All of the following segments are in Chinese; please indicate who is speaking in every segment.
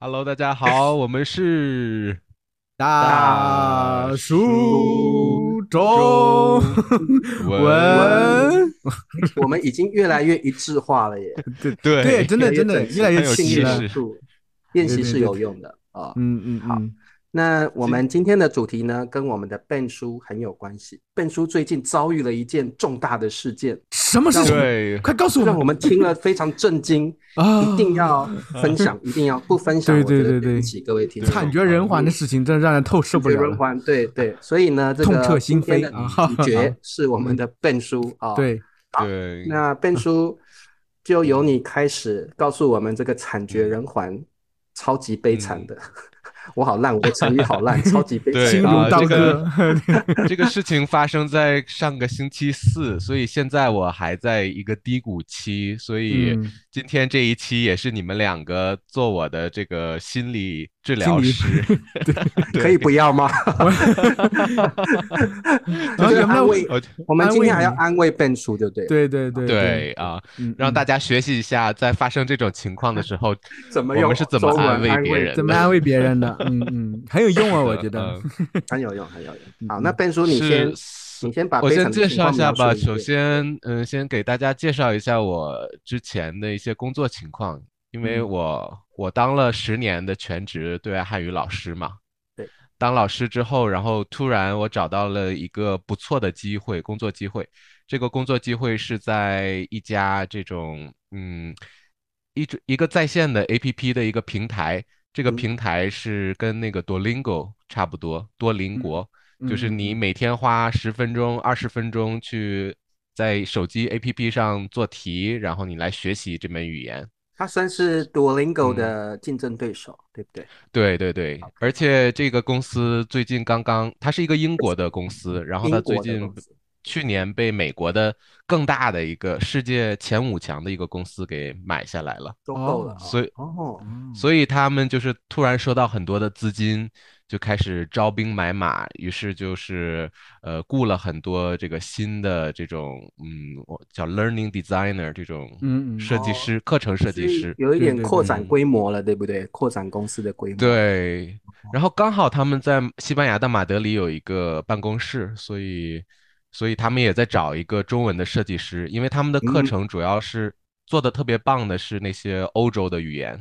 Speaker 1: Hello，大家好，我们 是
Speaker 2: 大叔
Speaker 3: 嗯
Speaker 2: 中
Speaker 1: 中
Speaker 2: 文，
Speaker 3: 我们已经越来越一致化了耶，
Speaker 1: 对
Speaker 2: 对，真的真的
Speaker 3: 整齐
Speaker 2: 越来越
Speaker 1: 哎很有
Speaker 2: 齐
Speaker 1: 气
Speaker 2: 了
Speaker 1: 势。
Speaker 3: 练习
Speaker 2: 对
Speaker 3: 是
Speaker 2: 对对
Speaker 3: 有用的啊。
Speaker 2: 嗯嗯嗯，
Speaker 3: 那我们今天的主题呢，跟我们的笨叔很有关系。笨叔最近遭遇了一件重大的事件，
Speaker 2: 什么事情？
Speaker 1: 对，
Speaker 2: 快告诉
Speaker 3: 让
Speaker 2: 我
Speaker 3: 我们听了非常震惊，
Speaker 2: 啊！
Speaker 3: 一定要 分享，一定要不分享，
Speaker 2: 对
Speaker 3: 我觉
Speaker 2: 对
Speaker 3: 得
Speaker 2: 对
Speaker 3: 对不
Speaker 2: 对
Speaker 3: 起各位听众。
Speaker 2: 惨绝人寰的事情，真的让人透受不了
Speaker 3: 人
Speaker 2: 了。
Speaker 3: 寰，对对，所以呢，这
Speaker 2: 痛彻
Speaker 3: 个
Speaker 2: 心
Speaker 3: 今
Speaker 2: 扉
Speaker 3: 天的
Speaker 2: 啊
Speaker 3: 主角是我们的笨叔啊。，
Speaker 2: 对，
Speaker 1: 对，
Speaker 3: 那笨叔就由你开始告诉我们这个惨绝人寰、超级悲惨的。 我好烂，我的成语好烂，超级
Speaker 1: 嗯
Speaker 3: 悲
Speaker 1: 对
Speaker 2: 心
Speaker 3: 惨。
Speaker 2: 如
Speaker 1: 啊
Speaker 2: 刀
Speaker 1: 这个
Speaker 2: 割。
Speaker 1: 这个事情发生在上个星期四，所以现在我还在一个低谷期，所以
Speaker 2: 嗯
Speaker 1: 今天这一期也是你们两个做我的这个心理治疗
Speaker 2: 心理
Speaker 1: 师，对
Speaker 3: 可以不 要吗？
Speaker 2: 然后
Speaker 3: 就是
Speaker 2: 有没
Speaker 3: 安
Speaker 2: 有？
Speaker 3: 慰
Speaker 1: 我
Speaker 3: 我们今天还要
Speaker 2: 安慰你
Speaker 3: 安慰笨叔，对不对？，
Speaker 2: 对对对
Speaker 1: 对，啊，
Speaker 2: 嗯
Speaker 1: 让大家学习一下，在发生这种情况的时候，
Speaker 3: 怎么
Speaker 1: 我
Speaker 3: 用
Speaker 1: 们是怎么
Speaker 3: 中文
Speaker 1: 安慰
Speaker 3: 安
Speaker 1: 别
Speaker 3: 慰
Speaker 1: 人
Speaker 2: 怎么安慰别人的？嗯嗯，很有 用啊，我觉得
Speaker 1: 嗯。
Speaker 3: 很有用，很有
Speaker 2: 嗯
Speaker 3: 用。好，那笨叔你先
Speaker 1: 是，四
Speaker 3: 你先把
Speaker 1: 我
Speaker 3: 悲
Speaker 1: 先
Speaker 3: 惨
Speaker 1: 介
Speaker 3: 的情
Speaker 1: 绍一
Speaker 3: 况
Speaker 1: 下
Speaker 3: 描
Speaker 1: 吧。
Speaker 3: 述一
Speaker 1: 首
Speaker 3: 遍。
Speaker 1: 先，嗯，先给大家介绍一下我之前的一些工作情况，因为
Speaker 2: 嗯
Speaker 1: 我、我当了十年的全职对外汉语老师嘛。
Speaker 3: 对。
Speaker 1: 当老师之后，然后突然我找到了一个不错的机会，工作机会。这个工作机会是在一家这种嗯，一种一个在线的 APP 的一个平台，这个
Speaker 3: 嗯
Speaker 1: 平台是跟那个 Duolingo 差不多，多邻
Speaker 2: 嗯
Speaker 1: 国。就是
Speaker 2: 嗯
Speaker 1: 你每天花十分钟、二十分钟去在手机 APP 上做题，然后你来学习这门语言。
Speaker 3: 他算是
Speaker 1: 嗯
Speaker 3: Duolingo 的竞争对手，对不对？
Speaker 1: 对对对，而且这个公司最近刚刚，它是一个英国的公司，然后
Speaker 3: 英
Speaker 1: 它最
Speaker 3: 国的
Speaker 1: 近
Speaker 3: 公司
Speaker 1: 去年被美国的更大的一个世界前五强的一个公司给买下来了。
Speaker 3: 收购了
Speaker 2: 哦
Speaker 3: 啊，
Speaker 1: 所以
Speaker 3: 哦，
Speaker 2: 嗯
Speaker 1: 所以他们就是突然收到很多的资金，就开始招兵买马，于是就是呃雇了很多这个新的这种嗯，我叫 learning designer 这种
Speaker 2: 嗯嗯
Speaker 1: 设计
Speaker 3: 哦
Speaker 1: 师、课程设计
Speaker 3: 所以
Speaker 1: 师，
Speaker 3: 有一
Speaker 2: 对
Speaker 3: 点
Speaker 2: 对
Speaker 3: 扩
Speaker 2: 对
Speaker 3: 展规模了，对不对？扩展公司的规模。
Speaker 1: 对。然后刚好他们在西班牙的马德里有一个办公室，所以所以他们也在找一个中文的设计师，因为他们的课
Speaker 3: 嗯
Speaker 1: 程主要是做的特别棒的是那些欧洲的语言。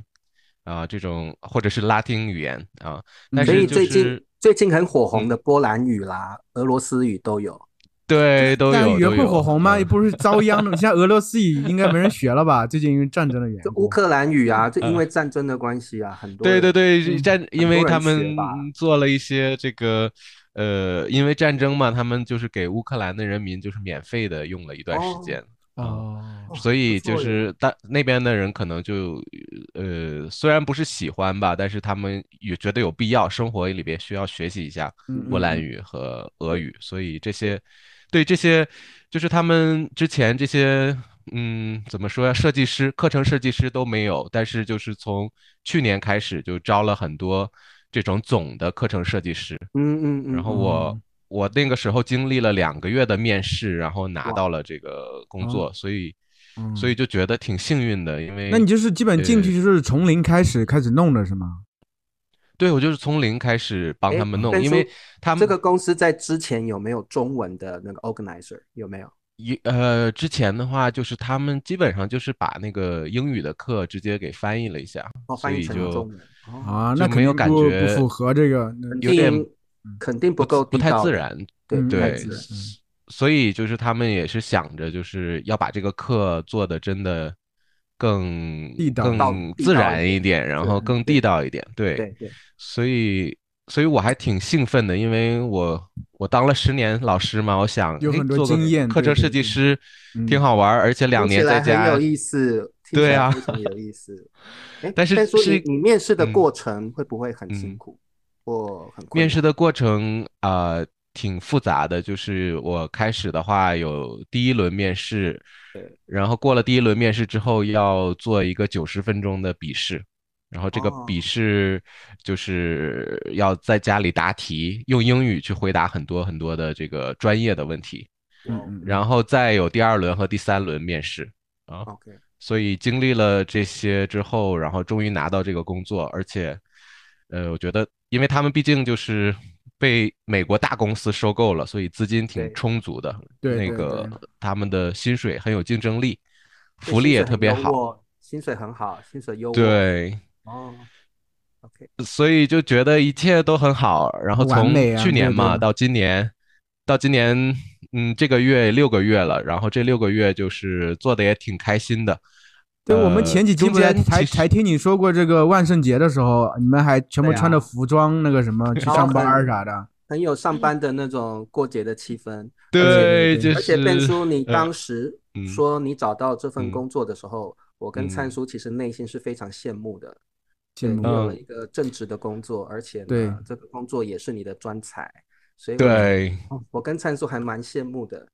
Speaker 1: 啊，这种或者是拉丁语言啊，但
Speaker 3: 所
Speaker 1: 是
Speaker 3: 以
Speaker 1: 就
Speaker 3: 最近
Speaker 1: 是嗯
Speaker 3: 最近很火红的波兰语啦、俄罗斯语都有。
Speaker 1: 对都
Speaker 2: 但
Speaker 1: 有
Speaker 2: 语言
Speaker 1: 都
Speaker 2: 会
Speaker 1: 有
Speaker 2: 火红吗？
Speaker 1: 嗯
Speaker 2: 不是遭殃的。现在俄罗斯语应该没人学了吧？最近因为战争的缘
Speaker 3: 这
Speaker 2: 故，
Speaker 3: 乌克兰语啊，这因
Speaker 1: 嗯
Speaker 3: 为战争的关系啊，很多
Speaker 1: 对对
Speaker 3: 人
Speaker 1: 对，
Speaker 2: 嗯
Speaker 1: 战，因为
Speaker 3: 多人
Speaker 1: 他
Speaker 3: 学
Speaker 1: 们
Speaker 3: 吧
Speaker 1: 做了一些这个，呃，因为战争嘛，他们就是给乌克兰的人民就是免费的用了一段时
Speaker 3: 哦
Speaker 1: 间啊，
Speaker 2: 哦，
Speaker 1: 所以就
Speaker 3: 错耶
Speaker 1: 是大那边的人可能就呃，虽然不是喜欢吧，但是他们也觉得有必要，生活里边需要学习一下
Speaker 2: 嗯
Speaker 1: 波兰
Speaker 2: 嗯
Speaker 1: 语和俄语，所以这些对这些就是他们之前这些嗯，怎么说呀？设计师、课程设计师都没有，但是就是从去年开始就招了很多这种总的课程设计师。
Speaker 3: 嗯嗯嗯，
Speaker 1: 然后
Speaker 3: 嗯
Speaker 1: 我、
Speaker 2: 嗯
Speaker 1: 我那个时候经历了两个月的面试，然后拿
Speaker 3: 哇
Speaker 1: 到了这个工
Speaker 2: 哦
Speaker 1: 作，所以
Speaker 2: 嗯
Speaker 1: 所以就觉得挺幸运的，因为
Speaker 2: 那你就是基本进去就是从零开始开始弄的是吗？
Speaker 1: 对我就是从零开始帮
Speaker 3: 诶
Speaker 1: 他们弄，
Speaker 3: 但
Speaker 1: 因
Speaker 3: 是
Speaker 1: 为他们
Speaker 3: 这个公司在之前有没有中文的那个 organizer？有没有？
Speaker 1: 一呃之前的话就是他们基本上就是把那个英语的课直接给翻译了一下，
Speaker 3: 哦，翻
Speaker 1: 所
Speaker 3: 译
Speaker 1: 以
Speaker 3: 成
Speaker 1: 就
Speaker 3: 中文。哦，
Speaker 2: 啊，
Speaker 1: 就
Speaker 2: 那肯
Speaker 1: 没有
Speaker 2: 定
Speaker 1: 感
Speaker 2: 不不
Speaker 1: 觉
Speaker 2: 符合这个，那
Speaker 3: 肯
Speaker 1: 有点
Speaker 3: 定肯定
Speaker 1: 不
Speaker 3: 不够
Speaker 1: 不
Speaker 3: 地
Speaker 1: 太
Speaker 3: 道
Speaker 1: 自
Speaker 3: 的，
Speaker 1: 然，
Speaker 3: 对，
Speaker 2: 嗯
Speaker 3: 不太
Speaker 1: 对，
Speaker 3: 自然。
Speaker 1: 所所以就是他们也是想着，就是要把这个课做的真的更
Speaker 2: 地道
Speaker 3: 到
Speaker 1: 更
Speaker 3: 地
Speaker 1: 自
Speaker 3: 道一
Speaker 1: 然一点，然
Speaker 3: 对
Speaker 1: 后更地道一点，对，
Speaker 3: 对对，
Speaker 1: 所以所以我还挺兴奋的，因为我我当了十年老师嘛，我想
Speaker 2: 有
Speaker 1: 诶
Speaker 2: 很多
Speaker 1: 做个
Speaker 2: 经验
Speaker 1: 课
Speaker 2: 对
Speaker 1: 程
Speaker 2: 对
Speaker 1: 设计
Speaker 2: 对
Speaker 1: 师挺
Speaker 2: 嗯
Speaker 1: 好玩儿，而且两
Speaker 3: 听起
Speaker 1: 年在
Speaker 3: 来很
Speaker 1: 家
Speaker 3: 有，意思，听起
Speaker 1: 对
Speaker 3: 来
Speaker 1: 啊
Speaker 3: 非常有意 思。哎，
Speaker 1: 但是
Speaker 3: 但说
Speaker 1: 是
Speaker 3: 你你面试的
Speaker 1: 嗯
Speaker 3: 过程会不会很
Speaker 1: 嗯
Speaker 3: 辛苦或很困
Speaker 1: 面
Speaker 3: 难？
Speaker 1: 试的过程啊、呃挺复杂的，就是我开始的话有第一轮面试
Speaker 3: 对，
Speaker 1: 然后过了第一轮面试之后，要做一个九十分钟的笔试，然后这个笔
Speaker 3: 哦
Speaker 1: 试就是要在家里答题，用英语去回答很多很多的这个专业的问题，
Speaker 2: 嗯嗯，
Speaker 1: 然后再有第二轮和第三轮面试啊。
Speaker 3: ，OK，
Speaker 1: 所以经历了这些之后，然后终于拿到这个工作，而且，呃，我觉得，因为他们毕竟就是被美国大公司收购了，所以资金挺
Speaker 3: 对
Speaker 1: 充足的，
Speaker 2: 对
Speaker 1: 那
Speaker 2: 对
Speaker 1: 个
Speaker 2: 对
Speaker 1: 他们的薪水很有竞争力，
Speaker 3: 对
Speaker 1: 福利
Speaker 3: 薪
Speaker 1: 也
Speaker 3: 水
Speaker 1: 特
Speaker 3: 很
Speaker 1: 别
Speaker 3: 优
Speaker 1: 好，
Speaker 3: 渥，薪水很好，薪水优渥。，
Speaker 1: 对，
Speaker 3: 哦，OK，
Speaker 1: 所以就觉得一切都很好。然后
Speaker 2: 完
Speaker 1: 从
Speaker 2: 美啊
Speaker 1: 去年
Speaker 2: 对
Speaker 1: 嘛
Speaker 2: 对
Speaker 1: 到今年，到今年，嗯，这个月六个月了，然后这六个月就是做的也挺开心的。
Speaker 2: 对，我们
Speaker 1: 呃
Speaker 2: 前几期
Speaker 1: 中
Speaker 2: 不是
Speaker 1: 间
Speaker 2: 才
Speaker 1: 其实
Speaker 2: 才听你说过这个万圣节的时候，你们还全部
Speaker 3: 对啊
Speaker 2: 穿着服装那个什么去
Speaker 3: 然后
Speaker 2: 上班
Speaker 3: 很
Speaker 2: 儿啥的。
Speaker 3: 很有上班的那种过节的气氛。
Speaker 2: 对
Speaker 1: 对，就
Speaker 3: 而且变
Speaker 1: 是
Speaker 3: 叔，你
Speaker 1: 呃
Speaker 3: 当时
Speaker 1: 嗯
Speaker 3: 说你找到这份
Speaker 1: 嗯
Speaker 3: 工作的时候，我跟灿
Speaker 1: 嗯
Speaker 3: 叔其实内心是非常羡慕的。
Speaker 2: 羡
Speaker 3: 对
Speaker 2: 慕
Speaker 3: 你有
Speaker 1: 嗯
Speaker 3: 了一个正职的工作，而且
Speaker 2: 对
Speaker 3: 呢，这个工作也是你的专才，所以我觉得
Speaker 1: 对。
Speaker 3: 哦我跟灿叔还蛮羡慕的。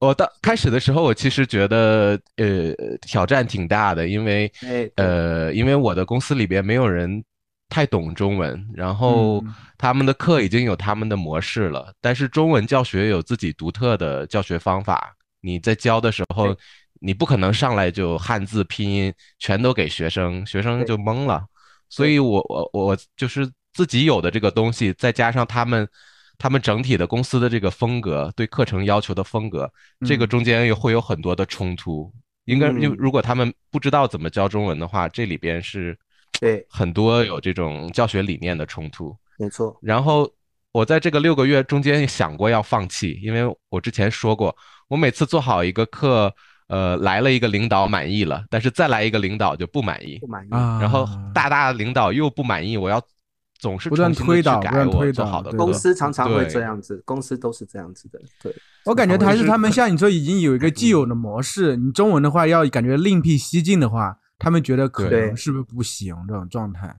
Speaker 1: 我到开始的时候，我其实觉得呃挑战挺大的，因为
Speaker 3: 哎，对，
Speaker 1: 呃，因为我的公司里边没有人太懂中文，然后
Speaker 2: 嗯
Speaker 1: 他们的课已经有他们的模式了，但是中文教学有自己独特的教学方法，你在教的时候，你不可能上来就汉字拼音全都给学生，学生
Speaker 3: 对
Speaker 1: 就懵了。所
Speaker 3: 对
Speaker 1: 以我我我就是自己有的这个东西，再加上他们他们整体的公司的这个风格，对课程要求的风格，这个
Speaker 2: 嗯
Speaker 1: 中间也会有很多的冲突。应该因为
Speaker 3: 嗯
Speaker 1: 如果他们不知道怎么教中文的话，这里边是
Speaker 3: 对，
Speaker 1: 很多有这种教学理念的冲突。
Speaker 3: 没错，
Speaker 1: 然后我在这个六个月中间想过要放弃，因为我之前说过，我每次做好一个课，呃，来了一个领导满意了，但是再来一个领导就不满意
Speaker 3: 不，满意。
Speaker 2: 啊，
Speaker 1: 然后大大领导又不满意，我要总是
Speaker 2: 不断
Speaker 1: 重新地
Speaker 2: 推导
Speaker 1: 去
Speaker 2: 不
Speaker 1: 改
Speaker 2: 断
Speaker 1: 我
Speaker 2: 推
Speaker 1: 做
Speaker 2: 导
Speaker 1: 好的
Speaker 2: 对
Speaker 1: 课
Speaker 3: 公司常常会
Speaker 1: 对
Speaker 3: 这样子，公司都是这样子的。对，
Speaker 2: 我感觉
Speaker 1: 就
Speaker 2: 还是
Speaker 1: 是嗯
Speaker 2: 他们
Speaker 1: 可
Speaker 2: 像你说已经有一个既有的模式，你中文的话要感觉另辟蹊径的话，他们觉得可
Speaker 3: 对
Speaker 2: 能是不是不行这种状态。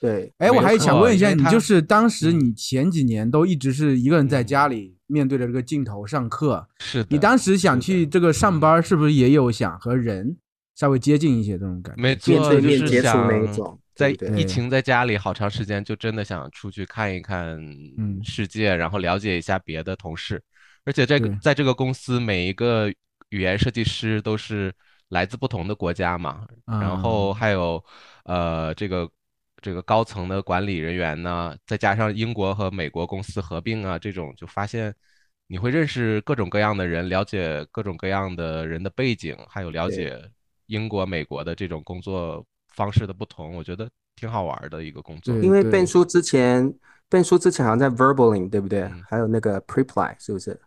Speaker 3: 对，
Speaker 2: 哎，
Speaker 1: 没
Speaker 2: 我还想
Speaker 1: 错
Speaker 2: 问一下，
Speaker 1: 因为
Speaker 2: 你
Speaker 1: 他
Speaker 2: 就是当时
Speaker 1: 嗯
Speaker 2: 你前几年都一直是一个人在
Speaker 1: 嗯
Speaker 2: 家里面对着这个镜头上课，
Speaker 1: 是的，
Speaker 2: 你当时
Speaker 1: 是
Speaker 2: 想
Speaker 1: 的
Speaker 2: 去这个上班，是不是也有想和人稍微接近一些这种感觉？
Speaker 1: 没
Speaker 3: 面
Speaker 1: 错，
Speaker 3: 对
Speaker 1: 就
Speaker 3: 面
Speaker 1: 是
Speaker 3: 接触那一
Speaker 1: 想
Speaker 3: 种
Speaker 1: 在
Speaker 3: 对不
Speaker 2: 对
Speaker 1: 疫情在家里好长时间，就真的想出去看一看
Speaker 2: 嗯
Speaker 1: 世界，然后了解一下别的同事。而且这个
Speaker 2: 对
Speaker 1: 在这个公司，每一个语言设计师都是来自不同的国家嘛，然后
Speaker 2: 啊
Speaker 1: 还有呃这个这个高层的管理人员呢，再加上英国和美国公司合并啊，这种就发现你会认识各种各样的人，了解各种各样的人的背景，还有了
Speaker 3: 对
Speaker 1: 解英国、美国的这种工作方式的不同，我觉得挺好玩的一个工作。
Speaker 2: 对
Speaker 3: 因为
Speaker 2: 对
Speaker 3: 变叔之前，变叔之前好像在 Verbaling，对不对？
Speaker 1: 嗯
Speaker 3: 还有那个 Preply，是不是？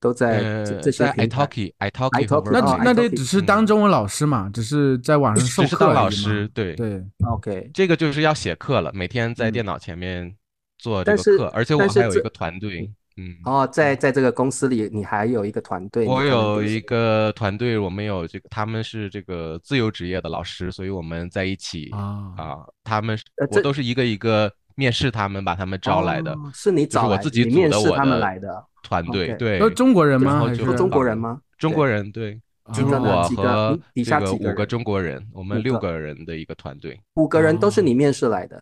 Speaker 3: 都在这
Speaker 1: 呃，
Speaker 3: 这些
Speaker 1: 在
Speaker 3: 平台。
Speaker 1: italki italki 和
Speaker 3: italki，
Speaker 2: 那
Speaker 3: 哦
Speaker 2: 只
Speaker 3: 还
Speaker 2: 那
Speaker 3: 都
Speaker 2: 得
Speaker 3: 可以
Speaker 2: 只是当
Speaker 1: 嗯
Speaker 2: 中文老师嘛，只是在网上授
Speaker 1: 只是
Speaker 2: 课
Speaker 1: 当
Speaker 2: 而
Speaker 1: 老
Speaker 2: 已嘛
Speaker 1: 师，对
Speaker 2: 对，
Speaker 3: OK，
Speaker 1: 这个就是要写课了，每天在
Speaker 2: 嗯
Speaker 1: 电脑前面做这
Speaker 3: 但
Speaker 1: 个
Speaker 3: 是
Speaker 1: 课，而且
Speaker 3: 但
Speaker 1: 我
Speaker 3: 是
Speaker 1: 还有一
Speaker 3: 这
Speaker 1: 个团队，嗯，
Speaker 3: 哦，在在这个公司里，你还有一个团队，
Speaker 1: 我
Speaker 3: 你可能就
Speaker 1: 有一
Speaker 3: 是
Speaker 1: 个团队，我们有这个，他们是这个自由职业的老师，所以我们在一起
Speaker 2: 啊
Speaker 1: 啊，他们是
Speaker 3: 呃
Speaker 1: 我
Speaker 3: 这
Speaker 1: 都是一个一个面试他们，把他们招来的，
Speaker 3: 哦是你
Speaker 1: 就是
Speaker 3: 找
Speaker 1: 我
Speaker 3: 来
Speaker 1: 自
Speaker 3: 的，
Speaker 1: 己
Speaker 3: 你
Speaker 1: 组
Speaker 3: 面
Speaker 1: 的
Speaker 3: 试
Speaker 1: 我
Speaker 3: 他们
Speaker 1: 的
Speaker 3: 来的，
Speaker 1: 团队，
Speaker 3: OK
Speaker 1: 对，
Speaker 2: 都是中国人
Speaker 1: 然
Speaker 2: 吗？
Speaker 1: 后
Speaker 2: 还
Speaker 1: 就是是
Speaker 3: 哦中国人
Speaker 1: 访问
Speaker 3: 吗？
Speaker 1: 中
Speaker 3: 对
Speaker 1: 国人对，
Speaker 2: 啊
Speaker 1: 就是
Speaker 3: 那
Speaker 1: 我
Speaker 3: 几个
Speaker 1: 和
Speaker 3: 你
Speaker 1: 这
Speaker 3: 底下
Speaker 1: 个
Speaker 3: 几个
Speaker 1: 五个
Speaker 3: 人
Speaker 1: 中国人，我们
Speaker 3: 五
Speaker 1: 六
Speaker 3: 个
Speaker 1: 个人的一个团队，
Speaker 3: 五个人都是
Speaker 1: 嗯
Speaker 2: 哦
Speaker 3: 你面试来的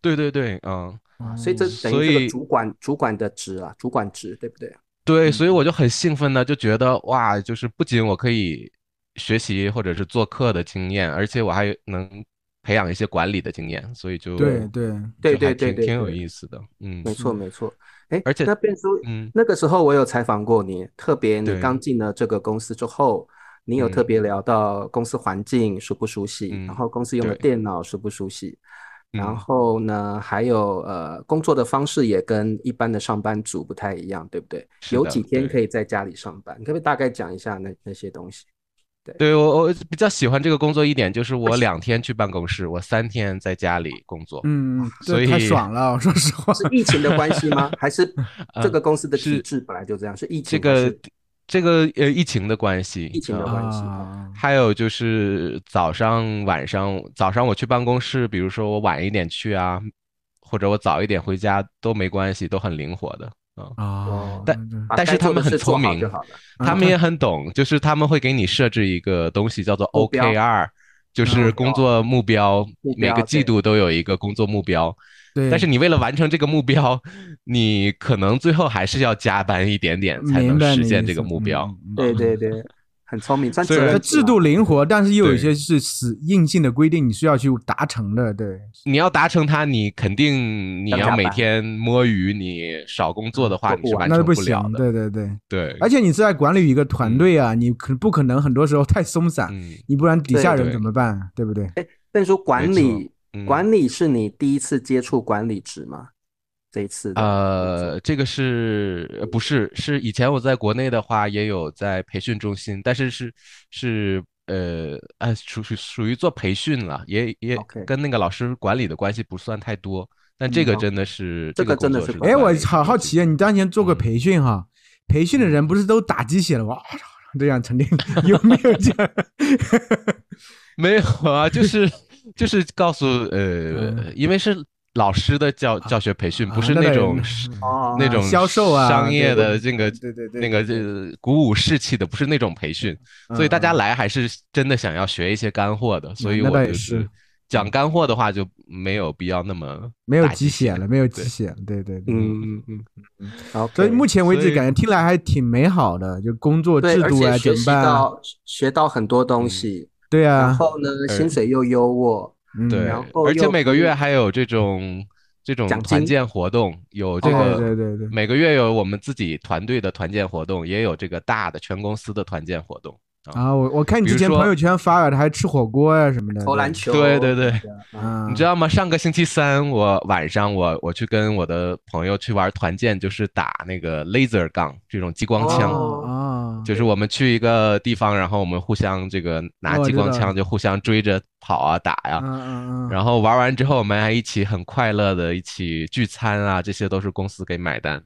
Speaker 1: 对对对，嗯。
Speaker 3: 啊，所以这等
Speaker 1: 所
Speaker 3: 于这个
Speaker 1: 以
Speaker 3: 主管主管的职啊，主管职对不对？
Speaker 1: 对，
Speaker 3: 嗯
Speaker 1: 所以我就很兴奋呢，就觉得哇，就是不仅我可以学习或者是做课的经验，而且我还能培养一些管理的经验，所以就
Speaker 2: 对对，
Speaker 3: 对
Speaker 1: 就还
Speaker 3: 对对
Speaker 1: 挺
Speaker 3: 对
Speaker 1: 挺有
Speaker 3: 对
Speaker 1: 意思的，嗯
Speaker 3: 没错没错，哎，
Speaker 1: 而且
Speaker 3: 那变叔
Speaker 1: 嗯
Speaker 3: 那个时候我有采访过你，特别你
Speaker 1: 对
Speaker 3: 刚进了这个公司之后，你有特
Speaker 1: 嗯
Speaker 3: 别聊到公司环境熟不熟悉，然
Speaker 1: 嗯
Speaker 3: 后公司用的
Speaker 1: 对
Speaker 3: 电脑熟不熟悉，然
Speaker 1: 嗯
Speaker 3: 后呢，还有呃工作的方式也跟一般的上班族不太一样，对不对？
Speaker 1: 是
Speaker 3: 有
Speaker 1: 的
Speaker 3: 几天
Speaker 1: 对
Speaker 3: 可以在家里上班，你可不可以大概讲一下那那些东西？
Speaker 1: 对我我比较喜欢这个工作一点就是我两天去办公室，我三天在家里工作，
Speaker 2: 嗯，
Speaker 1: 所
Speaker 2: 这太
Speaker 1: 以
Speaker 2: 爽了，说实话，
Speaker 3: 是疫情的关系吗？还是这
Speaker 1: 呃
Speaker 3: 个公司的体
Speaker 1: 是
Speaker 3: 制本来就这样？是疫
Speaker 1: 这
Speaker 3: 情还
Speaker 1: 个
Speaker 3: 是
Speaker 1: 这个呃疫情的关系，
Speaker 3: 疫情的
Speaker 1: 嗯
Speaker 3: 关系
Speaker 2: 啊，
Speaker 1: 还有就是早上、晚上，早上我去办公室，比如说我晚一点去啊，或者我早一点回家都没关系，都很灵活的啊。
Speaker 3: 哦
Speaker 2: 啊，
Speaker 1: 但
Speaker 2: 那
Speaker 3: 把
Speaker 1: 但是
Speaker 3: 该
Speaker 1: 他
Speaker 3: 做的
Speaker 1: 们很
Speaker 3: 事做
Speaker 1: 聪
Speaker 3: 好就
Speaker 1: 明
Speaker 3: 好了？
Speaker 1: 他们也很懂，就是他们会给你设置一个东西叫做
Speaker 3: 目标
Speaker 1: OKR，就
Speaker 3: 目
Speaker 1: 是
Speaker 3: 标
Speaker 1: 工作目标，
Speaker 3: 目
Speaker 1: 每个
Speaker 3: 标
Speaker 1: 季
Speaker 3: 对
Speaker 1: 度都有一个工作目标。
Speaker 2: 对，
Speaker 1: 但是你为了完成这个目标，你可能最后还是要加班一点点才
Speaker 2: 明
Speaker 1: 能
Speaker 2: 白
Speaker 1: 实
Speaker 2: 你
Speaker 1: 现
Speaker 2: 意
Speaker 1: 这个
Speaker 2: 思
Speaker 1: 目标。
Speaker 2: 嗯嗯嗯
Speaker 3: 对对对，很聪明，但
Speaker 1: 虽然
Speaker 2: 它
Speaker 3: 责任
Speaker 2: 制度灵活，但是又有一些是死硬性的规定，你需要去达成的。对，
Speaker 1: 你要达成它，你肯定你
Speaker 3: 要
Speaker 1: 要
Speaker 3: 加
Speaker 1: 每
Speaker 3: 班
Speaker 1: 天摸鱼，你少工作的话，
Speaker 3: 做不
Speaker 1: 你是
Speaker 3: 完
Speaker 1: 完
Speaker 2: 那
Speaker 1: 成
Speaker 2: 是不
Speaker 1: 了
Speaker 2: 行。
Speaker 1: 的。
Speaker 2: 对对对，
Speaker 1: 对，
Speaker 2: 而且你是在管理一个团队啊，你可不可能很多时候太松散？
Speaker 1: 嗯
Speaker 2: 你不然底下人
Speaker 1: 对
Speaker 2: 怎么办啊？对不对？
Speaker 3: 但是说管理，
Speaker 1: 嗯，
Speaker 3: 管理是你第一次接触管理职吗？这一次的工作
Speaker 1: 呃，这个是呃不是是以前我在国内的话也有在培训中心，但是是是呃呃属属属于做培训了，也也
Speaker 3: OK
Speaker 1: 跟那个老师管理的关系不算太多。但
Speaker 3: 嗯
Speaker 1: 这个
Speaker 3: 好
Speaker 1: 真的是
Speaker 3: 这
Speaker 1: 个
Speaker 3: 个真
Speaker 1: 工
Speaker 3: 的
Speaker 1: 作
Speaker 3: 是
Speaker 1: 是
Speaker 3: 管
Speaker 2: 哎，
Speaker 1: 跟
Speaker 2: 我
Speaker 1: 管理是
Speaker 2: 好
Speaker 1: 有
Speaker 2: 好
Speaker 1: 紧
Speaker 2: 奇啊，你当年
Speaker 1: 嗯
Speaker 2: 做过培训哈，培训的人不是都打鸡血了哇？这样成立有没有这样？
Speaker 1: 没有啊，就是就是告诉呃，
Speaker 2: 嗯
Speaker 1: 因为是老师的教教学培训，
Speaker 2: 啊
Speaker 1: 不是
Speaker 2: 那
Speaker 1: 那
Speaker 2: 倒也
Speaker 1: 种
Speaker 2: 嗯
Speaker 1: 是
Speaker 3: 哦，
Speaker 1: 那种
Speaker 2: 销售啊
Speaker 1: 商业
Speaker 2: 对对
Speaker 1: 的这个
Speaker 2: 对对对
Speaker 1: 那个这鼓舞士气的，不是那种培训，所以大家
Speaker 2: 嗯
Speaker 1: 来还是真的想要学一些干货的，所以
Speaker 2: 那
Speaker 1: 我
Speaker 2: 倒也
Speaker 1: 就是讲干货的话就没有必要那么
Speaker 2: 没有
Speaker 1: 打
Speaker 2: 鸡
Speaker 1: 鸡
Speaker 2: 血
Speaker 1: 血
Speaker 2: 了，没有鸡
Speaker 1: 对
Speaker 2: 血了，对对对。
Speaker 3: 嗯嗯嗯嗯，好，
Speaker 2: 所以目前为
Speaker 1: 所
Speaker 2: 止
Speaker 1: 以
Speaker 2: 感觉听来还挺美好的，就工作
Speaker 3: 对，
Speaker 2: 制
Speaker 3: 而
Speaker 2: 度
Speaker 3: 且
Speaker 2: 啊，
Speaker 3: 学
Speaker 2: 怎么
Speaker 3: 习
Speaker 2: 办啊？
Speaker 3: 到学到很多东西，
Speaker 2: 对
Speaker 3: 然
Speaker 1: 嗯
Speaker 2: 啊，
Speaker 3: 后呢，薪水又优渥，
Speaker 2: 嗯
Speaker 1: 对
Speaker 3: 然后，
Speaker 1: 而且
Speaker 3: 又
Speaker 1: 每个
Speaker 3: 可以
Speaker 1: 月还有这种这种
Speaker 3: 奖
Speaker 1: 团
Speaker 3: 金
Speaker 1: 建活动，有这
Speaker 2: 对
Speaker 1: 个
Speaker 2: 对对对，
Speaker 1: 每个月有我们自己团队的团建活动，也有这个大的全公司的团建活动。
Speaker 2: 啊，我我看你
Speaker 1: 比
Speaker 2: 之
Speaker 1: 如
Speaker 2: 前
Speaker 1: 说
Speaker 2: 朋友圈发的还吃火锅呀、什么的，
Speaker 3: 投篮
Speaker 2: 对
Speaker 3: 球，
Speaker 1: 对对对，
Speaker 2: 啊，
Speaker 1: 你知道吗？上个星期三我晚上我我去跟我的朋友去玩团建，就是打那个 laser 杠这种激光枪。
Speaker 3: 哦
Speaker 2: 啊，
Speaker 1: 就是我们去一个地方，然后我们互相这个拿
Speaker 2: 哦
Speaker 1: 激光
Speaker 2: 知道
Speaker 1: 枪就互相追着跑啊打呀、
Speaker 2: 嗯嗯嗯，
Speaker 1: 然后玩完之后我们还一起很快乐的一起聚餐啊，这些都是公司给买单。
Speaker 2: 啊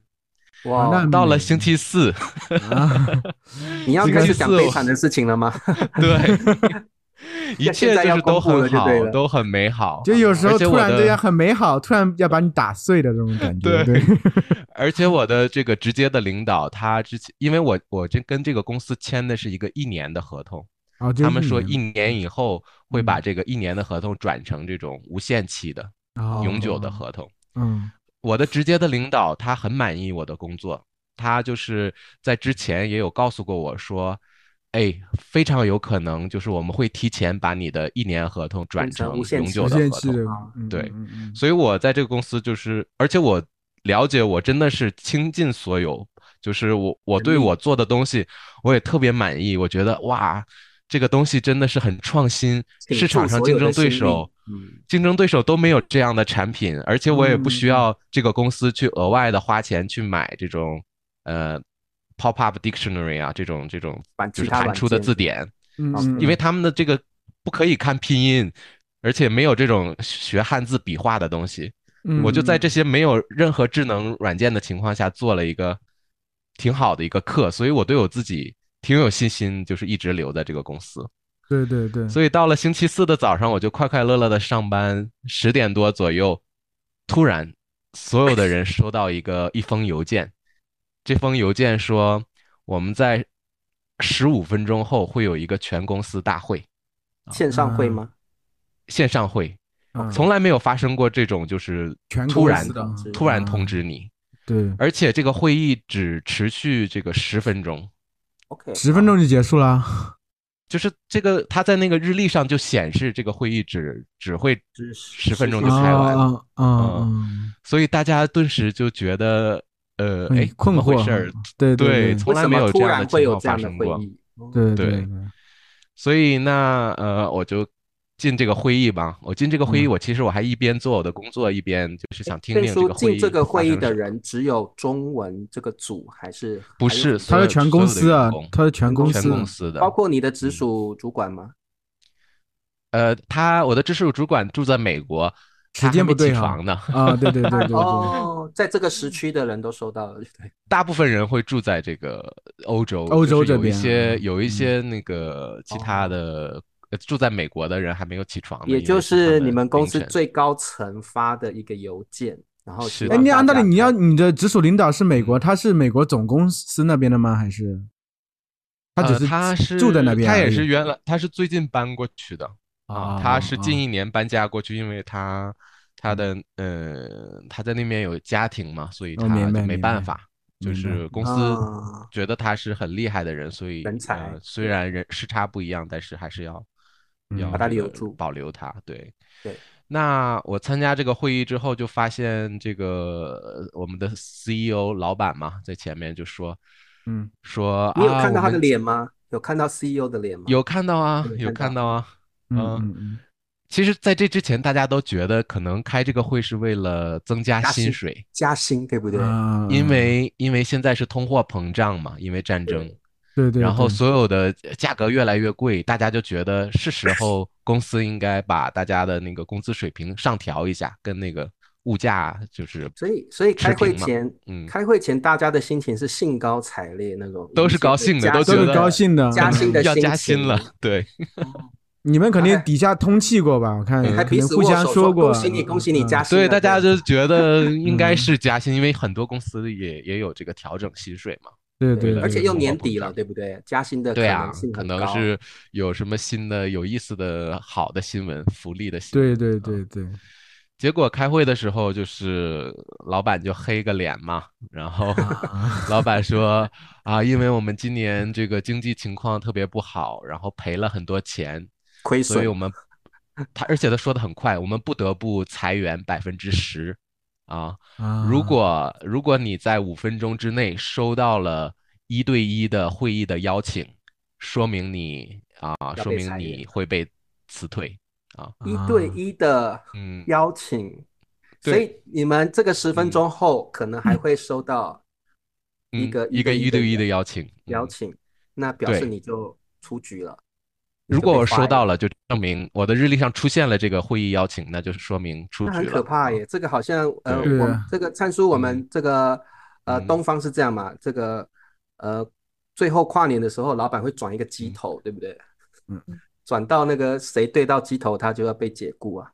Speaker 2: 那
Speaker 3: 哇，
Speaker 1: 到了星期 四，
Speaker 2: 啊，
Speaker 3: 你要
Speaker 1: 这个
Speaker 3: 开始
Speaker 1: 是
Speaker 3: 讲
Speaker 1: 我
Speaker 3: 悲惨的事情了吗？
Speaker 1: 对， 一
Speaker 3: 要现
Speaker 1: 切
Speaker 3: 在
Speaker 1: 就
Speaker 3: 要
Speaker 1: 是都
Speaker 3: 公布
Speaker 1: 很
Speaker 3: 了就对
Speaker 1: 好，
Speaker 3: 了
Speaker 1: 都很美好。啊
Speaker 2: 就有时
Speaker 1: 而
Speaker 2: 候
Speaker 1: 且
Speaker 2: 突
Speaker 1: 我
Speaker 2: 然
Speaker 1: 的
Speaker 2: 之间很美好，突然要把你打碎的这种感觉，对
Speaker 1: 对，而且我的这个直接的领导，他之前因为我我这跟这个公司签的是一个一年的合同，
Speaker 2: 哦，就
Speaker 1: 他们说
Speaker 2: 年
Speaker 1: 一年以后会把
Speaker 2: 嗯
Speaker 1: 这个一年的合同转成这种无限期的、
Speaker 3: 哦
Speaker 1: 永久的，合同。
Speaker 2: 哦嗯
Speaker 1: 我的直接的领导他很满意我的工作，他就是在之前也有告诉过我说，哎，非常有可能就是我们会提前把你的一年合同转
Speaker 3: 变成无限
Speaker 1: 永
Speaker 3: 期
Speaker 1: 久
Speaker 2: 无
Speaker 1: 的
Speaker 2: 限
Speaker 1: 合
Speaker 2: 期
Speaker 1: 同。
Speaker 2: 的
Speaker 3: 啊，
Speaker 2: 嗯
Speaker 1: 对，
Speaker 2: 嗯嗯
Speaker 1: 所以我在这个公司就是，而且我了解，我真的是倾尽所有，就是我我对我做的东西，我也特别满意，我觉得哇，这个东西真的是很创新，
Speaker 3: 倾
Speaker 1: 市场
Speaker 3: 注
Speaker 1: 上
Speaker 3: 所
Speaker 1: 竞
Speaker 3: 有的
Speaker 1: 争对
Speaker 3: 心力
Speaker 1: 手
Speaker 3: 嗯，
Speaker 1: 竞争对手都没有这样的产品，而且我也不需
Speaker 2: 嗯
Speaker 1: 要这个公司去额外的花钱去买这种呃 pop up dictionary 啊这种这种
Speaker 3: 反
Speaker 1: 就
Speaker 3: 其
Speaker 1: 是
Speaker 3: 他
Speaker 1: 弹
Speaker 3: 软
Speaker 1: 出的
Speaker 3: 件
Speaker 1: 字典，
Speaker 2: 嗯
Speaker 3: 好
Speaker 2: 嗯，
Speaker 1: 因为他们的这个不可以看拼音，而且没有这种学汉字笔画的东西。
Speaker 2: 嗯
Speaker 1: 我就在这些没有任何智能软件的情况下做了一个挺好的一个课，所以我对我自己挺有信心，就是一直留在这个公司。
Speaker 2: 对对对，
Speaker 1: 所以到了星期四的早上，我就快快乐乐的上班，十点多左右，突然所有的人收到一个一封邮件，这封邮件说我们在十五分钟后会有一个全公司大会，
Speaker 3: 线上会吗？
Speaker 1: 呃线上会，
Speaker 2: 嗯
Speaker 1: 从来没有发生过这种就是
Speaker 2: 全
Speaker 1: 突
Speaker 2: 公
Speaker 1: 然
Speaker 2: 司的
Speaker 3: 通知
Speaker 1: 突然
Speaker 2: 啊
Speaker 1: 通知你，
Speaker 2: 对
Speaker 1: 而且这个会议只持续这个十分钟，
Speaker 3: OK，
Speaker 2: 十分钟就结束了，
Speaker 1: 就是这个他在那个日历上就显示这个会议只只会
Speaker 3: 只
Speaker 1: 十分钟
Speaker 3: 10
Speaker 1: 就开完了，
Speaker 2: 啊啊啊
Speaker 1: 嗯
Speaker 2: 嗯
Speaker 1: 所以大家顿时就觉得呃
Speaker 2: 很
Speaker 1: 哎
Speaker 2: 嗯
Speaker 1: 怎
Speaker 2: 困
Speaker 1: 么回
Speaker 2: 惑
Speaker 1: 事儿
Speaker 2: 啊，对
Speaker 1: 对
Speaker 2: 对
Speaker 1: 从
Speaker 3: 为
Speaker 1: 来
Speaker 3: 什
Speaker 1: 没
Speaker 3: 么
Speaker 1: 有
Speaker 3: 突
Speaker 1: 这样的
Speaker 3: 然
Speaker 1: 情
Speaker 3: 会有
Speaker 1: 况
Speaker 3: 这样
Speaker 1: 发
Speaker 3: 的
Speaker 1: 生
Speaker 3: 会
Speaker 1: 过
Speaker 3: 议？哦
Speaker 2: 对
Speaker 1: 对
Speaker 2: 对，
Speaker 1: 所以那呃我就。进这个会议吧，我进这个会议，
Speaker 2: 嗯
Speaker 1: 我其实我还一边做我的工作，一边就是想听
Speaker 3: 邓
Speaker 1: 听这
Speaker 3: 哎叔
Speaker 1: 个会
Speaker 3: 进
Speaker 1: 议
Speaker 3: 这个
Speaker 1: 发
Speaker 3: 会议
Speaker 1: 生
Speaker 3: 的
Speaker 1: 什么
Speaker 3: 人只有中文这个组还是
Speaker 1: 不
Speaker 3: 还
Speaker 1: 是
Speaker 3: 有什么
Speaker 2: 他
Speaker 1: 所
Speaker 2: 是
Speaker 1: 有
Speaker 2: 全
Speaker 1: 所
Speaker 2: 公
Speaker 1: 有的
Speaker 2: 司
Speaker 1: 员
Speaker 2: 啊
Speaker 1: 工，
Speaker 2: 他是全公
Speaker 1: 全
Speaker 2: 司
Speaker 1: 公
Speaker 2: 的，
Speaker 1: 司的，嗯
Speaker 3: 包括你的直属主管吗？
Speaker 1: 呃，他我的直属主管住在美国，他
Speaker 2: 时间
Speaker 1: 还没
Speaker 2: 不对
Speaker 1: 起
Speaker 2: 哈
Speaker 1: 床呢。
Speaker 2: 啊，对对对对对，
Speaker 3: 哦，在这个
Speaker 1: 嗯
Speaker 3: 时区的人都收到了，对不对？
Speaker 1: 大部分人会住在这个欧洲，
Speaker 2: 欧
Speaker 1: 就是
Speaker 2: 洲这
Speaker 1: 有一
Speaker 2: 边
Speaker 1: 些、
Speaker 2: 嗯
Speaker 1: 有一
Speaker 2: 嗯哦
Speaker 1: 些那个其他的、呃住在美国的人还没有起床呢，因
Speaker 3: 也
Speaker 1: 为
Speaker 3: 就是
Speaker 1: 他
Speaker 3: 是你
Speaker 1: 们
Speaker 3: 们公
Speaker 1: 凌
Speaker 3: 司
Speaker 1: 晨
Speaker 3: 最高层发的一个邮件，然后
Speaker 1: 是
Speaker 3: 希
Speaker 1: 的
Speaker 2: 哎，
Speaker 3: 望
Speaker 2: 你按
Speaker 3: 大
Speaker 2: 道理
Speaker 3: 家
Speaker 2: 你要
Speaker 3: 看
Speaker 2: 你的直属领导是美
Speaker 1: 嗯
Speaker 2: 国，他是美国总公司那边的吗？还是他只
Speaker 1: 呃他
Speaker 2: 是住在那边而
Speaker 1: 他
Speaker 2: 已？
Speaker 1: 也是原来他是最近搬过去的
Speaker 2: 啊
Speaker 1: 他是近
Speaker 2: 啊
Speaker 1: 一年搬家过去，因为他他的呃他在那边有家庭嘛，所以
Speaker 2: 嗯哦明
Speaker 1: 他就
Speaker 2: 白
Speaker 1: 没
Speaker 2: 明
Speaker 1: 办
Speaker 2: 白
Speaker 1: 法。就是公司
Speaker 3: 啊
Speaker 1: 觉得他是很厉害的人，所以
Speaker 3: 人才
Speaker 1: 呃虽然人时差不一样，但是还是要
Speaker 2: 嗯
Speaker 1: 要
Speaker 3: 把它
Speaker 1: 这
Speaker 3: 留
Speaker 1: 个
Speaker 3: 住
Speaker 1: 保留它。对
Speaker 3: 对。
Speaker 1: 那我参加这个会议之后，就发现这个呃我们的 CEO 老板嘛，在前面就说
Speaker 2: 嗯，
Speaker 1: 说
Speaker 3: 你有
Speaker 1: 啊
Speaker 3: 看到
Speaker 1: 我
Speaker 3: 他的
Speaker 1: 们
Speaker 3: 脸吗？有看到 CEO 的脸吗？
Speaker 1: 有看到啊，
Speaker 3: 对
Speaker 1: 有
Speaker 3: 看
Speaker 1: 看
Speaker 3: 到
Speaker 1: 到啊。嗯
Speaker 2: 嗯嗯嗯，
Speaker 1: 其实，在这之前，大家都觉得可能开这个会是为了增加
Speaker 3: 加
Speaker 1: 薪
Speaker 3: 薪嗯
Speaker 1: 水，
Speaker 3: 加薪，对不对？
Speaker 2: 啊
Speaker 1: 因为因为现在是通货膨胀嘛，因为战争，
Speaker 2: 对对，
Speaker 1: 然后
Speaker 2: 对
Speaker 1: 所有的价格越来越贵，大家就觉得是时候公司应该把大家的那个工资水平上调一下，跟那个物价就是
Speaker 3: 所以，所以
Speaker 1: 持
Speaker 3: 开会
Speaker 1: 平嘛
Speaker 3: 前，
Speaker 1: 嗯
Speaker 3: 开会前大家的心情是兴高采烈那种，
Speaker 1: 都是
Speaker 3: 迎接
Speaker 1: 高兴的
Speaker 3: 加
Speaker 1: 都
Speaker 2: 都
Speaker 1: 觉
Speaker 2: 是
Speaker 1: 得嗯
Speaker 2: 高兴的，
Speaker 3: 加薪的
Speaker 1: 要
Speaker 3: 心
Speaker 1: 加薪
Speaker 3: 情
Speaker 1: 了，对，
Speaker 2: 你们肯定底下通气过吧？我看嗯
Speaker 3: 还
Speaker 2: 可
Speaker 3: 彼
Speaker 2: 能
Speaker 3: 此
Speaker 2: 互
Speaker 3: 握
Speaker 2: 相
Speaker 3: 手说
Speaker 2: 过，
Speaker 3: 恭喜你，恭喜你加薪
Speaker 1: 所
Speaker 3: 了。
Speaker 1: 以大家
Speaker 3: 这样
Speaker 1: 就觉得应该
Speaker 2: 嗯
Speaker 1: 是加薪，因为很多公司也也有这个调整薪水嘛。
Speaker 2: 对对，
Speaker 3: 对
Speaker 2: 对
Speaker 3: 而且
Speaker 1: 又
Speaker 3: 又
Speaker 1: 通货
Speaker 3: 年
Speaker 1: 膨
Speaker 3: 底
Speaker 1: 胀
Speaker 3: 了，对不对？加薪的可
Speaker 1: 对啊
Speaker 3: 能性，
Speaker 1: 可
Speaker 3: 很
Speaker 1: 能
Speaker 3: 高。
Speaker 1: 是有什么新的有意思的好的新闻、福利的新闻。
Speaker 2: 对对对对，
Speaker 1: 结果开会的时候，就是老板就黑个脸嘛，然 后老板说啊，因为我们今年这个经济情况特别不好，然后赔了很多钱，
Speaker 3: 亏
Speaker 1: 所以
Speaker 3: 损
Speaker 1: 我们他而且他说的很快，我们不得不裁员百分之十啊。
Speaker 2: 啊
Speaker 1: 如果如果你在五分钟之内收到了一对一的会议的邀请，说明你啊，
Speaker 3: 要
Speaker 1: 说
Speaker 3: 被
Speaker 1: 明
Speaker 3: 裁员
Speaker 1: 你会被辞退啊。
Speaker 3: 一对
Speaker 2: 啊
Speaker 3: 一的
Speaker 1: 嗯，
Speaker 3: 邀请，
Speaker 1: 对
Speaker 3: 所以你们这个十分
Speaker 1: 嗯
Speaker 3: 钟后可能还会收到一
Speaker 1: 嗯
Speaker 3: 个
Speaker 1: 一个一
Speaker 3: 对
Speaker 1: 对一的邀请，
Speaker 3: 邀
Speaker 1: 嗯
Speaker 3: 请，那表示
Speaker 1: 对
Speaker 3: 你就出局了。你
Speaker 1: 如
Speaker 3: 就
Speaker 1: 果
Speaker 3: 被
Speaker 1: 我收
Speaker 3: fire
Speaker 1: 到了，就证明我的日历上出现了这个会议邀请，那就是说明出
Speaker 3: 那
Speaker 1: 局
Speaker 3: 很
Speaker 1: 了。
Speaker 3: 可怕
Speaker 1: 啊
Speaker 3: 耶！这个好像呃，
Speaker 1: 对
Speaker 3: 我们
Speaker 2: 啊
Speaker 3: 这个灿叔，我们这个呃
Speaker 1: 嗯
Speaker 3: 东方是这样嘛？这个呃，最后跨年的时候，老板会转一个鸡
Speaker 1: 嗯
Speaker 3: 头，对不对？
Speaker 2: 嗯，
Speaker 3: 转到那个谁对到鸡头，他就要被解雇啊，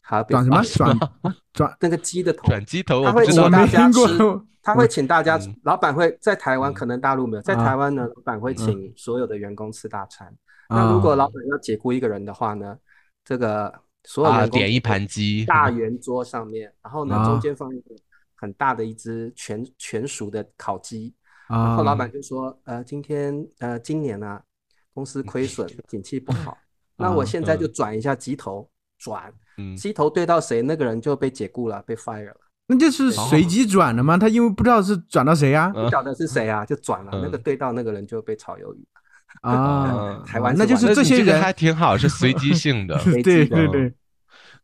Speaker 3: 还要被
Speaker 2: 啊转什么
Speaker 3: 罚钱
Speaker 2: 转转？
Speaker 3: 那个鸡的头，
Speaker 1: 转机头，
Speaker 3: 他
Speaker 1: 我不
Speaker 3: 会
Speaker 1: 知
Speaker 3: 请
Speaker 1: 道
Speaker 2: 我
Speaker 1: 他
Speaker 3: 大
Speaker 2: 没
Speaker 3: 家
Speaker 2: 听
Speaker 3: 吃，
Speaker 2: 过，
Speaker 3: 他会请大家
Speaker 1: 嗯，
Speaker 3: 老板会在台湾，
Speaker 1: 嗯
Speaker 3: 可能大陆没有，在
Speaker 2: 啊
Speaker 3: 台湾呢，老板会
Speaker 2: 嗯
Speaker 3: 请所有的员工吃大餐。
Speaker 2: 啊
Speaker 3: 那如果老板要解雇一个人的话呢，这个所有
Speaker 1: 啊
Speaker 3: 员工
Speaker 1: 点一
Speaker 3: 就会
Speaker 1: 盘鸡，嗯
Speaker 3: 大圆桌上面，然后呢
Speaker 2: 啊
Speaker 3: 中间放一个很大的一只全全熟的烤鸡，
Speaker 2: 啊，
Speaker 3: 然后老板就说，呃，今天呃今年啊公司亏损，景气不 好，那我
Speaker 2: 啊
Speaker 3: 现在就
Speaker 1: 嗯
Speaker 3: 转一下鸡头，转
Speaker 1: 嗯，
Speaker 3: 鸡头对到谁，那个人就被解雇了，被 fire 了。
Speaker 2: 那这是随机转的吗？他因为不知道是转到谁呀
Speaker 1: 嗯
Speaker 3: 不晓得是谁啊，就转了，那个
Speaker 1: 嗯
Speaker 3: 对到那个人就被炒鱿鱼。
Speaker 2: 啊，
Speaker 3: 台湾
Speaker 2: 那就
Speaker 3: 就是
Speaker 1: 那
Speaker 2: 这
Speaker 1: 你
Speaker 2: 些
Speaker 1: 个
Speaker 2: 人，。
Speaker 1: 还挺好，是随机性 的哦
Speaker 2: 对对对，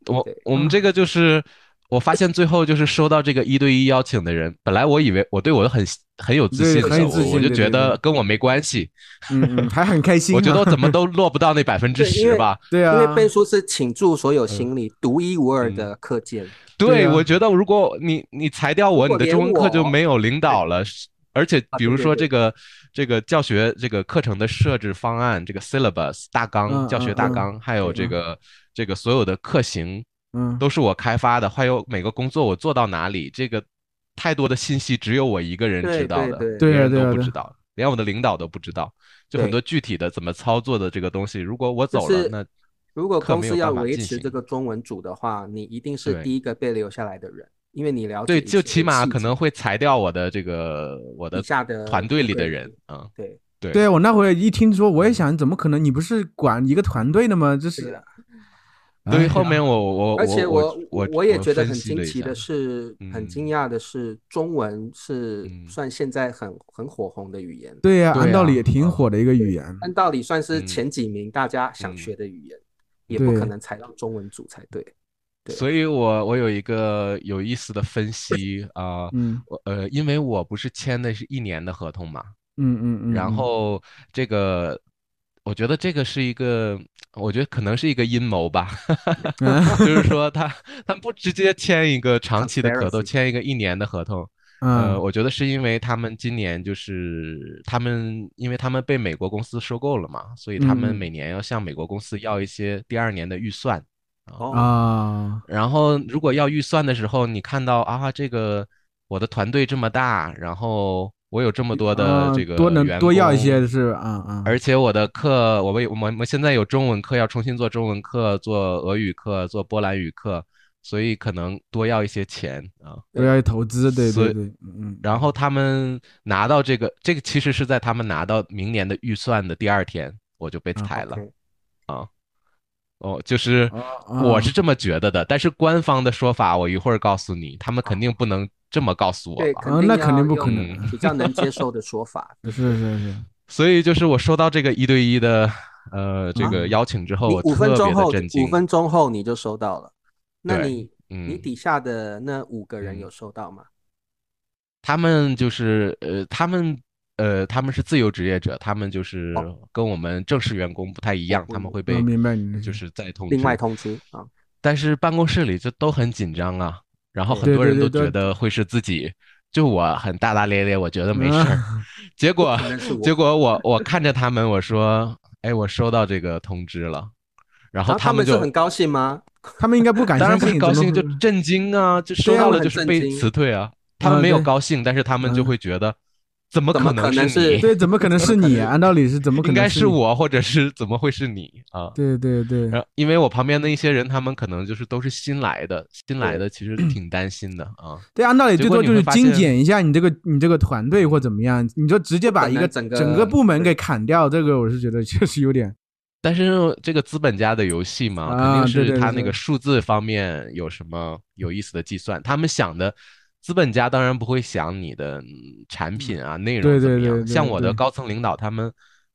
Speaker 1: 我
Speaker 3: 对
Speaker 1: 我们这个就是，我发现最后就是收到这个一对一邀请的人，本来我以为我对我很很有自
Speaker 2: 对
Speaker 1: 信的，
Speaker 2: 很有自
Speaker 1: 我我
Speaker 2: 信
Speaker 1: 就
Speaker 2: 对
Speaker 1: 觉
Speaker 2: 对
Speaker 1: 得
Speaker 2: 对
Speaker 1: 跟我没关系，
Speaker 2: 嗯嗯，还很开心 啊，
Speaker 1: 我觉得我怎么都落不到那百分之
Speaker 3: 对因
Speaker 1: 十
Speaker 3: 为
Speaker 1: 吧。
Speaker 2: 对
Speaker 3: 因为
Speaker 2: 啊，
Speaker 3: 贝叔是倾注所有心力，独一无二
Speaker 1: 嗯
Speaker 3: 的课件。
Speaker 2: 对
Speaker 1: 对，
Speaker 2: 啊
Speaker 1: 我觉得如果你你裁掉我，
Speaker 3: 如
Speaker 1: 你
Speaker 3: 果
Speaker 1: 的中文课就没有领导了。是而且比如
Speaker 3: 啊对对
Speaker 1: 说
Speaker 3: 对
Speaker 1: 这个这个教学这个课程的设置方案，这个 syllabus 大纲、
Speaker 2: 嗯
Speaker 1: 教学
Speaker 2: 嗯
Speaker 1: 大
Speaker 2: 嗯
Speaker 1: 纲，还有
Speaker 2: 对
Speaker 1: 这
Speaker 2: 嗯
Speaker 3: 啊
Speaker 1: 个这个所有的课型，
Speaker 2: 嗯，
Speaker 1: 都是我开发的，还有每个工作我做到哪里，这个太多的信息只有我一个人
Speaker 3: 对
Speaker 1: 知道的，别
Speaker 3: 对对
Speaker 2: 对啊
Speaker 1: 人
Speaker 2: 对
Speaker 1: 都
Speaker 2: 啊
Speaker 1: 不
Speaker 2: 对
Speaker 1: 知道，连我的领导都不知道。就
Speaker 3: 对
Speaker 1: 很多具体的怎么操作的这个东西，如果我
Speaker 3: 就
Speaker 1: 走了，
Speaker 3: 是
Speaker 1: 那
Speaker 3: 如果
Speaker 1: 课
Speaker 3: 公
Speaker 1: 没有
Speaker 3: 司要
Speaker 1: 办法
Speaker 3: 维
Speaker 1: 进
Speaker 3: 持
Speaker 1: 行
Speaker 3: 这。个中文组的话，你一定是
Speaker 1: 对
Speaker 3: 第一个被留下来的人，因为你了解
Speaker 1: 对，
Speaker 3: 一
Speaker 1: 就
Speaker 3: 切
Speaker 1: 起
Speaker 3: 的
Speaker 1: 码
Speaker 3: 细
Speaker 1: 可
Speaker 3: 节
Speaker 1: 能会裁掉我的这个我的
Speaker 3: 底下的
Speaker 1: 团队里的
Speaker 3: 对
Speaker 1: 人啊、
Speaker 3: 对
Speaker 1: 对
Speaker 2: 对我那会儿一听说，我也想，怎么可能？你不是管一个团队的吗？这
Speaker 3: 对
Speaker 2: 是
Speaker 3: 的，。
Speaker 1: 所以
Speaker 2: 哎
Speaker 1: 后面我我
Speaker 3: 而且
Speaker 1: 我
Speaker 3: 我
Speaker 1: 我
Speaker 3: 也觉得
Speaker 1: 分
Speaker 3: 很
Speaker 1: 析
Speaker 3: 惊
Speaker 1: 了一
Speaker 3: 奇
Speaker 1: 下
Speaker 3: 的是，很
Speaker 1: 嗯
Speaker 3: 惊讶的是，中文是
Speaker 1: 嗯
Speaker 3: 算现在很很火红的语言。
Speaker 2: 对呀，
Speaker 1: 对
Speaker 2: 按道理
Speaker 1: 啊
Speaker 2: 也挺火的一个语言，
Speaker 3: 按道理算是
Speaker 1: 嗯
Speaker 3: 前几名大家想
Speaker 1: 嗯
Speaker 3: 学的语言，也不
Speaker 2: 对
Speaker 3: 可能裁到中文组才对。对
Speaker 1: 所以我我有一个有意思的分析啊、
Speaker 2: 嗯
Speaker 1: 我呃，因为我不是签的是一年的合同嘛，
Speaker 2: 嗯嗯嗯，
Speaker 1: 然
Speaker 2: 嗯
Speaker 1: 后这个，我觉得这个是一个，我觉得可能是一个阴谋吧， 就是说他他不直接签一个长期的合同，
Speaker 3: Transparency
Speaker 1: 签一个一年的合同。呃，
Speaker 2: 嗯
Speaker 1: 我觉得是因为他们今年就是他们，因为他们被美国公司收购了嘛，所以他们
Speaker 2: 嗯嗯
Speaker 1: 每年要向美国公司要一些第二年的预算。
Speaker 3: 哦，
Speaker 2: 啊
Speaker 1: 然后如果要预算的时候，你看到啊，这个我的团队这么大，然后我有这么多的
Speaker 2: 啊
Speaker 1: 这个
Speaker 2: 多能
Speaker 1: 员
Speaker 2: 多要一
Speaker 1: 工
Speaker 2: 些是吧啊啊，
Speaker 1: 而且我的课，我为我们我们现在有中文课，要重新做中文课，做俄语课，做波兰语课，所以可能多要一些钱啊。
Speaker 2: 都要去投资，对
Speaker 1: 所
Speaker 2: 对
Speaker 1: 以
Speaker 2: 对，嗯，
Speaker 1: 然后他们拿到这个，这个其实是在他们拿到明年的预算的第二天，我就被
Speaker 2: 啊
Speaker 1: 裁了
Speaker 3: OK
Speaker 1: 啊。哦，就是
Speaker 2: 啊
Speaker 1: 我
Speaker 2: 啊
Speaker 1: 是这么觉得的，但是官方的说法我一会儿告诉你，他们肯定不能这么告诉我
Speaker 3: 对，
Speaker 1: 吧。嗯
Speaker 2: 啊那肯
Speaker 3: 要
Speaker 2: 定不可。
Speaker 3: 用
Speaker 1: 能
Speaker 3: 比较能接受的说 法
Speaker 2: 是是是，
Speaker 1: 所以就是我收到这个一对一的呃这个邀请之后，
Speaker 3: 啊你
Speaker 1: 我
Speaker 3: 五分
Speaker 1: 特别
Speaker 3: 钟
Speaker 1: 的
Speaker 3: 后，
Speaker 1: 震惊
Speaker 3: 五。分钟后你就收到了。那
Speaker 1: 对
Speaker 3: 你你
Speaker 1: 嗯，
Speaker 3: 底下的那五个人
Speaker 1: 嗯
Speaker 3: 有收到吗？
Speaker 1: 他们就是呃，他们呃，他们是自由职业者，他们就是
Speaker 3: 哦
Speaker 1: 跟我们正式员工不太一样，他们会
Speaker 2: 我
Speaker 1: 被
Speaker 2: 明白你的
Speaker 1: 就
Speaker 2: 意思
Speaker 1: 是再通
Speaker 3: 另外
Speaker 1: 知
Speaker 3: 通知啊，
Speaker 1: 但是办公室里就都很紧张啊，然后很
Speaker 2: 对
Speaker 1: 多
Speaker 2: 对
Speaker 1: 人
Speaker 2: 对
Speaker 1: 都
Speaker 2: 对
Speaker 1: 觉得会是自己，就我很大大咧咧，我觉得没事儿， 结果
Speaker 3: 可能是我
Speaker 1: 结果我我看着他们，我说，哎，我收到这个通知了，然后
Speaker 3: 然后啊他
Speaker 1: 们
Speaker 3: 们
Speaker 1: 就是
Speaker 3: 很高兴吗？
Speaker 2: 他们应该不敢
Speaker 1: 当然
Speaker 2: 相
Speaker 1: 不是
Speaker 2: 信，
Speaker 1: 高
Speaker 2: 怎么
Speaker 1: 兴，就
Speaker 2: 会
Speaker 1: 震惊啊，就收
Speaker 3: 对啊
Speaker 1: 到
Speaker 3: 我
Speaker 1: 了
Speaker 3: 很
Speaker 1: 就是
Speaker 3: 震
Speaker 1: 被
Speaker 3: 惊
Speaker 1: 辞退啊，他们
Speaker 2: 啊
Speaker 1: 没有
Speaker 2: 对
Speaker 1: 高兴，但是他们就
Speaker 2: 嗯
Speaker 1: 会觉得，怎么
Speaker 3: 怎么可能
Speaker 1: 是
Speaker 3: 是
Speaker 1: 你？
Speaker 2: 对，怎么可能是你？按道理是怎么可
Speaker 1: 应
Speaker 2: 能
Speaker 1: 该
Speaker 2: 是
Speaker 1: 是
Speaker 2: 呃你？
Speaker 1: 我，或者是怎么会是你啊？
Speaker 2: 对对对，
Speaker 1: 然后，因为我旁边的一些人，他们可能就是都是新来的，新来
Speaker 3: 对
Speaker 1: 的 其实挺担心的啊。
Speaker 2: 对，按道理
Speaker 1: 结
Speaker 2: 最
Speaker 1: 果
Speaker 2: 多
Speaker 1: 你
Speaker 2: 就
Speaker 1: 会
Speaker 2: 是
Speaker 1: 发
Speaker 2: 精
Speaker 1: 现
Speaker 2: 简一下你这个你这个团队或怎么样，你就直接把一个
Speaker 3: 可能整个
Speaker 2: 整个部门给砍掉，这个我是觉得确实有 点
Speaker 1: 但是这个资本家的游戏嘛，肯
Speaker 2: 啊
Speaker 1: 定
Speaker 2: 对
Speaker 1: 是
Speaker 2: 对
Speaker 1: 他
Speaker 2: 对
Speaker 1: 那个
Speaker 2: 对
Speaker 1: 数字方面有什么有意思的计算。他们想的，资本家当然不会想你的嗯产品啊、内容
Speaker 2: 对
Speaker 1: 怎
Speaker 2: 对
Speaker 1: 么样。
Speaker 2: 对对
Speaker 1: 像我的
Speaker 2: 对
Speaker 1: 高层领导，他们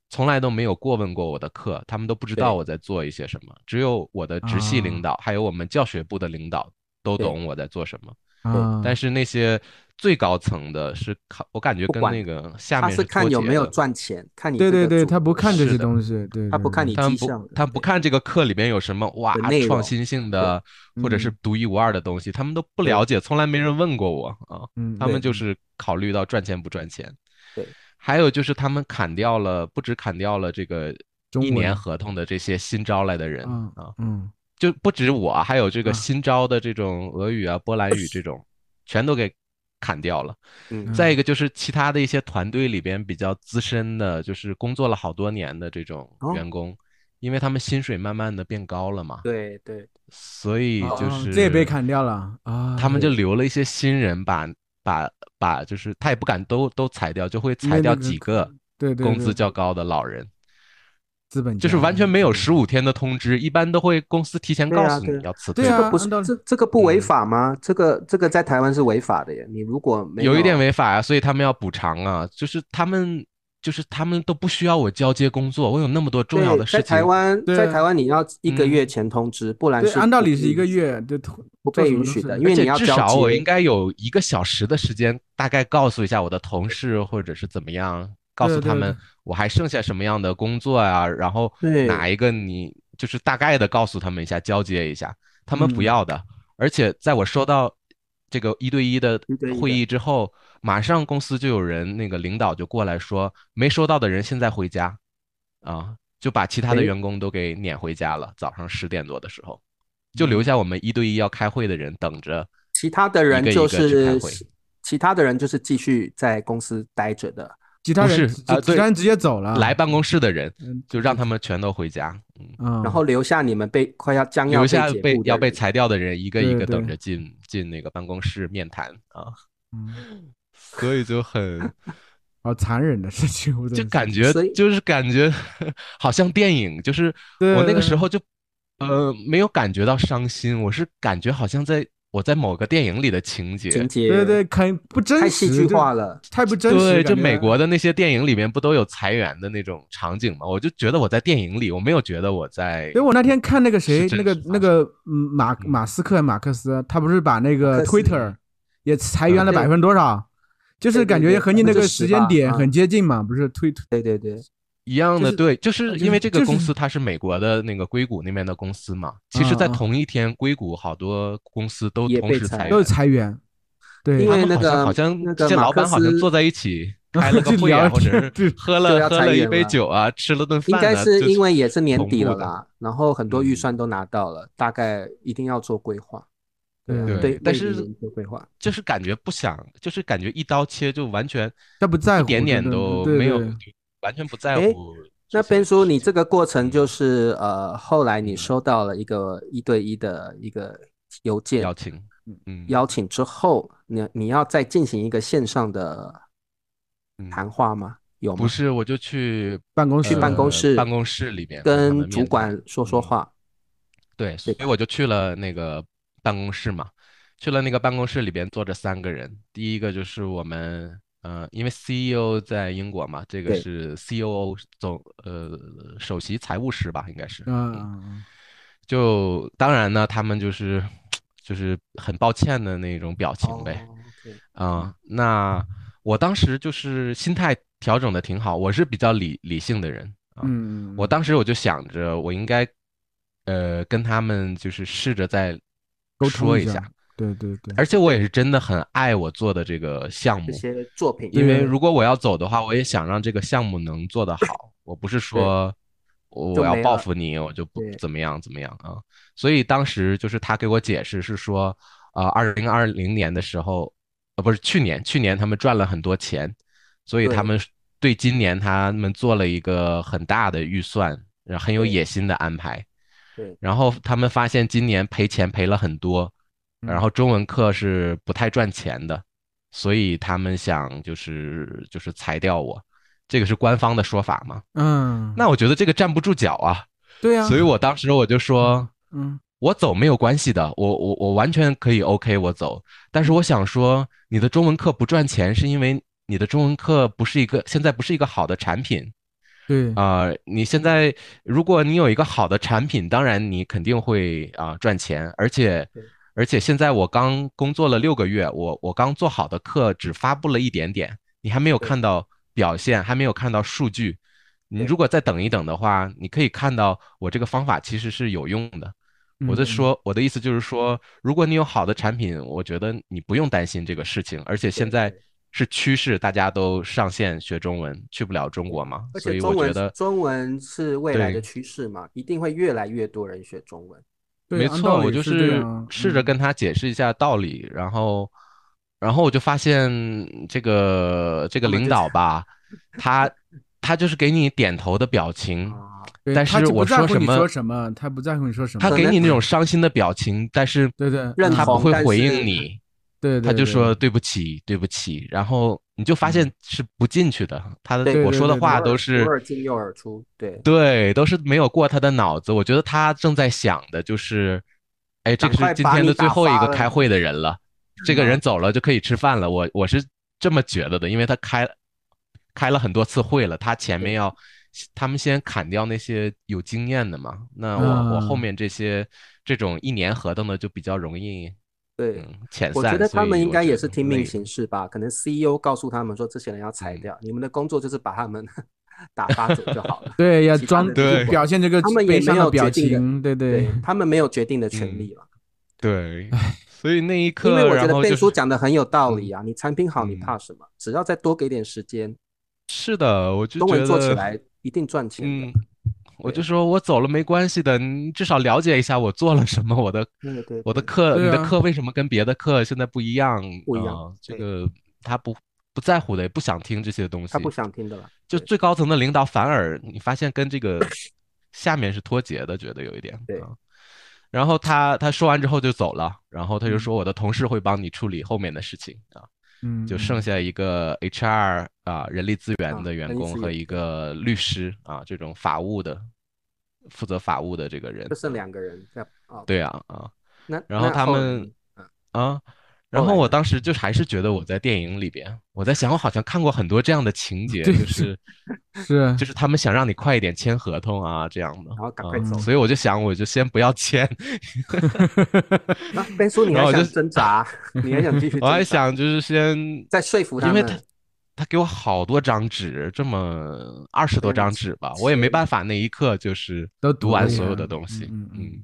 Speaker 1: 从来都没有过问过我的课，他们都不知道
Speaker 3: 对
Speaker 1: 我在做一些什么。只有我的直系领
Speaker 2: 啊
Speaker 1: 导，还有我们教学部的领导都
Speaker 3: 对
Speaker 1: 懂我在做什么。
Speaker 3: 嗯
Speaker 2: 啊。
Speaker 1: 但是那些最高层的是靠，我感觉
Speaker 3: 不
Speaker 1: 跟
Speaker 3: 管
Speaker 1: 那个下
Speaker 3: 他
Speaker 1: 面
Speaker 3: 是看
Speaker 1: 脱
Speaker 3: 有
Speaker 1: 节
Speaker 3: 没有
Speaker 1: 的
Speaker 3: 赚钱，看你
Speaker 2: 对
Speaker 3: 这
Speaker 2: 对
Speaker 3: 个
Speaker 2: 对，
Speaker 3: 组
Speaker 2: 他不看这
Speaker 1: 是
Speaker 2: 些
Speaker 1: 的
Speaker 2: 东西，对对，
Speaker 3: 他不
Speaker 2: 对
Speaker 3: 看你
Speaker 1: 他们
Speaker 3: 迹象
Speaker 1: 不
Speaker 3: 的，
Speaker 1: 他们不
Speaker 3: 对
Speaker 1: 看这个课里面有什么哇
Speaker 3: 的内
Speaker 1: 创
Speaker 3: 容嗯
Speaker 1: 新性的，或者是独一无二的东西，他们都不
Speaker 3: 对
Speaker 1: 了解，从来没人问过我啊。
Speaker 2: 嗯，
Speaker 1: 他们
Speaker 2: 对
Speaker 1: 就是考虑到赚钱不赚钱。
Speaker 3: 对，
Speaker 1: 还有就是他们砍掉了，不止砍掉了这个
Speaker 2: 中
Speaker 1: 一年
Speaker 2: 文
Speaker 1: 合同的这些新招来的人
Speaker 2: 嗯
Speaker 1: 啊，
Speaker 2: 嗯
Speaker 1: 就不止我，还有这
Speaker 3: 嗯
Speaker 1: 个
Speaker 2: 啊
Speaker 1: 新招的这种俄语啊、波兰语这种，全都给砍掉了。
Speaker 3: 嗯
Speaker 1: 再一个就是其他的一些团队里边比较资深的，就是工作了好多年的这种
Speaker 3: 哦
Speaker 1: 员工，因为他们薪水慢慢的变高了嘛，
Speaker 3: 对对
Speaker 1: 所以
Speaker 2: 哦
Speaker 1: 就
Speaker 2: 哦
Speaker 1: 是
Speaker 2: 这也被砍掉了啊，
Speaker 1: 他们就
Speaker 2: 对
Speaker 1: 留了一些新人把，把把就是他也不敢都都裁掉，就会
Speaker 2: 因为
Speaker 1: 裁掉
Speaker 2: 那个
Speaker 1: 几
Speaker 2: 可
Speaker 1: 个
Speaker 2: 对对
Speaker 1: 工
Speaker 2: 对
Speaker 1: 资较高的老人，
Speaker 2: 资本
Speaker 1: 就是
Speaker 2: 家
Speaker 1: 完全没有
Speaker 2: 对
Speaker 1: 十五天的通知，一般都会公司提前
Speaker 3: 对
Speaker 1: 告
Speaker 3: 啊
Speaker 1: 诉
Speaker 3: 对
Speaker 1: 你
Speaker 3: 啊
Speaker 1: 要辞退
Speaker 2: 对
Speaker 1: 的。
Speaker 2: 啊，
Speaker 3: 不是
Speaker 2: 按道理
Speaker 3: 这这个不违
Speaker 1: 嗯
Speaker 3: 法吗？这个这个在台湾是违法的耶。你如果没
Speaker 1: 有一点违法呀、啊所以他们要补偿啊，就是他们。就是他们都不需要我交接工作，我有那么多重要
Speaker 3: 对
Speaker 1: 的事
Speaker 3: 在
Speaker 1: 情。
Speaker 3: 台湾，
Speaker 2: 对
Speaker 3: 在
Speaker 2: 啊
Speaker 3: 台湾你要一个
Speaker 1: 嗯
Speaker 3: 月前通知，不然
Speaker 2: 对，
Speaker 3: 是
Speaker 2: 按道
Speaker 3: 不
Speaker 2: 理是一个
Speaker 3: 允
Speaker 2: 月，对，做
Speaker 3: 不被
Speaker 2: 什么
Speaker 3: 允
Speaker 2: 都
Speaker 3: 许
Speaker 2: 是
Speaker 3: 的，因
Speaker 1: 而
Speaker 3: 为
Speaker 1: 且
Speaker 3: 你要
Speaker 1: 至
Speaker 3: 交
Speaker 1: 少我
Speaker 3: 接
Speaker 1: 应该有一个小时的时间，大概告诉一下我的同事或者是怎么样，告诉
Speaker 2: 对
Speaker 1: 他
Speaker 2: 对
Speaker 1: 们
Speaker 2: 对
Speaker 1: 我还剩下什么样的工作啊，然后
Speaker 3: 对
Speaker 1: 哪一个你就是大概的告诉他们一下，交接一下，他们不
Speaker 2: 嗯
Speaker 1: 要的。而且在我收到这个一对一的
Speaker 3: 一对一的
Speaker 1: 会议之后，马上公司就有人那个领导就过来说，没收到的人现在回家，啊，就把其他的
Speaker 3: 诶
Speaker 1: 员工都给撵回家了，早上十点多的时候。就
Speaker 2: 嗯
Speaker 1: 留下我们一对一要开会的人等着。
Speaker 3: 其他的人
Speaker 1: 一个
Speaker 3: 就
Speaker 1: 一个去开
Speaker 3: 是
Speaker 1: 会
Speaker 3: 其他的人就是继续在公司待着的。
Speaker 2: 其他
Speaker 1: 不
Speaker 2: 人
Speaker 1: 是
Speaker 2: 直
Speaker 1: 啊
Speaker 2: 其
Speaker 1: 对
Speaker 2: 他人直接走了，
Speaker 1: 来办公室的人，
Speaker 2: 嗯，
Speaker 1: 就让他们全都回家，嗯
Speaker 2: 啊，
Speaker 3: 然后留下你们被快要将要
Speaker 1: 留下
Speaker 3: 解
Speaker 1: 被
Speaker 3: 雇的
Speaker 1: 要被
Speaker 3: 人
Speaker 1: 裁掉的人一个一
Speaker 2: 对
Speaker 1: 个等
Speaker 2: 对
Speaker 1: 着进进那个办公室面谈 啊，
Speaker 2: 嗯
Speaker 1: 所以就 很
Speaker 2: 好啊残忍的事情，我真
Speaker 1: 就是感觉
Speaker 3: 所以
Speaker 1: 就是感觉 好像电影，就是
Speaker 2: 对
Speaker 1: 我那个
Speaker 2: 对
Speaker 1: 时候就呃没有感觉到伤心，我是感觉好像在我在某个电影里的情节
Speaker 3: 情，节
Speaker 2: 对对，肯不真实，
Speaker 3: 太戏剧
Speaker 2: 就
Speaker 3: 化，了。
Speaker 2: 太不真实
Speaker 1: 对，
Speaker 2: 了，
Speaker 1: 就
Speaker 2: 感觉
Speaker 1: 美国的那些电影里面不都有裁员的那种场景吗？我就觉得我在电影里，我没有觉得我在
Speaker 2: 所以我那天看那个谁
Speaker 1: 是，真
Speaker 2: 那个
Speaker 1: 实发
Speaker 2: 那个嗯马
Speaker 1: 嗯
Speaker 2: 马斯克还马克思，他不是把那
Speaker 3: 马
Speaker 2: 个
Speaker 3: 克思
Speaker 2: Twitter 也裁员了
Speaker 3: 嗯
Speaker 2: 百分之多少？就是
Speaker 3: 对对
Speaker 2: 感
Speaker 3: 对
Speaker 2: 觉和你那个
Speaker 3: 10%
Speaker 2: 时间
Speaker 1: 嗯
Speaker 2: 点
Speaker 3: 吧
Speaker 2: 很接近嘛，不是推
Speaker 3: 对对对，
Speaker 1: 一样的，
Speaker 2: 就是
Speaker 1: 对，就是
Speaker 2: 呃就
Speaker 1: 因为
Speaker 2: 是
Speaker 1: 这个
Speaker 2: 就
Speaker 1: 公
Speaker 2: 是
Speaker 1: 司它是美国的那个硅谷那边的公司嘛，其实，
Speaker 2: 啊
Speaker 3: 嗯
Speaker 1: 在
Speaker 2: 啊
Speaker 1: 同一天，硅谷好多公司都
Speaker 3: 也
Speaker 1: 同
Speaker 3: 被
Speaker 1: 时
Speaker 3: 裁
Speaker 1: 裁
Speaker 2: 都
Speaker 1: 员
Speaker 2: 是，裁员，对，
Speaker 3: 因
Speaker 1: 他
Speaker 3: 为
Speaker 1: 们好
Speaker 3: 那
Speaker 1: 像好
Speaker 3: 个
Speaker 1: 像
Speaker 3: 那
Speaker 1: 这
Speaker 3: 个
Speaker 1: 些
Speaker 3: 马
Speaker 1: 老板
Speaker 3: 克
Speaker 1: 好像
Speaker 3: 思
Speaker 1: 坐在一 起开了个
Speaker 2: 去
Speaker 1: 会
Speaker 2: 聊
Speaker 1: 啊，或者
Speaker 2: 天
Speaker 1: 是
Speaker 2: 对
Speaker 1: 喝
Speaker 3: 就
Speaker 1: 了
Speaker 3: 要
Speaker 1: 喝
Speaker 3: 裁
Speaker 1: 了一
Speaker 3: 员
Speaker 1: 杯
Speaker 3: 了
Speaker 1: 酒啊，吃了顿
Speaker 3: 应
Speaker 1: 饭
Speaker 3: 该
Speaker 1: 啊
Speaker 3: 是
Speaker 1: 就
Speaker 3: 因为也是年
Speaker 1: 同
Speaker 3: 底
Speaker 1: 步
Speaker 3: 了
Speaker 1: 的
Speaker 3: 啦，然后很多预
Speaker 1: 嗯
Speaker 3: 算都拿到了，大概一定要做规划。对啊，
Speaker 2: 对
Speaker 3: 对，
Speaker 1: 但
Speaker 3: 为明
Speaker 1: 是
Speaker 3: 年做规划。
Speaker 1: 就是感觉不想，就是感觉一刀切，就完全
Speaker 2: 他不在
Speaker 1: 一
Speaker 2: 乎，
Speaker 1: 点点
Speaker 2: 真的
Speaker 1: 都
Speaker 2: 对
Speaker 1: 没有
Speaker 2: 对，
Speaker 1: 完全不在乎这
Speaker 3: 诶
Speaker 1: 些事情。
Speaker 3: 那边叔，你这个过程
Speaker 1: 嗯
Speaker 3: 就是呃，后来你
Speaker 1: 嗯
Speaker 3: 收到了一个一对一的一个邮件
Speaker 1: 邀请，嗯，
Speaker 3: 邀请之后，你你要再进行一个线上的
Speaker 1: 嗯
Speaker 3: 谈话吗？有吗
Speaker 1: 不？是，我就去
Speaker 2: 办公室
Speaker 3: 去办公室
Speaker 1: 呃办公室里面跟他们
Speaker 3: 跟
Speaker 1: 面嗯
Speaker 3: 主管说说话。
Speaker 1: 对，所以我就去了那个办公室嘛，去了那个办公室里边坐着三个人，第一个就是我们，呃，因为 CEO 在英国嘛，这个
Speaker 3: 对
Speaker 1: 是 COO 总，呃，首席财务师吧，应该是，
Speaker 2: 嗯
Speaker 1: 嗯
Speaker 2: 嗯嗯
Speaker 1: 就当然呢，他们就是就是很抱歉的那种表情呗，
Speaker 3: 哦，OK
Speaker 1: 啊、那我当时就是心态调整的挺好，我是比较理理性的人啊，
Speaker 2: 嗯，
Speaker 1: 我当时我就想着，我应该，呃，跟他们就是试着再
Speaker 2: 沟通
Speaker 1: 说
Speaker 2: 一
Speaker 1: 一
Speaker 2: 下
Speaker 1: 下，
Speaker 2: 对对对，
Speaker 1: 而且我也是真的很爱我做的这个项目
Speaker 3: 这，些作品，嗯
Speaker 1: 因为
Speaker 2: 对
Speaker 1: 如果我要走的话，我也想让这个项目能做得好，我不是说我
Speaker 3: 就
Speaker 1: 我要
Speaker 3: 没
Speaker 1: 报
Speaker 3: 了
Speaker 1: 复你，我就不
Speaker 3: 对
Speaker 1: 怎么样怎么样啊。所以当时就是他给我解释是说，啊，二零二零年的时候，呃，不是去年，去年他们赚了很多钱，所以他
Speaker 3: 对
Speaker 1: 们是对今年他们做了一个很大的预算，然后很有
Speaker 3: 对
Speaker 1: 野心的安排。
Speaker 3: 对
Speaker 1: 然后他们发现今年赔钱赔了很多，
Speaker 2: 嗯
Speaker 1: 然后中文课是不太赚钱的，所以他们想就是就是裁掉我，这个是官方的说法嘛？
Speaker 2: 嗯，
Speaker 1: 那我觉得这个站不住脚啊，
Speaker 2: 对呀，
Speaker 1: 所以我当时我就说，
Speaker 2: 嗯
Speaker 1: 我走没有关系的，我我我完全可以 OK 我走，但是我想说，你的中文课不赚钱是因为你的中文课不是一个现在不是一个好的产品，
Speaker 2: 对
Speaker 1: 啊、你现在如果你有一个好的产品，当然你肯定会啊、赚钱，而且
Speaker 3: 对
Speaker 1: 而且现在我刚工作了六个月，我我刚做好的课只发布了一点点，你还没有
Speaker 3: 对
Speaker 1: 看到表现，还没有看到数据。你
Speaker 3: 对
Speaker 1: 如果再等一等的话，你可以看到我这个方法其实是有用的。我在
Speaker 2: 嗯
Speaker 1: 说，我的意思就是说，如果你有好的产品，我觉得你不用担心这个事情，而且现
Speaker 3: 对
Speaker 1: 在
Speaker 3: 对
Speaker 1: 是趋势，大家都上线学中文，去不了中国嘛，
Speaker 3: 而
Speaker 1: 所
Speaker 3: 且
Speaker 1: 以
Speaker 3: 中
Speaker 1: 我觉
Speaker 3: 文
Speaker 1: 得
Speaker 3: 中文是未来
Speaker 1: 对
Speaker 3: 的趋势嘛，一定会越来越多人学中文。
Speaker 2: 对
Speaker 1: 没
Speaker 2: 按
Speaker 1: 错，
Speaker 2: 道
Speaker 1: 我
Speaker 2: 理
Speaker 1: 就是
Speaker 2: 这样啊
Speaker 1: 试着
Speaker 2: 嗯
Speaker 1: 跟他解释一下道理，然后，然后我就发现这个这个
Speaker 3: 他们
Speaker 1: 领
Speaker 3: 就
Speaker 1: 导 吧，他他就是给你点头的表情，
Speaker 3: 啊，
Speaker 2: 对
Speaker 1: 但
Speaker 2: 他
Speaker 1: 是
Speaker 2: 就不
Speaker 1: 我
Speaker 2: 在
Speaker 1: 说
Speaker 2: 乎
Speaker 1: 什
Speaker 2: 你
Speaker 1: 么
Speaker 2: 说什么，他不在乎你说什么，
Speaker 1: 他给
Speaker 3: 能
Speaker 1: 你那种伤心的表情，但是
Speaker 2: 对对
Speaker 3: 认
Speaker 1: 他不
Speaker 3: 同
Speaker 1: 会
Speaker 3: 但
Speaker 1: 回
Speaker 3: 是
Speaker 1: 应你，
Speaker 2: 对，
Speaker 1: 他
Speaker 2: 对
Speaker 1: 就说
Speaker 2: 对嗯
Speaker 1: 对不起，对不起，然后你就发现是不进去的，他的
Speaker 3: 对
Speaker 1: 我
Speaker 2: 对
Speaker 1: 说的
Speaker 2: 对对
Speaker 1: 话
Speaker 3: 左耳
Speaker 1: 都是
Speaker 3: 左耳进右耳出，对，
Speaker 1: 对，都是没有过他的脑子。我觉得他正在想的就是，哎，这
Speaker 3: 赶
Speaker 1: 个是
Speaker 3: 快
Speaker 1: 今
Speaker 3: 把
Speaker 1: 天
Speaker 3: 你
Speaker 1: 的最
Speaker 3: 打
Speaker 1: 后一
Speaker 3: 发
Speaker 1: 个
Speaker 3: 了
Speaker 1: 开会的人了，这个
Speaker 3: 嗯
Speaker 1: 人走了就可以吃饭了。我我是这么觉得的，因为他开开了很多次会了，他前面
Speaker 3: 对
Speaker 1: 要他们先砍掉那些有经验的嘛。那我我后
Speaker 2: 嗯
Speaker 1: 面这些这种一年合同的就比较容易
Speaker 3: 对。
Speaker 1: 嗯遣
Speaker 3: 我觉
Speaker 1: 散，
Speaker 3: 得
Speaker 1: 所
Speaker 3: 他们
Speaker 1: 以
Speaker 3: 应
Speaker 1: 我
Speaker 3: 该
Speaker 1: 觉
Speaker 3: 也
Speaker 1: 得
Speaker 3: 是听
Speaker 1: 累
Speaker 3: 命行事吧，可能 CEO 告诉他们说这些人要裁
Speaker 1: 嗯
Speaker 3: 掉，你们的工作就是把他们 打发走就好了。
Speaker 2: 对要
Speaker 3: 其他
Speaker 2: 装
Speaker 3: 的就是
Speaker 1: 对
Speaker 2: 表现这个
Speaker 3: 他们也
Speaker 2: 悲
Speaker 3: 没
Speaker 2: 伤的
Speaker 3: 有
Speaker 2: 表
Speaker 3: 决定的
Speaker 2: 情，对
Speaker 3: 对
Speaker 2: 对
Speaker 3: 他们没有决定的权利了，
Speaker 1: 对，所以那一
Speaker 3: 因为
Speaker 1: 刻，
Speaker 3: 我觉
Speaker 1: 然
Speaker 3: 得
Speaker 1: 后
Speaker 3: 贝
Speaker 1: 就是
Speaker 3: 叔讲的很有道理啊，你产品好，你
Speaker 1: 嗯
Speaker 3: 怕什么？只要再多给点时间，
Speaker 1: 是的，我就
Speaker 3: 中文
Speaker 1: 觉
Speaker 3: 做起
Speaker 1: 得。
Speaker 3: 来一定赚钱的
Speaker 1: 嗯。，我就
Speaker 3: 对
Speaker 1: 说我走了没关系的，你至少了解一下我做了什么，我的
Speaker 3: 对对，
Speaker 1: 我的
Speaker 3: 对
Speaker 1: 课，
Speaker 2: 对
Speaker 1: 你的
Speaker 2: 啊
Speaker 1: 课为什么跟别的课现在不一样
Speaker 3: 不一样
Speaker 1: 啊？这
Speaker 3: 对
Speaker 1: 个他不不在乎的，也不想听这些东
Speaker 3: 他
Speaker 1: 西
Speaker 3: 不。想听的了。
Speaker 1: 就
Speaker 3: 对
Speaker 1: 最高层的领导反而你发现跟这个下面是脱节的，觉得有一点。
Speaker 3: 对
Speaker 1: 啊。然后他他说完之后就走了，然后他就
Speaker 2: 嗯
Speaker 1: 说我的同事会帮你处理后面的事情啊。
Speaker 2: 嗯，
Speaker 1: 就剩
Speaker 2: 嗯
Speaker 1: 下一个 HR 啊，人力资源
Speaker 3: 啊
Speaker 1: 的员
Speaker 3: 人力
Speaker 1: 工
Speaker 3: 资
Speaker 1: 和
Speaker 3: 源
Speaker 1: 一个律师啊，这种法务的负责法务的这个人
Speaker 3: 就。剩两个人在啊，
Speaker 1: 对啊啊，
Speaker 3: 那
Speaker 1: 然后
Speaker 3: 那
Speaker 1: 他
Speaker 3: 后来
Speaker 1: 们
Speaker 3: 呢嗯
Speaker 1: 啊，然
Speaker 3: 后来
Speaker 1: 后我
Speaker 3: 呢
Speaker 1: 当时就还是觉得我在电影里边，我在想我好像看过很多这样的情节，
Speaker 2: 对
Speaker 1: 就是
Speaker 2: 是
Speaker 1: 就是他们想让你快一点签合同啊这样的
Speaker 3: 然后赶
Speaker 1: 啊
Speaker 3: 快
Speaker 2: 走
Speaker 1: 所以我就想我就先不要签，
Speaker 3: 那贝叔你
Speaker 1: 然
Speaker 3: 还
Speaker 1: 后我
Speaker 3: 想
Speaker 1: 就
Speaker 3: 挣扎，你还想继续挣 扎？
Speaker 1: 我还想就是先
Speaker 3: 再说服他
Speaker 1: 因为
Speaker 3: 们，
Speaker 1: 他他给我好多张纸，这么二十多
Speaker 3: 对
Speaker 1: 张纸吧，我也没
Speaker 3: 是
Speaker 1: 办法，那一刻就是
Speaker 2: 都
Speaker 1: 读
Speaker 2: 读
Speaker 1: 完
Speaker 2: 了
Speaker 1: 所有
Speaker 2: 呀
Speaker 1: 的东西，
Speaker 2: 嗯嗯嗯
Speaker 1: 嗯。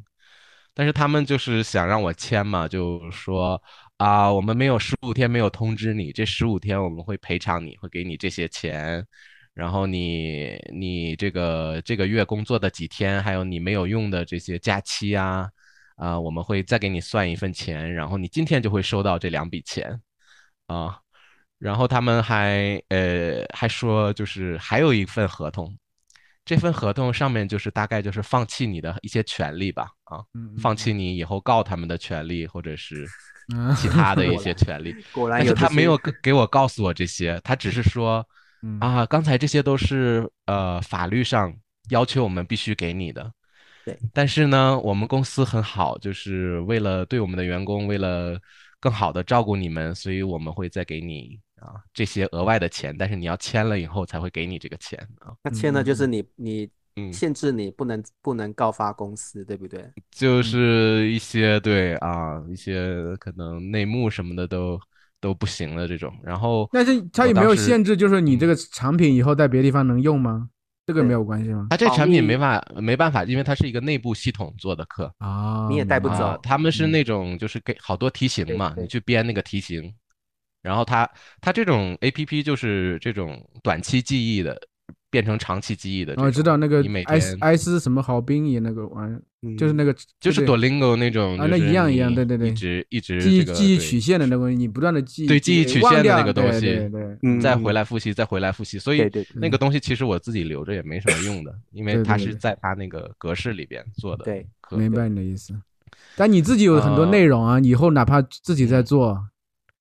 Speaker 1: 但是他们就是想让我签嘛，就说啊，我们没有十五天没有通知你，这十五天我们会赔偿你，会给你这些钱，然后你你这个这个月工作的几天，还有你没有用的这些假期啊，啊，我们会再给你算一份钱，然后你今天就会收到这两笔钱，啊，然后他们还呃还说就是还有一份合同，这份合同上面就是大概就是放弃你的一些权利吧，啊，
Speaker 2: 嗯，
Speaker 1: 放弃你以后告他们的权利，或者是
Speaker 2: 嗯
Speaker 1: 其他的一些权利。
Speaker 3: 果然
Speaker 1: 但是
Speaker 3: 有这些，
Speaker 1: 他没有给给我告诉我这些，他只是说
Speaker 2: 嗯嗯
Speaker 1: 啊，刚才这些都是呃法律上要求我们必须给你的。
Speaker 3: 对，
Speaker 1: 但是呢，我们公司很好，就是为了对我们的员工，为了更好的照顾你们，所以我们会再给你啊这些额外的钱，但是你要签了以后才会给你这个钱啊。
Speaker 3: 那签了就是你你
Speaker 1: 嗯，
Speaker 3: 限制你不能不能告发公司，对不对？
Speaker 2: 嗯
Speaker 1: 就是一些对啊，一些可能内幕什么的都都不行了这种。然后
Speaker 2: 但是它
Speaker 1: 我
Speaker 2: 有没
Speaker 1: 当
Speaker 2: 有
Speaker 1: 时嗯
Speaker 2: 限制？就是你这个产品以后在别的地方能用吗？这个没有关系吗？
Speaker 1: 它这个
Speaker 3: 保
Speaker 1: 产品没
Speaker 3: 密
Speaker 1: 法没办法，因为它是一个内部系统做的课
Speaker 2: 啊，
Speaker 3: 你也带不
Speaker 2: 明白
Speaker 3: 走
Speaker 1: 啊，他们是
Speaker 2: 嗯
Speaker 1: 那种就是给好多题型
Speaker 3: 对
Speaker 1: 嘛，
Speaker 3: 对
Speaker 1: 你去编那个题型，然后它它这种 A P P 就是这种短期记忆的变成长期记忆啊的这
Speaker 2: 哦，知道
Speaker 1: 种
Speaker 2: 那个
Speaker 1: 你每
Speaker 2: 埃斯
Speaker 1: 天
Speaker 2: 埃斯什么好兵也那个玩意儿，
Speaker 1: 嗯
Speaker 2: 就是那个
Speaker 1: 就是
Speaker 2: 对
Speaker 1: Duolingo 那种，
Speaker 2: 啊那一样一样对对对
Speaker 1: 一直一直
Speaker 2: 记忆
Speaker 1: 这个
Speaker 2: 记忆
Speaker 1: 对
Speaker 2: 曲线的那个东西，你不断的记忆
Speaker 1: 对记忆曲线的那个东西
Speaker 2: 对对对，
Speaker 3: 嗯
Speaker 1: 再回来复习，再回来复习，所
Speaker 3: 对
Speaker 1: 以
Speaker 3: 对对
Speaker 1: 那个东西其实我自己留着也没什么用的，因为
Speaker 2: 对对
Speaker 1: 它
Speaker 2: 对
Speaker 1: 是
Speaker 2: 对
Speaker 1: 在它那个格式里边做的
Speaker 3: 对
Speaker 1: 课。
Speaker 2: 明白你的意思。但你自己有
Speaker 1: 呃
Speaker 2: 很多内容啊，以后哪怕自己在做，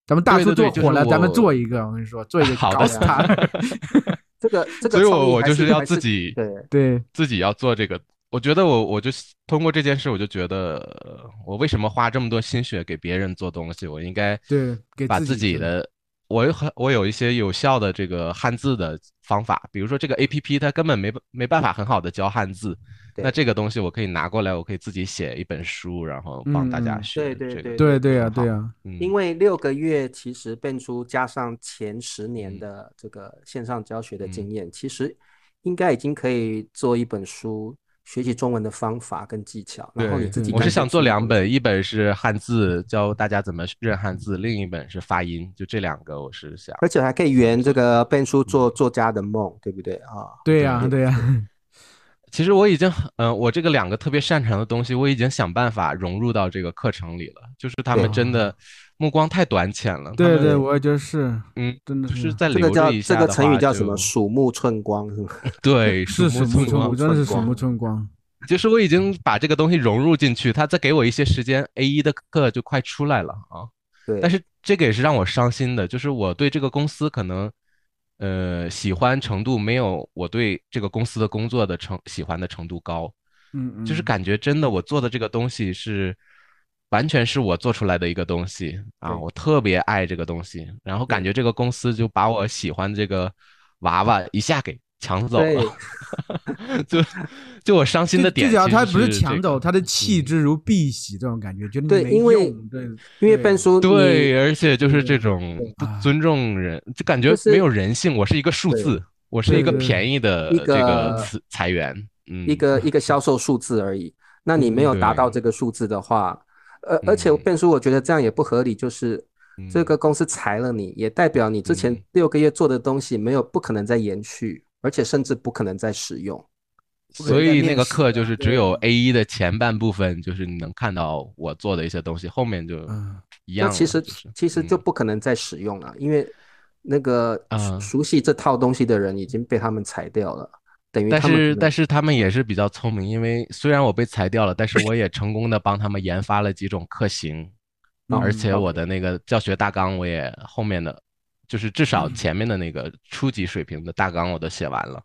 Speaker 2: 咱们大
Speaker 1: 嗯对对对
Speaker 2: 叔做
Speaker 1: 就是
Speaker 2: 火了，咱们
Speaker 1: 我
Speaker 2: 做一个，我跟你说，做一个
Speaker 1: 好的
Speaker 2: 搞死他。
Speaker 3: 这个这个
Speaker 1: 所以
Speaker 3: 创
Speaker 1: 我
Speaker 3: 意
Speaker 1: 我
Speaker 3: 还
Speaker 1: 就是是要
Speaker 3: 还
Speaker 1: 自己
Speaker 3: 对
Speaker 2: 对，
Speaker 1: 自己要做这个。我觉得我我就通过这件事，我就觉得呃我为什么花这么多心血给别人做东西，我应该
Speaker 2: 对给
Speaker 1: 把
Speaker 2: 自
Speaker 1: 自
Speaker 2: 己
Speaker 1: 己
Speaker 2: 做
Speaker 1: 的。我有很我有一些有效的这个汉字的方法，比如说这个 A P P 它根本没办没办法很好的教汉字，那
Speaker 3: 对
Speaker 1: 这个东西我可以拿过来，我可以自己写一本书，然后帮大
Speaker 2: 嗯
Speaker 1: 家
Speaker 2: 嗯
Speaker 1: 学
Speaker 3: 对对
Speaker 1: 这个。
Speaker 3: 对
Speaker 2: 对对呀
Speaker 1: 很好
Speaker 2: 对啊呀，
Speaker 1: 嗯
Speaker 3: 因为六个月其实变出加上前十年
Speaker 1: 嗯
Speaker 3: 的这个线上教学的
Speaker 1: 嗯
Speaker 3: 经验，其实应该已经可以做一本书，学习中文的方法跟技巧，然后你自
Speaker 1: 对嗯
Speaker 3: 己
Speaker 1: 我是
Speaker 3: 单独
Speaker 1: 想做
Speaker 3: 出一
Speaker 1: 两
Speaker 3: 本
Speaker 1: 本，一本是汉字，教大家怎么认汉字；另一本是发音，就这两个我是想。
Speaker 3: 而且还可以圆这个变书做作家的梦，对不对啊？
Speaker 2: 对呀
Speaker 1: 嗯对
Speaker 2: 对呀，
Speaker 1: 其实我已经，嗯、我这个两个特别擅长的东西，我已经想办法融入到这个课程里了。就是他们真的目光太短浅了，他
Speaker 2: 对
Speaker 1: 们
Speaker 2: 对，我也觉得是，
Speaker 1: 嗯，
Speaker 2: 真的
Speaker 1: 就是在
Speaker 3: 这个
Speaker 1: 留
Speaker 3: 叫
Speaker 1: 着一
Speaker 3: 这
Speaker 1: 下
Speaker 3: 个
Speaker 1: 的
Speaker 3: 成语
Speaker 1: 话
Speaker 3: 叫什
Speaker 1: 就
Speaker 3: 么？鼠目寸光是吗？
Speaker 1: 对，
Speaker 2: 是
Speaker 1: 鼠
Speaker 2: 鼠
Speaker 1: 目寸
Speaker 2: 目寸
Speaker 1: 光
Speaker 2: 光，。真的是鼠
Speaker 3: 光
Speaker 2: 目寸光。
Speaker 1: 就是我已经把这个东西融入进去，他再给我一些时间，A 一的课就快出来了啊。
Speaker 3: 对，
Speaker 1: 但是这个也是让我伤心的，就是我对这个公司可能，呃，喜欢程度没有我对这个公司的工作的程喜欢的程度高，
Speaker 2: 嗯嗯，
Speaker 1: 就是感觉真的我做的这个东西是，完全是我做出来的一个东西啊，
Speaker 3: 对
Speaker 1: 我特别爱这个东西，然后感
Speaker 3: 对
Speaker 1: 觉这个公司就把我喜欢这个娃娃一下给抢走
Speaker 3: 对
Speaker 1: 了， 就就我伤心的
Speaker 2: 最
Speaker 1: 点
Speaker 2: 最主要
Speaker 1: 其
Speaker 2: 他
Speaker 1: 实
Speaker 2: 不是
Speaker 1: 这
Speaker 2: 抢
Speaker 1: 个
Speaker 2: 走，他的弃
Speaker 1: 嗯
Speaker 2: 之如敝屣这种感觉，觉得你
Speaker 3: 对
Speaker 2: 没
Speaker 3: 因为
Speaker 2: 用对，
Speaker 3: 因
Speaker 2: 对
Speaker 3: 为变书你
Speaker 1: 对，而且就是这种不
Speaker 2: 啊
Speaker 1: 尊重人，就感觉
Speaker 3: 就是
Speaker 1: 没有人性。我是一个数
Speaker 3: 对
Speaker 1: 字，我是一
Speaker 2: 对
Speaker 1: 个
Speaker 2: 对
Speaker 1: 便宜的
Speaker 3: 一
Speaker 1: 这个
Speaker 3: 个
Speaker 1: 词裁员。嗯，
Speaker 3: 一个一个销售数字而已。那你没有达到
Speaker 1: 对
Speaker 3: 这个数字的话，呃，而且
Speaker 1: 嗯
Speaker 3: 变书我觉得这样也不合理，就是这
Speaker 1: 嗯
Speaker 3: 个公司裁了你，也代表你之前
Speaker 1: 嗯
Speaker 3: 六个月做的东西没有不可能再延续，而且甚至不可能再使用。
Speaker 2: 不可
Speaker 1: 所
Speaker 2: 以再
Speaker 1: 以那
Speaker 2: 面
Speaker 1: 个
Speaker 2: 试
Speaker 1: 课
Speaker 2: 了
Speaker 1: 就是只
Speaker 2: 对
Speaker 1: 有 A 一的前半部分，就是你能看到我做的一些东西，后面就
Speaker 2: 嗯
Speaker 1: 一
Speaker 3: 那
Speaker 1: 样了。
Speaker 3: 其实
Speaker 1: 就是
Speaker 3: 其实就
Speaker 1: 嗯
Speaker 3: 不可能再使用了，因为那个熟
Speaker 1: 嗯
Speaker 3: 熟悉这套东西的人已经被他们裁掉了，等于
Speaker 1: 但
Speaker 3: 他们
Speaker 1: 是
Speaker 3: 可能
Speaker 1: 但是他们也是比较聪明，因为虽然我被裁掉了，但是我也成功的帮他们研发了几种课型，而
Speaker 2: 嗯
Speaker 1: 且我的那个教学大纲我也后面的，就是至少前面的那个初级水平的大纲我都写完了，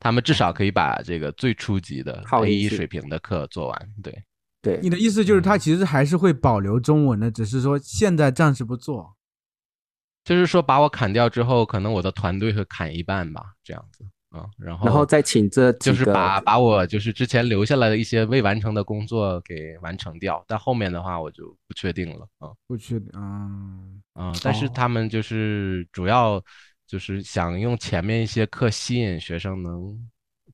Speaker 1: 他们至少可以把这个最初级的
Speaker 3: 套
Speaker 1: A
Speaker 3: 进
Speaker 1: 一
Speaker 3: 去
Speaker 1: 水平的课做完。对，
Speaker 3: 对
Speaker 2: 你的意思就是他
Speaker 1: 嗯
Speaker 2: 其实还是会保留中文的，只是说现在暂时不做。
Speaker 1: 就是说把我砍掉之后，可能我的团队会砍一半吧，这样子啊、然后
Speaker 3: 然后再请这几
Speaker 1: 就是
Speaker 3: 个
Speaker 1: 把把我就是之前留下来的一些未完成的工作给完成掉，但后面的话我就不确定了啊
Speaker 2: 不去，嗯，
Speaker 1: 啊、但是
Speaker 2: 哦
Speaker 1: 他们就是主要就是想用前面一些课吸引学生能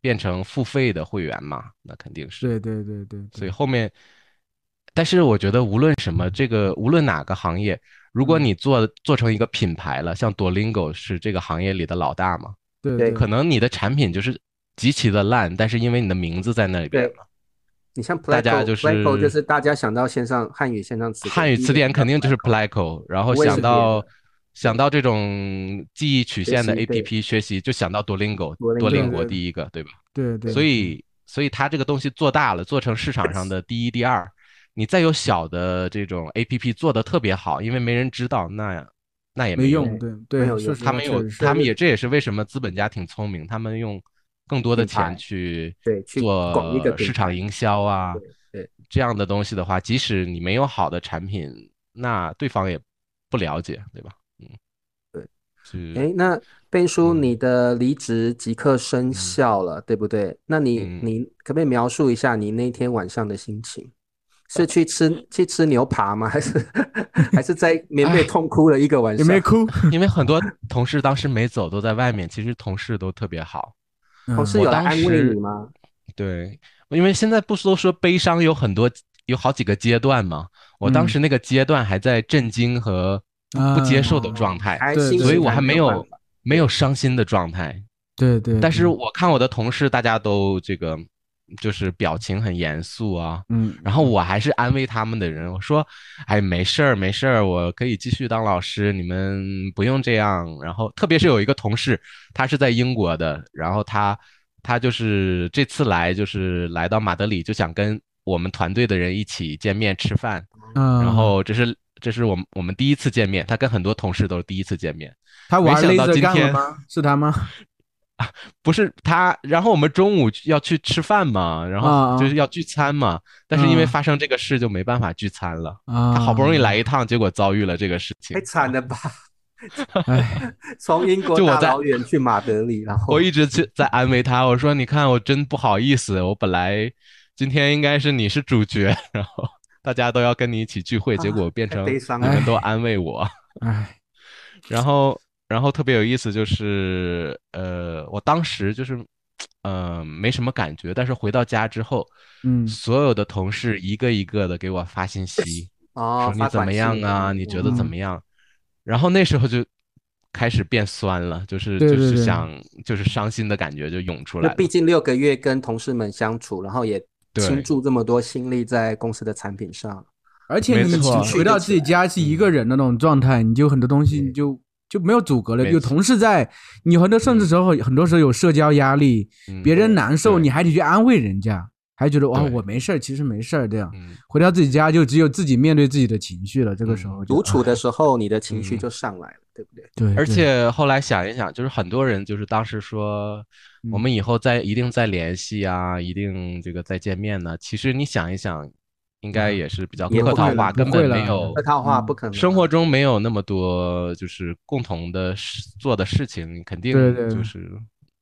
Speaker 1: 变成付费的会员嘛，那肯定是。
Speaker 2: 对对对对，
Speaker 1: 所以
Speaker 2: 对
Speaker 1: 后面，但是我觉得无论什么，这个无论哪个行业，如果
Speaker 2: 嗯
Speaker 1: 你做做成一个品牌了，像 Duolingo 是这个行业里的老大嘛，
Speaker 2: 对
Speaker 3: 对
Speaker 2: 对，
Speaker 1: 可能你的产品就是极其的烂，但是因为你的名字在那里边
Speaker 3: 对
Speaker 1: 了，
Speaker 3: 你像 p l
Speaker 1: 大
Speaker 3: a c
Speaker 1: 家
Speaker 3: o
Speaker 1: 就
Speaker 3: p l a c o 就是是大家想到线上汉语线上词典，
Speaker 1: 汉语
Speaker 3: 第一
Speaker 1: 词
Speaker 3: 个
Speaker 1: 典
Speaker 3: 想到
Speaker 1: 肯定就是
Speaker 3: Pleco
Speaker 1: Pleco，然后
Speaker 3: 我也
Speaker 1: 想
Speaker 3: 是觉得
Speaker 1: 到想到这种记忆曲线的
Speaker 3: 学习对
Speaker 1: APP 学习，就想到 Duolingo，
Speaker 3: Duolingo，
Speaker 1: 多邻国
Speaker 3: 对
Speaker 1: 第一个，对吧？
Speaker 2: 对对，
Speaker 1: 所以，所以它这个东西做大了，做成市场上的第一、第二，你再有小的这种 APP 做的特别好，因为没人知道，那那也
Speaker 2: 没
Speaker 1: 用。
Speaker 2: 用，对对，
Speaker 3: 没有
Speaker 2: 说
Speaker 3: 用
Speaker 2: 实
Speaker 1: 他
Speaker 2: 话
Speaker 1: 们
Speaker 2: 确
Speaker 1: 有
Speaker 2: 实，是
Speaker 1: 他们也这也是为什么资本家挺聪明，他们用更多的
Speaker 3: 品牌
Speaker 1: 钱去
Speaker 3: 对去广一个
Speaker 1: 做
Speaker 3: 品
Speaker 1: 市场
Speaker 3: 牌
Speaker 1: 营销啊
Speaker 3: 对对，
Speaker 1: 这样的东西的话，即使你没有好的产品，那对方也不了解，对吧？嗯，
Speaker 3: 对
Speaker 1: 是，
Speaker 3: 哎，那贝叔，
Speaker 1: 嗯
Speaker 3: 你的离职即刻生效了，对不对？那你
Speaker 1: 嗯
Speaker 3: 你可不可以描述一下你那天晚上的心情？
Speaker 1: 哦
Speaker 3: 是去吃去吃牛扒吗？ 还是还 是在棉
Speaker 1: 哎
Speaker 3: 被痛哭了一个晚
Speaker 2: 有
Speaker 3: 上？
Speaker 2: 没有哭？
Speaker 1: 因为很多同事当时没走，都在外面，其实同事都特别好。
Speaker 3: 同事
Speaker 1: 我
Speaker 3: 有来
Speaker 1: 当
Speaker 3: 安慰
Speaker 1: 时
Speaker 3: 你吗？
Speaker 1: 对，因为现在不是都说悲伤有很多有好几个阶段吗？我当
Speaker 2: 嗯
Speaker 1: 时那个阶段还在震惊和不接受的
Speaker 2: 啊
Speaker 1: 状态，
Speaker 3: 还
Speaker 2: 对
Speaker 3: 心
Speaker 1: 哎
Speaker 2: 对
Speaker 1: 所以
Speaker 3: 情
Speaker 1: 我还没有
Speaker 3: 办法
Speaker 1: 没有伤心的状态。
Speaker 2: 对对，
Speaker 1: 但是
Speaker 2: 对
Speaker 1: 我看我的同事，大家都这个就是表情很严肃啊，
Speaker 2: 嗯，
Speaker 1: 然后我还是安慰他们的人，我说：“哎，没事儿，没事儿，我可以继续当老师，你们不用这样。”然后，特别是有一个同事，他是在英国的，然后他他就是这次来就是来到马德里，就想跟我们团队的人一起见面吃饭。
Speaker 2: 嗯，
Speaker 1: 然后这是这是我们我们第一次见面，他跟很多同事都是第一次见面。
Speaker 2: 他玩
Speaker 1: 没想到
Speaker 2: laser
Speaker 1: 今
Speaker 2: 干了
Speaker 1: 天
Speaker 2: 吗？是他吗？
Speaker 1: 不是他，然后我们中午要去吃饭嘛，然
Speaker 2: 啊啊
Speaker 1: 后就是要聚餐嘛，但是因
Speaker 2: 啊
Speaker 1: 为发生这个事就没办法聚餐了。
Speaker 2: 啊，
Speaker 1: 他好不容易来，一趟，结果遭遇了这个事情
Speaker 3: 太。惨了吧！
Speaker 2: 哎，
Speaker 3: 从英国
Speaker 1: 就我
Speaker 3: 大
Speaker 1: 在
Speaker 3: 老远去马德里，然后
Speaker 1: 我一直去在安慰他，我说：“你看，我真不好意思，我本来今天应该是你是主角，然后大家都要跟你一起聚会，结果变
Speaker 3: 啊太
Speaker 1: 成
Speaker 3: 悲伤
Speaker 1: 你
Speaker 3: 了
Speaker 1: 们都安慰我。
Speaker 2: 哎，”
Speaker 1: 然后，然后特别有意思就是，呃，我当时就是，呃，没什么感觉，但是回到家之后，
Speaker 2: 嗯
Speaker 1: 所有的同事一个一个的给我发信息，
Speaker 3: 哦
Speaker 1: 说，你
Speaker 3: 发
Speaker 1: 怎
Speaker 3: 短
Speaker 1: 么
Speaker 3: 信
Speaker 1: 样
Speaker 3: 给
Speaker 1: 啊？你觉得怎
Speaker 2: 嗯
Speaker 1: 么样？然后那时候就开始变酸了，就是
Speaker 2: 对
Speaker 1: 就
Speaker 2: 对对
Speaker 1: 是想就是伤心的感觉就涌出
Speaker 3: 那
Speaker 1: 来了
Speaker 3: 毕。竟六个月跟同事们相处，然后也倾
Speaker 1: 对
Speaker 3: 注这么多心力在公司的产品上，
Speaker 2: 而且
Speaker 1: 没
Speaker 2: 你
Speaker 1: 错
Speaker 2: 回到自己家是一个人的那种状态，你就很多东西你就就没有阻隔了，
Speaker 1: 没
Speaker 2: 有
Speaker 1: 错
Speaker 2: 同事在，你很多甚至时候很多时候有社交压力，
Speaker 1: 嗯
Speaker 2: 别人难受
Speaker 1: 对
Speaker 2: 你还得去安慰人家，还觉得哇
Speaker 1: 对
Speaker 2: 我没事儿，其实没事儿这样。
Speaker 1: 嗯，
Speaker 2: 回到自己家就只有自己面对自己的情绪了，这个时候就啊
Speaker 3: 独处的时候你的情绪
Speaker 1: 嗯
Speaker 3: 就上来了，对不对？
Speaker 2: 对，
Speaker 1: 而
Speaker 2: 对
Speaker 1: 且后来想一想，就是很多人就是当时说，我们以后再一定再联系啊，一定这个再见面呢、其实你想一想，应该也是比较
Speaker 3: 也
Speaker 1: 客
Speaker 3: 不
Speaker 1: 套
Speaker 3: 会了
Speaker 1: 话，
Speaker 3: 不
Speaker 1: 根
Speaker 2: 会
Speaker 1: 本
Speaker 2: 了
Speaker 1: 没有
Speaker 3: 客套话
Speaker 2: 嗯
Speaker 3: 不可能
Speaker 1: 哦
Speaker 3: 啊，
Speaker 1: 生活中没有那么多就是共同的事做的事情，你肯定
Speaker 2: 对对
Speaker 1: 就是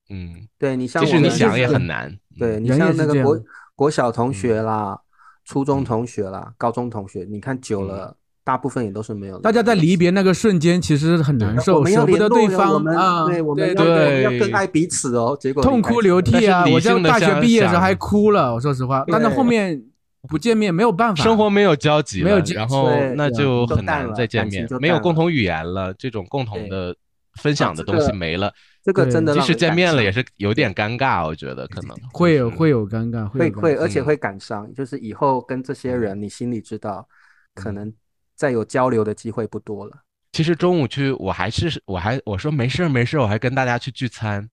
Speaker 1: 嗯，
Speaker 3: 对你像
Speaker 1: 即
Speaker 3: 我
Speaker 1: 使
Speaker 3: 们
Speaker 1: 你
Speaker 3: 就
Speaker 1: 想
Speaker 3: 是
Speaker 1: 也很难。
Speaker 3: 对
Speaker 1: 嗯
Speaker 3: 你
Speaker 2: 人也
Speaker 3: 像
Speaker 2: 是
Speaker 3: 那
Speaker 2: 这
Speaker 3: 个
Speaker 2: 样
Speaker 3: 国
Speaker 2: 的
Speaker 3: 国小同学啦、初中
Speaker 1: 嗯
Speaker 3: 同学啦、高中同学，你看久
Speaker 1: 嗯
Speaker 3: 了，大部分也都是没有
Speaker 2: 大家在离别那个瞬间其实很难
Speaker 1: 对
Speaker 2: 受，
Speaker 3: 我们
Speaker 2: 舍
Speaker 3: 要
Speaker 2: 不
Speaker 3: 联
Speaker 2: 得
Speaker 3: 络
Speaker 2: 对
Speaker 3: 哟我
Speaker 2: 方
Speaker 3: 们
Speaker 2: 啊，
Speaker 3: 对我
Speaker 2: 对
Speaker 3: 们
Speaker 1: 对
Speaker 3: 要我们要更
Speaker 1: 对
Speaker 3: 爱彼此哦，结果
Speaker 2: 痛
Speaker 3: 你开
Speaker 2: 哭
Speaker 3: 始
Speaker 2: 流
Speaker 1: 但
Speaker 2: 涕
Speaker 1: 是
Speaker 2: 啊！
Speaker 1: 理
Speaker 2: 我在
Speaker 1: 性地
Speaker 2: 大学
Speaker 1: 想
Speaker 2: 毕业的时候
Speaker 1: 想
Speaker 2: 还哭了，我说实话，但是后
Speaker 3: 对
Speaker 2: 面不见面没有办法，
Speaker 1: 生活没有交集
Speaker 2: 没有
Speaker 1: 了，
Speaker 2: 交
Speaker 1: 然
Speaker 2: 集
Speaker 1: 后
Speaker 3: 对
Speaker 1: 那
Speaker 2: 对
Speaker 1: 就
Speaker 3: 就
Speaker 1: 很
Speaker 3: 淡
Speaker 1: 难
Speaker 3: 了
Speaker 1: 再见
Speaker 3: 感情
Speaker 1: 面
Speaker 3: 就，
Speaker 1: 没有
Speaker 3: 淡
Speaker 1: 共
Speaker 3: 了
Speaker 1: 同语言了，这种共同
Speaker 3: 对
Speaker 1: 的分
Speaker 3: 啊
Speaker 1: 享的
Speaker 3: 这
Speaker 1: 东西
Speaker 3: 个
Speaker 1: 没了，
Speaker 3: 这个真
Speaker 2: 对
Speaker 3: 的
Speaker 1: 即
Speaker 3: 让
Speaker 1: 使
Speaker 3: 人
Speaker 1: 见
Speaker 3: 感
Speaker 1: 面了
Speaker 3: 伤
Speaker 1: 也是有点尴尬，我觉得可能嗯
Speaker 2: 会有
Speaker 1: 就是
Speaker 2: 会有尴尬，
Speaker 3: 会
Speaker 2: 有尴
Speaker 3: 会，
Speaker 2: 尬
Speaker 3: 而且
Speaker 1: 嗯
Speaker 3: 会感伤，就是以后跟这些
Speaker 1: 嗯
Speaker 3: 人，你心里知道，可
Speaker 1: 嗯
Speaker 3: 能再有交流的机会不多了。
Speaker 1: 其实中午去，我还是我还我说没事儿没事儿，我还跟大家去聚餐，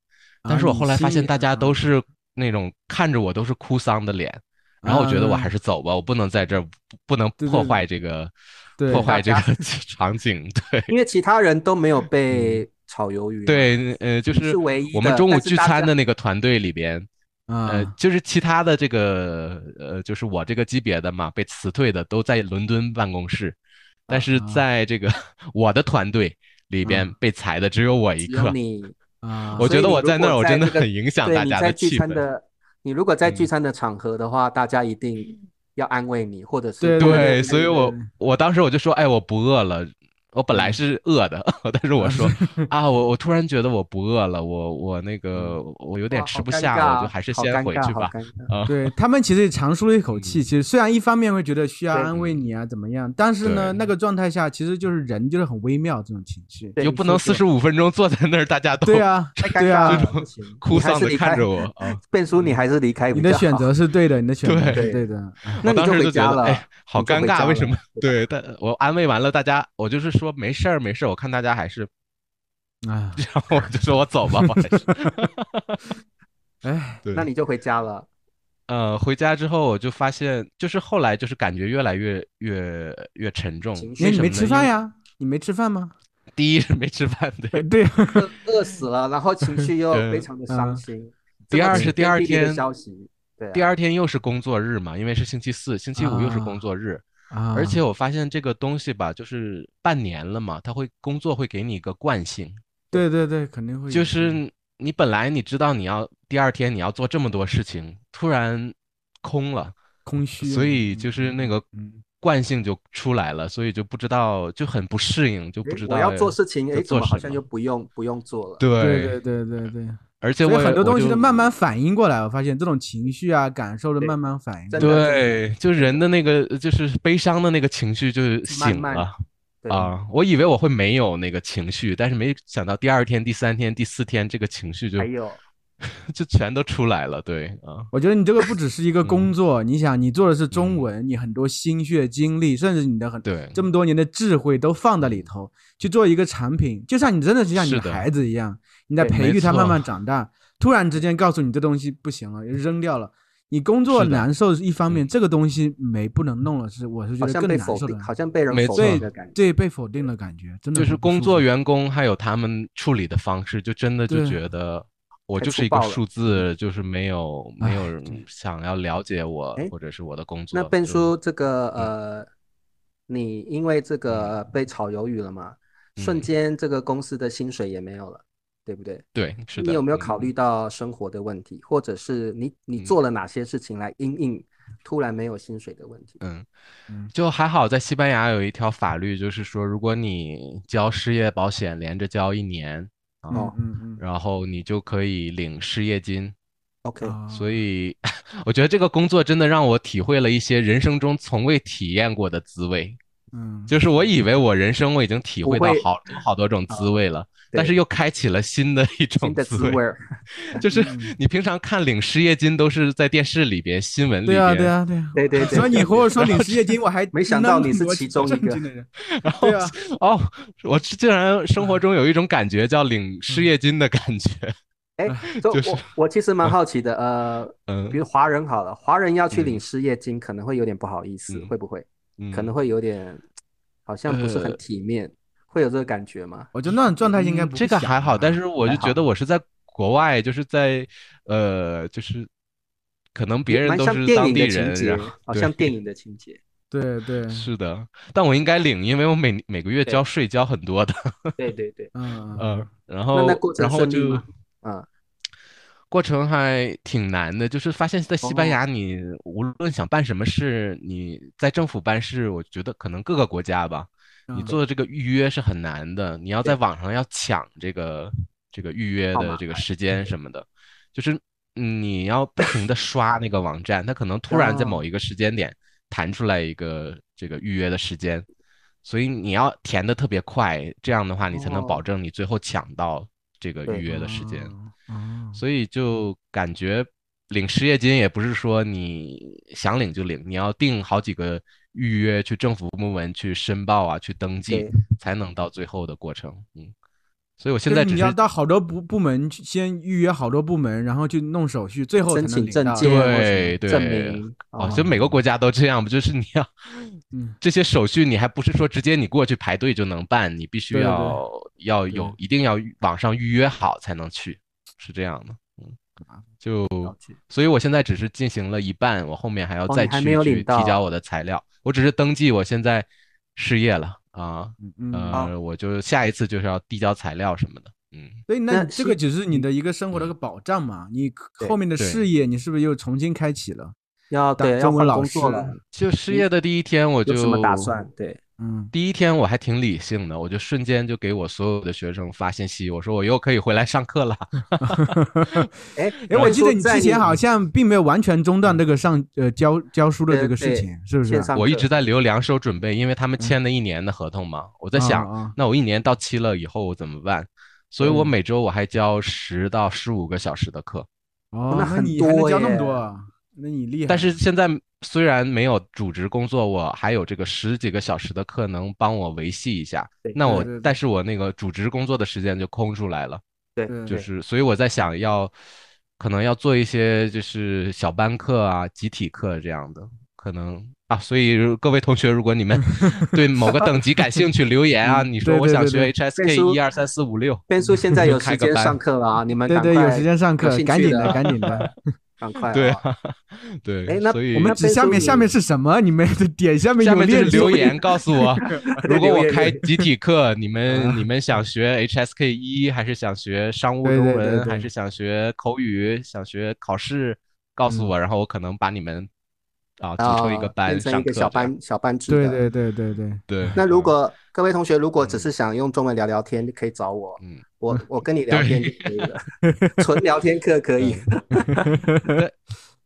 Speaker 1: 但
Speaker 2: 啊
Speaker 1: 是我
Speaker 2: 你
Speaker 1: 后来发
Speaker 2: 心
Speaker 1: 现
Speaker 2: 里
Speaker 1: 大家都
Speaker 2: 啊
Speaker 1: 是那种看着我都是哭丧的脸，然后我觉得我还
Speaker 2: 啊
Speaker 1: 是走吧，我不能在这儿不不能
Speaker 2: 对对
Speaker 1: 破
Speaker 2: 对
Speaker 1: 坏这个
Speaker 2: 对
Speaker 1: 破坏这
Speaker 3: 大
Speaker 1: 个 场景，对
Speaker 3: 因为其他人都没有被炒鱿鱼
Speaker 1: 嗯
Speaker 3: 嘛，啊
Speaker 1: 对呃就
Speaker 3: 你
Speaker 1: 是
Speaker 3: 是唯一
Speaker 1: 我们
Speaker 3: 的
Speaker 1: 中午
Speaker 3: 但是
Speaker 1: 聚
Speaker 3: 大
Speaker 1: 餐
Speaker 3: 家
Speaker 1: 的那个团队里边，呃
Speaker 2: 啊，
Speaker 1: 就是其他的这个呃就是我这个级别的嘛被辞退的都在伦敦办公室，但是
Speaker 2: 啊
Speaker 1: 在这个 我的团队里边
Speaker 2: 啊
Speaker 1: 被裁的只有我一
Speaker 3: 只
Speaker 1: 个
Speaker 3: 有。你
Speaker 2: 啊
Speaker 1: 我
Speaker 3: 所
Speaker 1: 觉
Speaker 3: 以
Speaker 1: 得
Speaker 3: 你
Speaker 1: 我
Speaker 3: 如
Speaker 1: 在那
Speaker 3: 果
Speaker 1: 儿，我
Speaker 3: 在
Speaker 1: 真的
Speaker 3: 这个
Speaker 1: 很影响
Speaker 3: 对
Speaker 1: 大
Speaker 3: 你
Speaker 1: 家
Speaker 3: 在
Speaker 1: 的
Speaker 3: 聚
Speaker 1: 气
Speaker 3: 餐
Speaker 1: 氛。
Speaker 3: 的，你如果在聚
Speaker 1: 嗯
Speaker 3: 餐的场合的话，大家一定要安慰你，或者是
Speaker 2: 对
Speaker 3: 多聊
Speaker 1: 对，
Speaker 3: 天
Speaker 1: 所以我我当时我就说，哎，我不饿了。我本来
Speaker 2: 嗯
Speaker 1: 是饿的，但是我 说啊，我我突然觉得我不饿了，我我那个我有点
Speaker 3: 嗯哇
Speaker 1: 吃
Speaker 3: 好
Speaker 1: 不
Speaker 3: 尴
Speaker 1: 下，我
Speaker 3: 尬
Speaker 1: 就还是
Speaker 3: 好
Speaker 1: 先
Speaker 3: 尴
Speaker 1: 回
Speaker 3: 尬
Speaker 1: 去
Speaker 3: 好
Speaker 1: 吧。
Speaker 3: 尴尬
Speaker 1: 啊，
Speaker 2: 对他们其实也长舒了一口气。
Speaker 1: 嗯
Speaker 2: 其实虽然一方面会觉得需要
Speaker 3: 对
Speaker 2: 安慰你啊怎么样，但是呢，
Speaker 1: 对
Speaker 2: 那个状态下其实就是人就是很微妙这种情绪。
Speaker 3: 对
Speaker 1: 又
Speaker 3: 你
Speaker 1: 不
Speaker 3: 说
Speaker 1: 能
Speaker 3: 对
Speaker 1: 四十五分钟坐在那儿，大家都
Speaker 2: 对 啊，
Speaker 3: 太尴
Speaker 2: 对
Speaker 3: 尬
Speaker 2: 啊
Speaker 3: 了，，不行
Speaker 1: 哭
Speaker 3: 你还
Speaker 1: 丧
Speaker 3: 是
Speaker 1: 的
Speaker 3: 离
Speaker 1: 看
Speaker 3: 开
Speaker 1: 着我 啊。
Speaker 3: 变叔，你还是离开比
Speaker 2: 你的
Speaker 3: 较
Speaker 2: 选
Speaker 3: 好。
Speaker 2: 择是对的，你的选择
Speaker 1: 对
Speaker 2: 是对的。哎
Speaker 3: 那
Speaker 1: 我
Speaker 3: 你
Speaker 1: 当
Speaker 3: 就
Speaker 1: 时
Speaker 3: 回
Speaker 1: 就觉
Speaker 3: 家
Speaker 1: 得，
Speaker 3: 了
Speaker 1: 哎，好
Speaker 3: 你就
Speaker 1: 尴
Speaker 3: 回家
Speaker 1: 尬，为
Speaker 3: 了
Speaker 1: 什么？
Speaker 3: 对吧
Speaker 1: 对，但我安慰完了大家，我就是说说没事儿没事儿，我看大家还是，
Speaker 2: 啊，
Speaker 1: 然后我就说我走吧，我还是，
Speaker 2: 哎，
Speaker 1: 对
Speaker 3: 那你就回家了。
Speaker 1: 呃，回家之后我就发现，就是后来就是感觉越来越越越沉重
Speaker 3: 情。
Speaker 2: 哎
Speaker 3: 绪
Speaker 1: 为
Speaker 2: 你
Speaker 1: 什么
Speaker 2: 没
Speaker 1: 呢
Speaker 2: 吃饭？
Speaker 1: 因为
Speaker 2: 呀？你没吃饭吗？
Speaker 1: 第一是没吃饭，对。
Speaker 2: 对，啊
Speaker 3: 饿饿死了，然后情绪又
Speaker 1: 嗯
Speaker 3: 非常的伤心。
Speaker 1: 第二是
Speaker 3: 这个晴
Speaker 1: 第二
Speaker 3: 地利的
Speaker 1: 天
Speaker 3: 消息，对啊，
Speaker 1: 第二天又是工作日嘛，因为是星期四，星期五又是工作日，
Speaker 2: 啊，
Speaker 1: 而且我发现这个东西吧，就是半年了嘛，它会工作会给你一个惯性，
Speaker 2: 对对对，肯定会有
Speaker 1: 就是你本来你知道你要第二天你要做这么多事情，突然空了，
Speaker 2: 空虚，
Speaker 1: 所以就是那个
Speaker 2: 嗯
Speaker 1: 惯性就出来了，所以就不知道就很不适应，就不
Speaker 3: 诶
Speaker 1: 知道
Speaker 3: 我要做事情，
Speaker 1: 要
Speaker 3: 哎，怎
Speaker 1: 做
Speaker 3: 么好
Speaker 1: 什
Speaker 3: 像
Speaker 1: 么
Speaker 3: 又不用不用做了？
Speaker 2: 对对对对对，
Speaker 1: 而且
Speaker 2: 所
Speaker 1: 我
Speaker 2: 以
Speaker 1: 也
Speaker 2: 很多
Speaker 1: 我
Speaker 2: 东西
Speaker 1: 就
Speaker 2: 都慢慢反应过来，我发现这种情绪啊、感受都
Speaker 3: 对
Speaker 2: 慢慢反应过
Speaker 3: 真
Speaker 2: 来。
Speaker 3: 的
Speaker 1: 对，就人的那个就是悲伤的那个情绪就是
Speaker 3: 慢
Speaker 1: 醒
Speaker 3: 慢
Speaker 1: 了。
Speaker 3: 对，
Speaker 1: 啊，我以为我会没有那个情绪，但是没想到第二天、第三天、第四天，这个情绪就
Speaker 3: 还有
Speaker 1: 就全都出来了。对啊，
Speaker 2: 我觉得你这个不只是
Speaker 1: 嗯
Speaker 2: 一个工作，你想你做的是中文，你很多心血、精力，甚至你的很
Speaker 1: 对，
Speaker 2: 这么多年的智慧都放在里头，去做一个产品，就像你真的是像你
Speaker 1: 是
Speaker 2: 的
Speaker 1: 的
Speaker 2: 孩子一样，你在
Speaker 3: 对
Speaker 2: 培
Speaker 1: 没
Speaker 2: 育他
Speaker 1: 错
Speaker 2: 慢慢长大。突然之间告诉你这东西不行了，扔掉了，你工作
Speaker 1: 是的
Speaker 2: 难受是一方面，
Speaker 1: 嗯
Speaker 2: 这个东西没不能弄了，是我是觉
Speaker 3: 好
Speaker 2: 得
Speaker 3: 像
Speaker 2: 更
Speaker 3: 被
Speaker 2: 难
Speaker 3: 否
Speaker 2: 受的
Speaker 3: 定，。好像被人
Speaker 1: 没
Speaker 3: 否
Speaker 1: 错
Speaker 3: 定
Speaker 2: 对
Speaker 3: 的感觉。
Speaker 2: 对，被否定的感觉，真的
Speaker 1: 就是
Speaker 2: 很不
Speaker 1: 工
Speaker 2: 舒
Speaker 1: 作
Speaker 2: 服
Speaker 1: 员工还有他们处理的方式，就真的就
Speaker 2: 对
Speaker 1: 觉得我
Speaker 3: 太
Speaker 1: 就
Speaker 3: 粗
Speaker 1: 是一个
Speaker 3: 暴了嗯
Speaker 1: 数字，就是没有
Speaker 2: 哎
Speaker 1: 没有人想要了解我
Speaker 3: 哎
Speaker 1: 或者是我嗯的工作。
Speaker 3: 那笨
Speaker 1: 就
Speaker 3: 叔，这个呃，你因为这个被炒鱿鱼了嘛，瞬
Speaker 1: 嗯
Speaker 3: 间这个公司的薪水也没有了，对不对？
Speaker 1: 对，是的，
Speaker 3: 你有没有
Speaker 1: 嗯
Speaker 3: 考虑到生活的问题，或者是你你
Speaker 1: 嗯
Speaker 3: 做了哪些事情来因应突然没有薪水的问题？
Speaker 1: 嗯
Speaker 2: 嗯，
Speaker 1: 就还好，在西班牙有一条法律，就是说，如果你交失业保险连着交一年，
Speaker 2: 嗯
Speaker 3: 哦
Speaker 1: 啊，
Speaker 2: 嗯嗯
Speaker 1: 然后你就可以领失业金。
Speaker 3: OK，
Speaker 2: 啊
Speaker 1: 所以我觉得这个工作真的让我体会了一些人生中从未体验过的滋味。
Speaker 2: 嗯，
Speaker 1: 就是我以为我人生我已经体会到
Speaker 3: 不会啊
Speaker 1: 好多好多种滋味了，
Speaker 3: 对
Speaker 1: 但是又开启了新的一种
Speaker 3: 新的
Speaker 1: 滋
Speaker 3: 滋味儿，
Speaker 1: 就是
Speaker 2: 嗯
Speaker 1: 你平常看领失业金都是在电视里边、新闻里
Speaker 2: 对
Speaker 1: 边，
Speaker 2: 啊对啊对啊。
Speaker 3: 对 对对。
Speaker 2: 所以你
Speaker 3: 对
Speaker 2: 和我说领失业金，我还
Speaker 3: 没想
Speaker 2: 那
Speaker 3: 到
Speaker 2: 么
Speaker 3: 你是
Speaker 2: 多
Speaker 3: 其中一
Speaker 2: 正
Speaker 3: 个
Speaker 2: 经的 人。
Speaker 1: 然后
Speaker 2: 对啊，
Speaker 1: 哦，我竟然生
Speaker 3: 嗯
Speaker 1: 活中有一种感觉叫领失业金的感觉，
Speaker 3: 哎，
Speaker 1: 就
Speaker 3: 就是我我其实蛮好奇的，呃，
Speaker 1: 嗯
Speaker 3: 比如华人好了，华人要去领
Speaker 1: 嗯
Speaker 3: 失业金，可能会有点不好意思，
Speaker 1: 嗯
Speaker 3: 会不会？
Speaker 1: 嗯，
Speaker 3: 可能会有点，好像不是很
Speaker 1: 呃
Speaker 3: 体面，会有这个感觉吗？
Speaker 2: 我觉得那种状态应该
Speaker 1: 嗯
Speaker 2: 不
Speaker 1: 这个还好，但
Speaker 2: 是
Speaker 1: 是我就
Speaker 3: 还
Speaker 1: 觉得我是在国外，就是在呃，就是可能别人
Speaker 3: 蛮
Speaker 1: 都
Speaker 3: 像
Speaker 1: 是
Speaker 3: 电
Speaker 1: 当
Speaker 3: 影
Speaker 1: 地
Speaker 3: 的情
Speaker 1: 人，
Speaker 3: 节
Speaker 1: 然后，
Speaker 3: 好
Speaker 1: 对
Speaker 3: 像电影的情节。
Speaker 2: 对对，
Speaker 1: 是的，但我应该领，因为我每每个月
Speaker 3: 对
Speaker 1: 交税交很多的，
Speaker 3: 对对对，
Speaker 2: 嗯嗯
Speaker 1: 呃， 然
Speaker 3: 那
Speaker 1: 后
Speaker 3: 那过程
Speaker 1: 然后
Speaker 3: 顺利
Speaker 1: 就
Speaker 3: 吗？嗯，
Speaker 1: 过程还挺难的，就是发现，在西班
Speaker 3: 哦
Speaker 1: 牙，你无论想办什么事，你在政府办事，我觉得可能各个国家吧，你
Speaker 2: 嗯
Speaker 1: 做这个预约是很难的，你要在
Speaker 3: 对
Speaker 1: 网上要抢这个这个预约
Speaker 3: 号
Speaker 1: 的
Speaker 3: 码嗯
Speaker 1: 这个时间什么的，就是你要不停的刷那个网站，它可能突然在
Speaker 3: 哦
Speaker 1: 某一个时间点弹出来一个这个预约的时间，所以你要填的特别快，这样的话你才能保
Speaker 3: 哦
Speaker 1: 证你最后抢到这个
Speaker 3: 对嗯
Speaker 1: 预约的时间。
Speaker 2: 哦
Speaker 1: 所以就感觉领失业金也不是说你想领就领，你要定好几个预约，去政府部门去申报啊，去登记
Speaker 3: 对，
Speaker 1: 才能到最后的过程。嗯，所以我现
Speaker 2: 就
Speaker 1: 在
Speaker 2: 是
Speaker 1: 只
Speaker 2: 你要
Speaker 1: 是
Speaker 2: 到好多部部门去先预约好多部门，然后去弄手续，最后才
Speaker 3: 申
Speaker 2: 能
Speaker 3: 请
Speaker 2: 领
Speaker 3: 证
Speaker 2: 到。
Speaker 3: 件或
Speaker 1: 对
Speaker 3: 是
Speaker 1: 对
Speaker 3: 证明。
Speaker 1: 哦，
Speaker 3: 哦
Speaker 1: 就每个国家都这样，不就是你要
Speaker 2: 嗯，
Speaker 1: 这些手续，你还不是说直接你过去排队就能办，你必须
Speaker 2: 对对对
Speaker 1: 要要有一定要预网上预约好才能去，是这样的。
Speaker 3: 了解
Speaker 1: 所以我现在只是进行了一半，我后面还要
Speaker 3: 哦
Speaker 1: 再
Speaker 3: 你还
Speaker 1: 去
Speaker 3: 没有领
Speaker 1: 去提
Speaker 3: 到
Speaker 1: 交我的材料。我只是登记，我现在失业了啊，
Speaker 2: 嗯嗯
Speaker 1: 呃，我就下一次就是要递交材料什么的。嗯，
Speaker 2: 所以那
Speaker 3: 那
Speaker 2: 你这个
Speaker 3: 是
Speaker 2: 只是你的一个生活的一个保障嘛，你后面的
Speaker 1: 对
Speaker 2: 事业你是不是又重新开启了？
Speaker 3: 要
Speaker 2: 当
Speaker 3: 对要
Speaker 2: 中文
Speaker 3: 换
Speaker 2: 老
Speaker 3: 工作
Speaker 2: 师
Speaker 3: 了，
Speaker 1: 就失业的第一天，我就
Speaker 3: 嗯有什么打算？对，
Speaker 2: 嗯，
Speaker 1: 第一天我还挺理性的，我就瞬间就给我所有的学生发信息，我说我又可以回来上课了。
Speaker 3: 哎
Speaker 2: 哎，我记得你之前好
Speaker 3: 像
Speaker 2: 像并没有完全中断这个上呃教教书的这个事
Speaker 3: 对
Speaker 2: 情，是不是
Speaker 3: 线？上
Speaker 1: 我一
Speaker 3: 课嗯
Speaker 1: 直在留两手准备，因为他们签了一年的合同嘛，我在想，
Speaker 2: 啊啊
Speaker 1: 那我一年到期了以后我怎么办？所以我
Speaker 2: 嗯
Speaker 1: 每周我还教十到十五个小时的课。
Speaker 2: 哦，
Speaker 3: 那
Speaker 2: 那
Speaker 3: 很
Speaker 2: 你还能
Speaker 3: 多
Speaker 2: 教那么
Speaker 3: 耶
Speaker 2: 多啊？那你厉害。
Speaker 1: 但是现在虽然没有主职工作，我还有这个十几个小时的课能帮我维系一下。
Speaker 3: 对
Speaker 1: 那我
Speaker 2: 对对对
Speaker 1: 但是我那个主职工作的时间就空出来了，
Speaker 3: 对，
Speaker 2: 对
Speaker 1: 就
Speaker 3: 对
Speaker 1: 是所以我在想要可能要做一些就是小班课啊、集体课这样的。可能啊，所以如各位同学，如果 你们对某个等级感兴趣，留言啊，你说
Speaker 2: 嗯对
Speaker 1: 我
Speaker 2: 对
Speaker 1: 想
Speaker 2: 对
Speaker 1: 学
Speaker 2: 对
Speaker 3: 背
Speaker 1: HSK
Speaker 3: 书
Speaker 1: 一二三四五六，
Speaker 3: 边叔 现在有
Speaker 1: 开
Speaker 3: 时
Speaker 1: 个
Speaker 3: 间
Speaker 1: 班
Speaker 3: 上课了啊，你们
Speaker 2: 对
Speaker 3: 赶
Speaker 2: 对，有
Speaker 3: 快
Speaker 2: 时间上课
Speaker 3: 有，兴
Speaker 2: 赶
Speaker 3: 趣
Speaker 2: 紧的，
Speaker 3: 的
Speaker 2: 赶紧的。
Speaker 3: 赶快
Speaker 1: 对
Speaker 3: 啊，
Speaker 1: 啊，对，
Speaker 3: 哎那
Speaker 1: 所以
Speaker 2: 哎我们
Speaker 3: 那
Speaker 2: 只
Speaker 3: 边
Speaker 2: 下面
Speaker 3: 叔
Speaker 2: 下面是什么？你们的点下面
Speaker 1: 下
Speaker 2: 有
Speaker 1: 面就是
Speaker 2: 链接
Speaker 1: 留言告诉我，如果我开集体课，你
Speaker 2: 啊
Speaker 1: 们你们想学 HSK 一，还是想学商务
Speaker 2: 对
Speaker 1: 中
Speaker 2: 对对
Speaker 1: 文，
Speaker 2: 对
Speaker 1: 还是想学口语，想学考试，告诉我，然后我可能把你们啊组成一个
Speaker 3: 啊
Speaker 1: 班
Speaker 3: 变成
Speaker 1: 上
Speaker 3: 一个
Speaker 1: 课，
Speaker 3: 小班小班制
Speaker 2: 对对
Speaker 3: 的。
Speaker 2: 对对对，
Speaker 1: 这样。对，
Speaker 3: 那
Speaker 1: 嗯
Speaker 3: 如果各位同学如果只
Speaker 1: 嗯
Speaker 3: 是想用中文聊聊天，可以找我，
Speaker 1: 嗯
Speaker 3: 我我跟你聊
Speaker 1: 对
Speaker 3: 天就可以了，纯聊天课可以。
Speaker 1: 嗯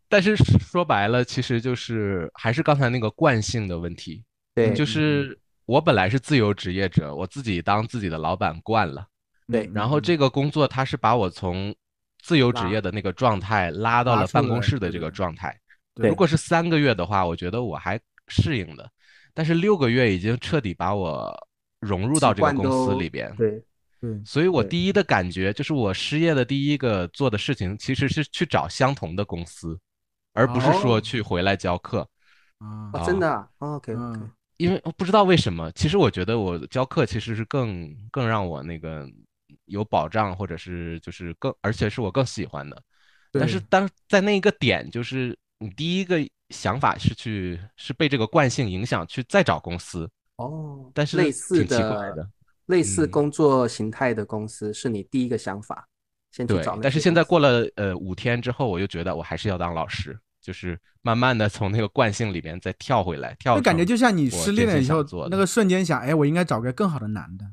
Speaker 1: 但是说白了，其实就是还是刚才那个惯性的问题，
Speaker 3: 对，
Speaker 1: 就
Speaker 2: 嗯
Speaker 1: 是我本来是自由职业者，我自己当自己的老板惯了。
Speaker 2: 嗯
Speaker 3: 对
Speaker 1: 然后这个工作它是把我从自由职业的那个状态拉到
Speaker 2: 拉
Speaker 1: 了
Speaker 2: 出
Speaker 1: 办公
Speaker 2: 来
Speaker 1: 室的
Speaker 2: 对
Speaker 1: 这个
Speaker 2: 对
Speaker 1: 状态。
Speaker 2: 对
Speaker 1: 如果是三个月的话，我觉得我还适应的，但是六个月已经彻底把我融入到这个公司里边。
Speaker 3: 对
Speaker 2: 对
Speaker 1: 所以我
Speaker 3: 对
Speaker 1: 第一的感觉就是，我失业的第一个做的事情其实是去找相同的公司，而不是说
Speaker 2: 哦
Speaker 1: 去回来教课。
Speaker 2: 啊
Speaker 3: 哦，真的啊，OK OK，
Speaker 2: 嗯
Speaker 1: 因为不知道为什么，其实我觉得我教课其实是更更让我那个有保障，或者是就是更，而且是我更喜欢的。但是
Speaker 2: 对
Speaker 1: 当在那一个点，就是你第一个想法是去是被这个惯性影响去再找公司，
Speaker 3: 哦，
Speaker 1: 但是
Speaker 3: 类似
Speaker 1: 挺奇怪的，
Speaker 3: 类似
Speaker 1: 嗯
Speaker 3: 工作形态的公司是你第一个想法，先去
Speaker 1: 对
Speaker 3: 找。那
Speaker 1: 但是
Speaker 3: 些
Speaker 1: 现在
Speaker 3: 公司
Speaker 1: 过了呃五天之后，我就觉得我还是要当老师，就是慢慢的从那个惯性里面再跳回来，跳
Speaker 2: 就感觉
Speaker 1: 成
Speaker 2: 就像你
Speaker 1: 我
Speaker 2: 失恋
Speaker 1: 真
Speaker 2: 了
Speaker 1: 心
Speaker 2: 以
Speaker 1: 想
Speaker 2: 后
Speaker 1: 做，的
Speaker 2: 那个瞬间想，哎，我应该找个更好的男的，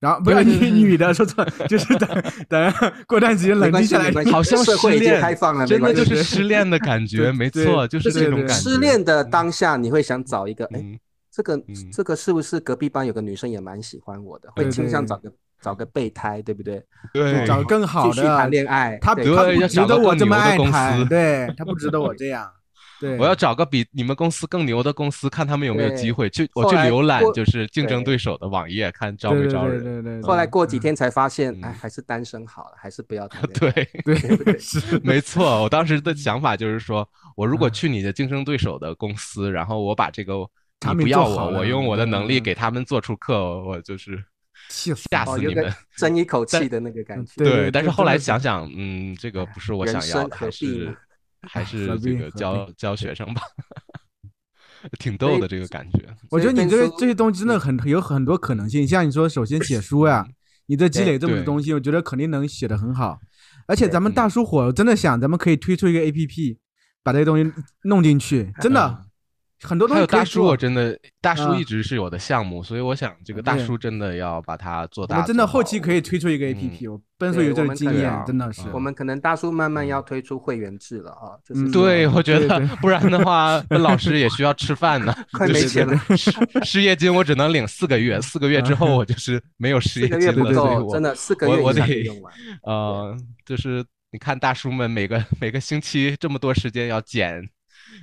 Speaker 2: 然后不要
Speaker 1: 对对
Speaker 2: 女
Speaker 1: 对
Speaker 2: 女的，说错了，就是等等过段时间
Speaker 3: 没
Speaker 2: 冷
Speaker 3: 关
Speaker 2: 静
Speaker 3: 系
Speaker 2: 下来
Speaker 3: 没，关系，
Speaker 1: 好像
Speaker 3: 社会已经
Speaker 1: 失恋
Speaker 3: 开放了，没
Speaker 1: 真的
Speaker 3: 关
Speaker 1: 就
Speaker 3: 系。
Speaker 1: 是失恋的感觉，
Speaker 2: 对
Speaker 1: 没
Speaker 2: 对
Speaker 1: 错，就是
Speaker 2: 对
Speaker 1: 这种
Speaker 2: 对
Speaker 1: 感觉。
Speaker 3: 失恋的当下，你会想找一个，哎，
Speaker 1: 嗯，
Speaker 3: 这个
Speaker 1: 嗯
Speaker 3: 这个是不是隔壁班有个女生也蛮喜欢我的，
Speaker 2: 对
Speaker 3: 会
Speaker 2: 对
Speaker 3: 倾向
Speaker 2: 对
Speaker 3: 找个找个备胎，对不对？
Speaker 1: 对
Speaker 2: 就找更好
Speaker 3: 继续谈
Speaker 2: 的，
Speaker 3: 恋爱，
Speaker 2: 他他
Speaker 3: 对
Speaker 1: 对
Speaker 2: 不
Speaker 1: 要
Speaker 2: 值
Speaker 1: 找
Speaker 2: 得
Speaker 1: 个
Speaker 2: 我
Speaker 1: 更
Speaker 2: 这么
Speaker 1: 牛的
Speaker 2: 爱
Speaker 1: 公司
Speaker 2: 他，对他不值得我这样，对，
Speaker 1: 我要找个比你们公司更牛的公司，看他们有没有机
Speaker 3: 对
Speaker 1: 会。去我
Speaker 3: 后
Speaker 1: 去
Speaker 3: 来
Speaker 1: 浏览
Speaker 3: 过
Speaker 1: 就是竞争
Speaker 3: 对
Speaker 1: 对手的网页，看招
Speaker 2: 对
Speaker 1: 没
Speaker 2: 对
Speaker 1: 招
Speaker 2: 对
Speaker 1: 人。
Speaker 2: 对对，
Speaker 3: 后来过几天才发现，
Speaker 1: 嗯
Speaker 3: 哎，还是单身好了，还是不要谈恋爱。
Speaker 1: 对，
Speaker 2: 对是
Speaker 1: 没错，我当时的想法就是说，我如果
Speaker 2: 嗯
Speaker 1: 去你的竞争对手的公司，然后我把这个你
Speaker 2: 产
Speaker 1: 不
Speaker 2: 品
Speaker 1: 要
Speaker 2: 做好
Speaker 1: 我，我
Speaker 2: 了
Speaker 1: 用我的能力
Speaker 2: 嗯
Speaker 1: 给他们做出课，我就是
Speaker 2: 气死
Speaker 1: 吓死
Speaker 2: 我
Speaker 3: 哦，
Speaker 1: 你
Speaker 3: 有个
Speaker 1: 们。
Speaker 3: 争一口气的那个
Speaker 1: 嗯
Speaker 3: 感觉。
Speaker 2: 对对
Speaker 1: 但是
Speaker 2: 对
Speaker 1: 后
Speaker 2: 真
Speaker 1: 来
Speaker 2: 的是
Speaker 1: 想想，嗯，这个不是我
Speaker 3: 人
Speaker 1: 想要
Speaker 3: 生
Speaker 1: 的，
Speaker 3: 何
Speaker 1: 还
Speaker 3: 必呢
Speaker 1: 是还
Speaker 2: 哎
Speaker 1: 是
Speaker 2: 何
Speaker 1: 这
Speaker 2: 必
Speaker 1: 个
Speaker 2: 何
Speaker 1: 教
Speaker 2: 必
Speaker 1: 教学生吧， 挺
Speaker 3: 所
Speaker 1: 逗
Speaker 3: 以
Speaker 1: 的这个感觉。
Speaker 2: 我觉
Speaker 3: 所
Speaker 2: 得
Speaker 3: 以
Speaker 2: 你
Speaker 3: 变
Speaker 2: 这个
Speaker 3: 速
Speaker 2: 这些东西真的很有很多可能性。像你说，首先写书呀、你这积
Speaker 3: 对
Speaker 2: 累这么多
Speaker 1: 对
Speaker 2: 东西，我觉得肯定能写得很好。而且
Speaker 3: 对嗯
Speaker 2: 咱们大叔火，我真的想咱们可以推出一个 A P P，把这些东西弄进去，真的
Speaker 3: 嗯
Speaker 2: 很多东
Speaker 1: 还
Speaker 2: 西
Speaker 1: 有
Speaker 2: 可以
Speaker 1: 大叔，
Speaker 2: 做
Speaker 3: 啊
Speaker 1: 我。真的大叔
Speaker 2: 嗯
Speaker 1: 一直是我的项目，所以我想这个
Speaker 2: 嗯
Speaker 1: 大
Speaker 2: 对
Speaker 1: 叔真的要把它做
Speaker 2: 我
Speaker 1: 大。
Speaker 2: 们真的
Speaker 1: 做
Speaker 2: 后
Speaker 1: 好
Speaker 2: 期可以推出一个 A P P，、我奔叔
Speaker 3: 嗯对
Speaker 2: 有这
Speaker 3: 我
Speaker 2: 个
Speaker 3: 们
Speaker 2: 经
Speaker 3: 可以
Speaker 2: 验，
Speaker 1: 啊
Speaker 2: 真的是。
Speaker 3: 嗯我们可能大叔慢慢
Speaker 1: 嗯
Speaker 3: 要推出会员制了啊，就
Speaker 2: 嗯
Speaker 3: 是
Speaker 1: 对，
Speaker 3: 说。
Speaker 1: 我觉
Speaker 2: 对
Speaker 1: 得
Speaker 2: 对
Speaker 1: 不然的话，奔老师也需要吃饭呢
Speaker 3: 快
Speaker 1: 就
Speaker 3: 没
Speaker 1: 是
Speaker 3: 钱了
Speaker 1: 失失业金我只能领四个月，四个月之后我就是没有失
Speaker 3: 四
Speaker 1: 业
Speaker 3: 个
Speaker 1: 金
Speaker 3: 月不
Speaker 1: 了，所以
Speaker 3: 够，
Speaker 1: 我
Speaker 3: 真的四个
Speaker 1: 我
Speaker 3: 月
Speaker 1: 我
Speaker 3: 以上
Speaker 1: 得
Speaker 3: 就用完。
Speaker 1: 呃，就是你看大叔们每个每个星期这么多时间要剪，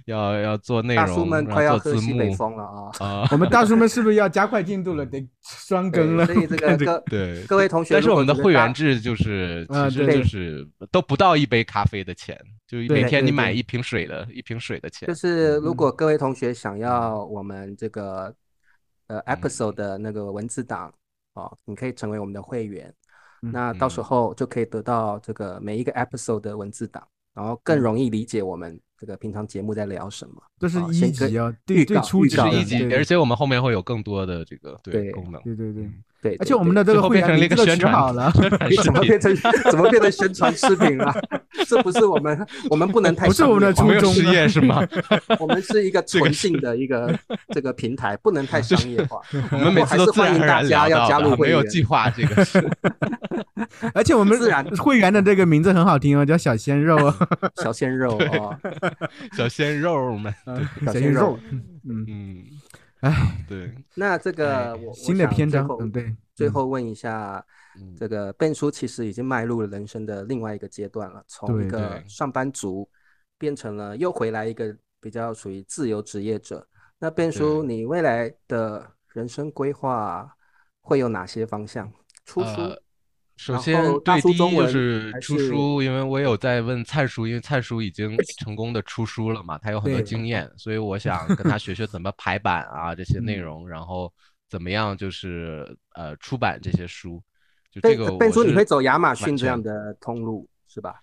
Speaker 1: 要要做内
Speaker 3: 大叔
Speaker 1: 容，
Speaker 3: 们
Speaker 1: 然
Speaker 3: 快
Speaker 1: 后
Speaker 3: 要
Speaker 1: 做
Speaker 3: 喝
Speaker 1: 字
Speaker 3: 西北
Speaker 1: 幕
Speaker 3: 风了啊！
Speaker 1: 啊，
Speaker 2: 我们大 叔们是不是要加快进度了？得双更了。
Speaker 3: 对所以这
Speaker 2: 看
Speaker 3: 个各
Speaker 1: 对。
Speaker 3: 各位同学，
Speaker 1: 但是
Speaker 3: 如
Speaker 1: 我
Speaker 3: 果
Speaker 1: 们的
Speaker 3: 觉得
Speaker 1: 会
Speaker 3: 大
Speaker 1: 员制就是，
Speaker 2: 啊
Speaker 1: 其实
Speaker 2: 对
Speaker 1: 就是都不到一杯咖啡的钱，就
Speaker 2: 对
Speaker 1: 每天你
Speaker 2: 对
Speaker 1: 买
Speaker 2: 对
Speaker 1: 一瓶水的一瓶水的钱
Speaker 3: 就。是如
Speaker 2: 嗯
Speaker 3: 果各位同学想要我们这个呃
Speaker 1: 嗯
Speaker 3: episode 的那个文字档哦，你可以成为我们的会员，
Speaker 2: 嗯
Speaker 3: 那到时
Speaker 1: 嗯
Speaker 3: 候就可以得到这个每一个 episode 的文字档，然后更
Speaker 2: 嗯
Speaker 3: 容易理解我们这个平常节目在聊什么。
Speaker 2: 这是
Speaker 3: 好
Speaker 2: 一
Speaker 3: 先跟
Speaker 2: 级啊，
Speaker 3: 预
Speaker 2: 对最
Speaker 3: 告
Speaker 2: 初
Speaker 3: 预
Speaker 2: 级
Speaker 1: 这
Speaker 3: 告
Speaker 2: 的，
Speaker 1: 是一
Speaker 3: 了
Speaker 1: 级，
Speaker 2: 对
Speaker 1: 而且我们后面会有更多的这个对
Speaker 3: 对
Speaker 1: 功能，
Speaker 2: 对对对。
Speaker 3: 对，
Speaker 2: 而
Speaker 3: 对
Speaker 2: 且我们的
Speaker 3: 对
Speaker 2: 这
Speaker 1: 最
Speaker 2: 个
Speaker 1: 后
Speaker 2: 会
Speaker 1: 变
Speaker 2: 员
Speaker 1: 成了一
Speaker 2: 名
Speaker 1: 个
Speaker 2: 字都
Speaker 1: 宣
Speaker 2: 取
Speaker 1: 传
Speaker 2: 好了，
Speaker 1: 宣传
Speaker 3: 你怎
Speaker 1: 视
Speaker 3: 么
Speaker 1: 频
Speaker 3: 变成怎么变成宣传视频了？ 这不是我们，我们不能太
Speaker 2: 不是我们的
Speaker 3: 商
Speaker 1: 我
Speaker 3: 业
Speaker 1: 没
Speaker 2: 初
Speaker 1: 有
Speaker 2: 衷
Speaker 1: 失
Speaker 2: 呢
Speaker 1: 业是吗？
Speaker 3: 化我们是一个
Speaker 1: 这个
Speaker 3: 纯净的一个这个平台，不能太商业化。
Speaker 1: 我们每次都自然而然聊到的，没有计划这个是。
Speaker 2: 而且我们
Speaker 3: 自然
Speaker 2: 会员的这个名字很好听哦，叫小鲜 肉哦，
Speaker 3: 小鲜肉啊，
Speaker 1: 小鲜肉们，
Speaker 3: 小
Speaker 2: 鲜
Speaker 3: 鲜肉，
Speaker 2: 嗯，
Speaker 1: 嗯，
Speaker 2: 哎，
Speaker 1: 对，
Speaker 3: 那这
Speaker 1: 哎
Speaker 3: 个我我
Speaker 2: 新的
Speaker 3: 想
Speaker 2: 篇
Speaker 3: 最
Speaker 2: 章
Speaker 3: 后，
Speaker 2: 嗯，对，
Speaker 3: 最
Speaker 2: 嗯
Speaker 3: 后问一下，
Speaker 1: 嗯
Speaker 3: 这个变叔其实已经迈入了人生的另外一个阶段了，从一
Speaker 2: 对
Speaker 3: 个
Speaker 1: 对
Speaker 3: 上班族变成了又回来一个比较属于自由职业者。那变叔，你未来的人生规划会有哪些方向？出书，
Speaker 1: 呃首
Speaker 3: 然
Speaker 1: 先
Speaker 3: 后大
Speaker 1: 对
Speaker 3: 叔
Speaker 1: 第一
Speaker 3: 中
Speaker 1: 就
Speaker 3: 文
Speaker 1: 是
Speaker 3: 还
Speaker 1: 出
Speaker 3: 是
Speaker 1: 书，因为我有在问灿叔，因为灿叔已 经成功的出书了嘛，他有很多
Speaker 2: 对
Speaker 1: 经验，所以 我想跟他学学怎么排版啊这些内
Speaker 2: 嗯
Speaker 1: 容，然后怎么样就是呃出版这些书，就这
Speaker 3: 变
Speaker 1: 个
Speaker 3: 变
Speaker 1: 我
Speaker 3: 叔你
Speaker 1: 是
Speaker 3: 会走亚马
Speaker 1: 完
Speaker 3: 逊这
Speaker 1: 全
Speaker 3: 样的通路是吧？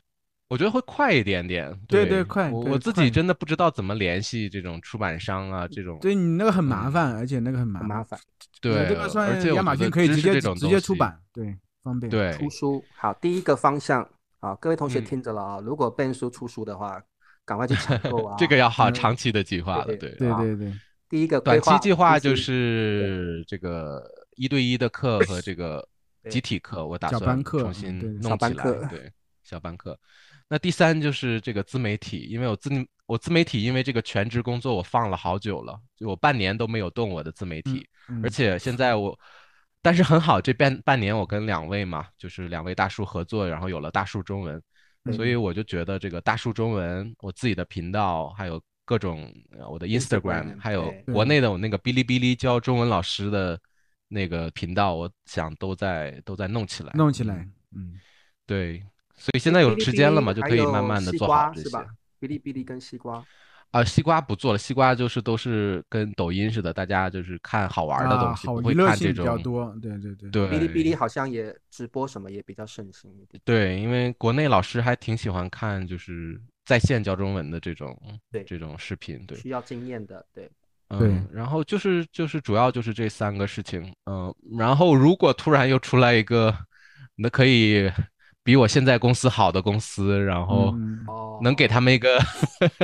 Speaker 1: 我觉得会快一点点，
Speaker 2: 对
Speaker 1: 对
Speaker 2: 对快
Speaker 1: 我
Speaker 2: 对
Speaker 1: 我自
Speaker 2: 快
Speaker 1: 己真的不知道怎么联系这种出版商啊，这种
Speaker 2: 嗯对你那个很麻烦，而且那个很麻
Speaker 1: 啊
Speaker 3: 嗯很麻烦，
Speaker 1: 对，
Speaker 2: 这个
Speaker 1: 而
Speaker 2: 算
Speaker 1: 且
Speaker 2: 亚
Speaker 1: 我
Speaker 2: 马
Speaker 1: 觉得
Speaker 2: 逊可以
Speaker 1: 知
Speaker 2: 直
Speaker 1: 识
Speaker 2: 接
Speaker 1: 这种
Speaker 2: 直
Speaker 1: 东
Speaker 2: 接出
Speaker 1: 西，
Speaker 2: 版，对，方便。，
Speaker 1: 对，
Speaker 3: 出书好，第一个方向好，各位同学
Speaker 1: 嗯
Speaker 3: 听着了啊、如果变叔出书的话，赶快去抢购啊。
Speaker 1: 这个要好
Speaker 2: 嗯
Speaker 1: 长期的计划了，
Speaker 3: 对
Speaker 1: 对
Speaker 2: 对
Speaker 3: 啊
Speaker 2: 对对，
Speaker 3: 第一个规
Speaker 1: 短期计划
Speaker 3: 出
Speaker 1: 就
Speaker 3: 书
Speaker 1: 是这个一对一的课和这个集体课，我打
Speaker 2: 小
Speaker 1: 算
Speaker 2: 班课
Speaker 1: 重
Speaker 2: 嗯
Speaker 1: 新
Speaker 2: 对
Speaker 1: 弄
Speaker 3: 小班
Speaker 1: 起来
Speaker 3: 课。
Speaker 1: 对，小班课。那第三就是这个自媒体，因为我自我自媒体，因为这个全职工作我放了好久了，就我半年都没有动我的自媒体，
Speaker 2: 嗯
Speaker 1: 而且现在我，但是很好，这半半年我跟两位嘛，就是两位大叔合作，然后有了大叔中文，所
Speaker 2: 嗯
Speaker 1: 以我就觉得这个大叔中文，我自己的频道，还有各种呃我的
Speaker 3: Instagram，
Speaker 1: Instagram，还有
Speaker 3: 对
Speaker 2: 嗯
Speaker 1: 国内的我那个哔哩哔哩教中文老师的那个频道，我想都在都在弄起来，
Speaker 2: 弄起来
Speaker 1: 嗯，
Speaker 2: 嗯，
Speaker 1: 对，所以现在有时间了嘛，就可以慢慢的做好
Speaker 3: 还有
Speaker 1: 这
Speaker 3: 西瓜是
Speaker 1: 些。
Speaker 3: 吧？哔哩哔哩跟西瓜，
Speaker 1: 啊，西瓜不做了，西瓜就是都是跟抖音似的，大家就是看好玩的
Speaker 2: 啊，
Speaker 1: 东西，
Speaker 2: 好
Speaker 1: 不
Speaker 2: 娱
Speaker 1: 会
Speaker 2: 乐
Speaker 1: 看
Speaker 2: 性
Speaker 1: 这
Speaker 2: 比较
Speaker 1: 种。
Speaker 2: 多，对对对，
Speaker 1: 对，
Speaker 3: 哔哩哔哩好像也直播什么也比较盛行一点。
Speaker 1: 对，因为国内老师还挺喜欢看就是在线教中文的这种
Speaker 3: 对
Speaker 1: 这种视频，对，
Speaker 3: 需要经验的，对，
Speaker 1: 嗯，然后就是就是主要就是这三个事情，嗯，然后如果突然又出来一个，那可以比我现在公司好的公司，然后
Speaker 2: 嗯，
Speaker 3: 哦，
Speaker 1: 能给他们一个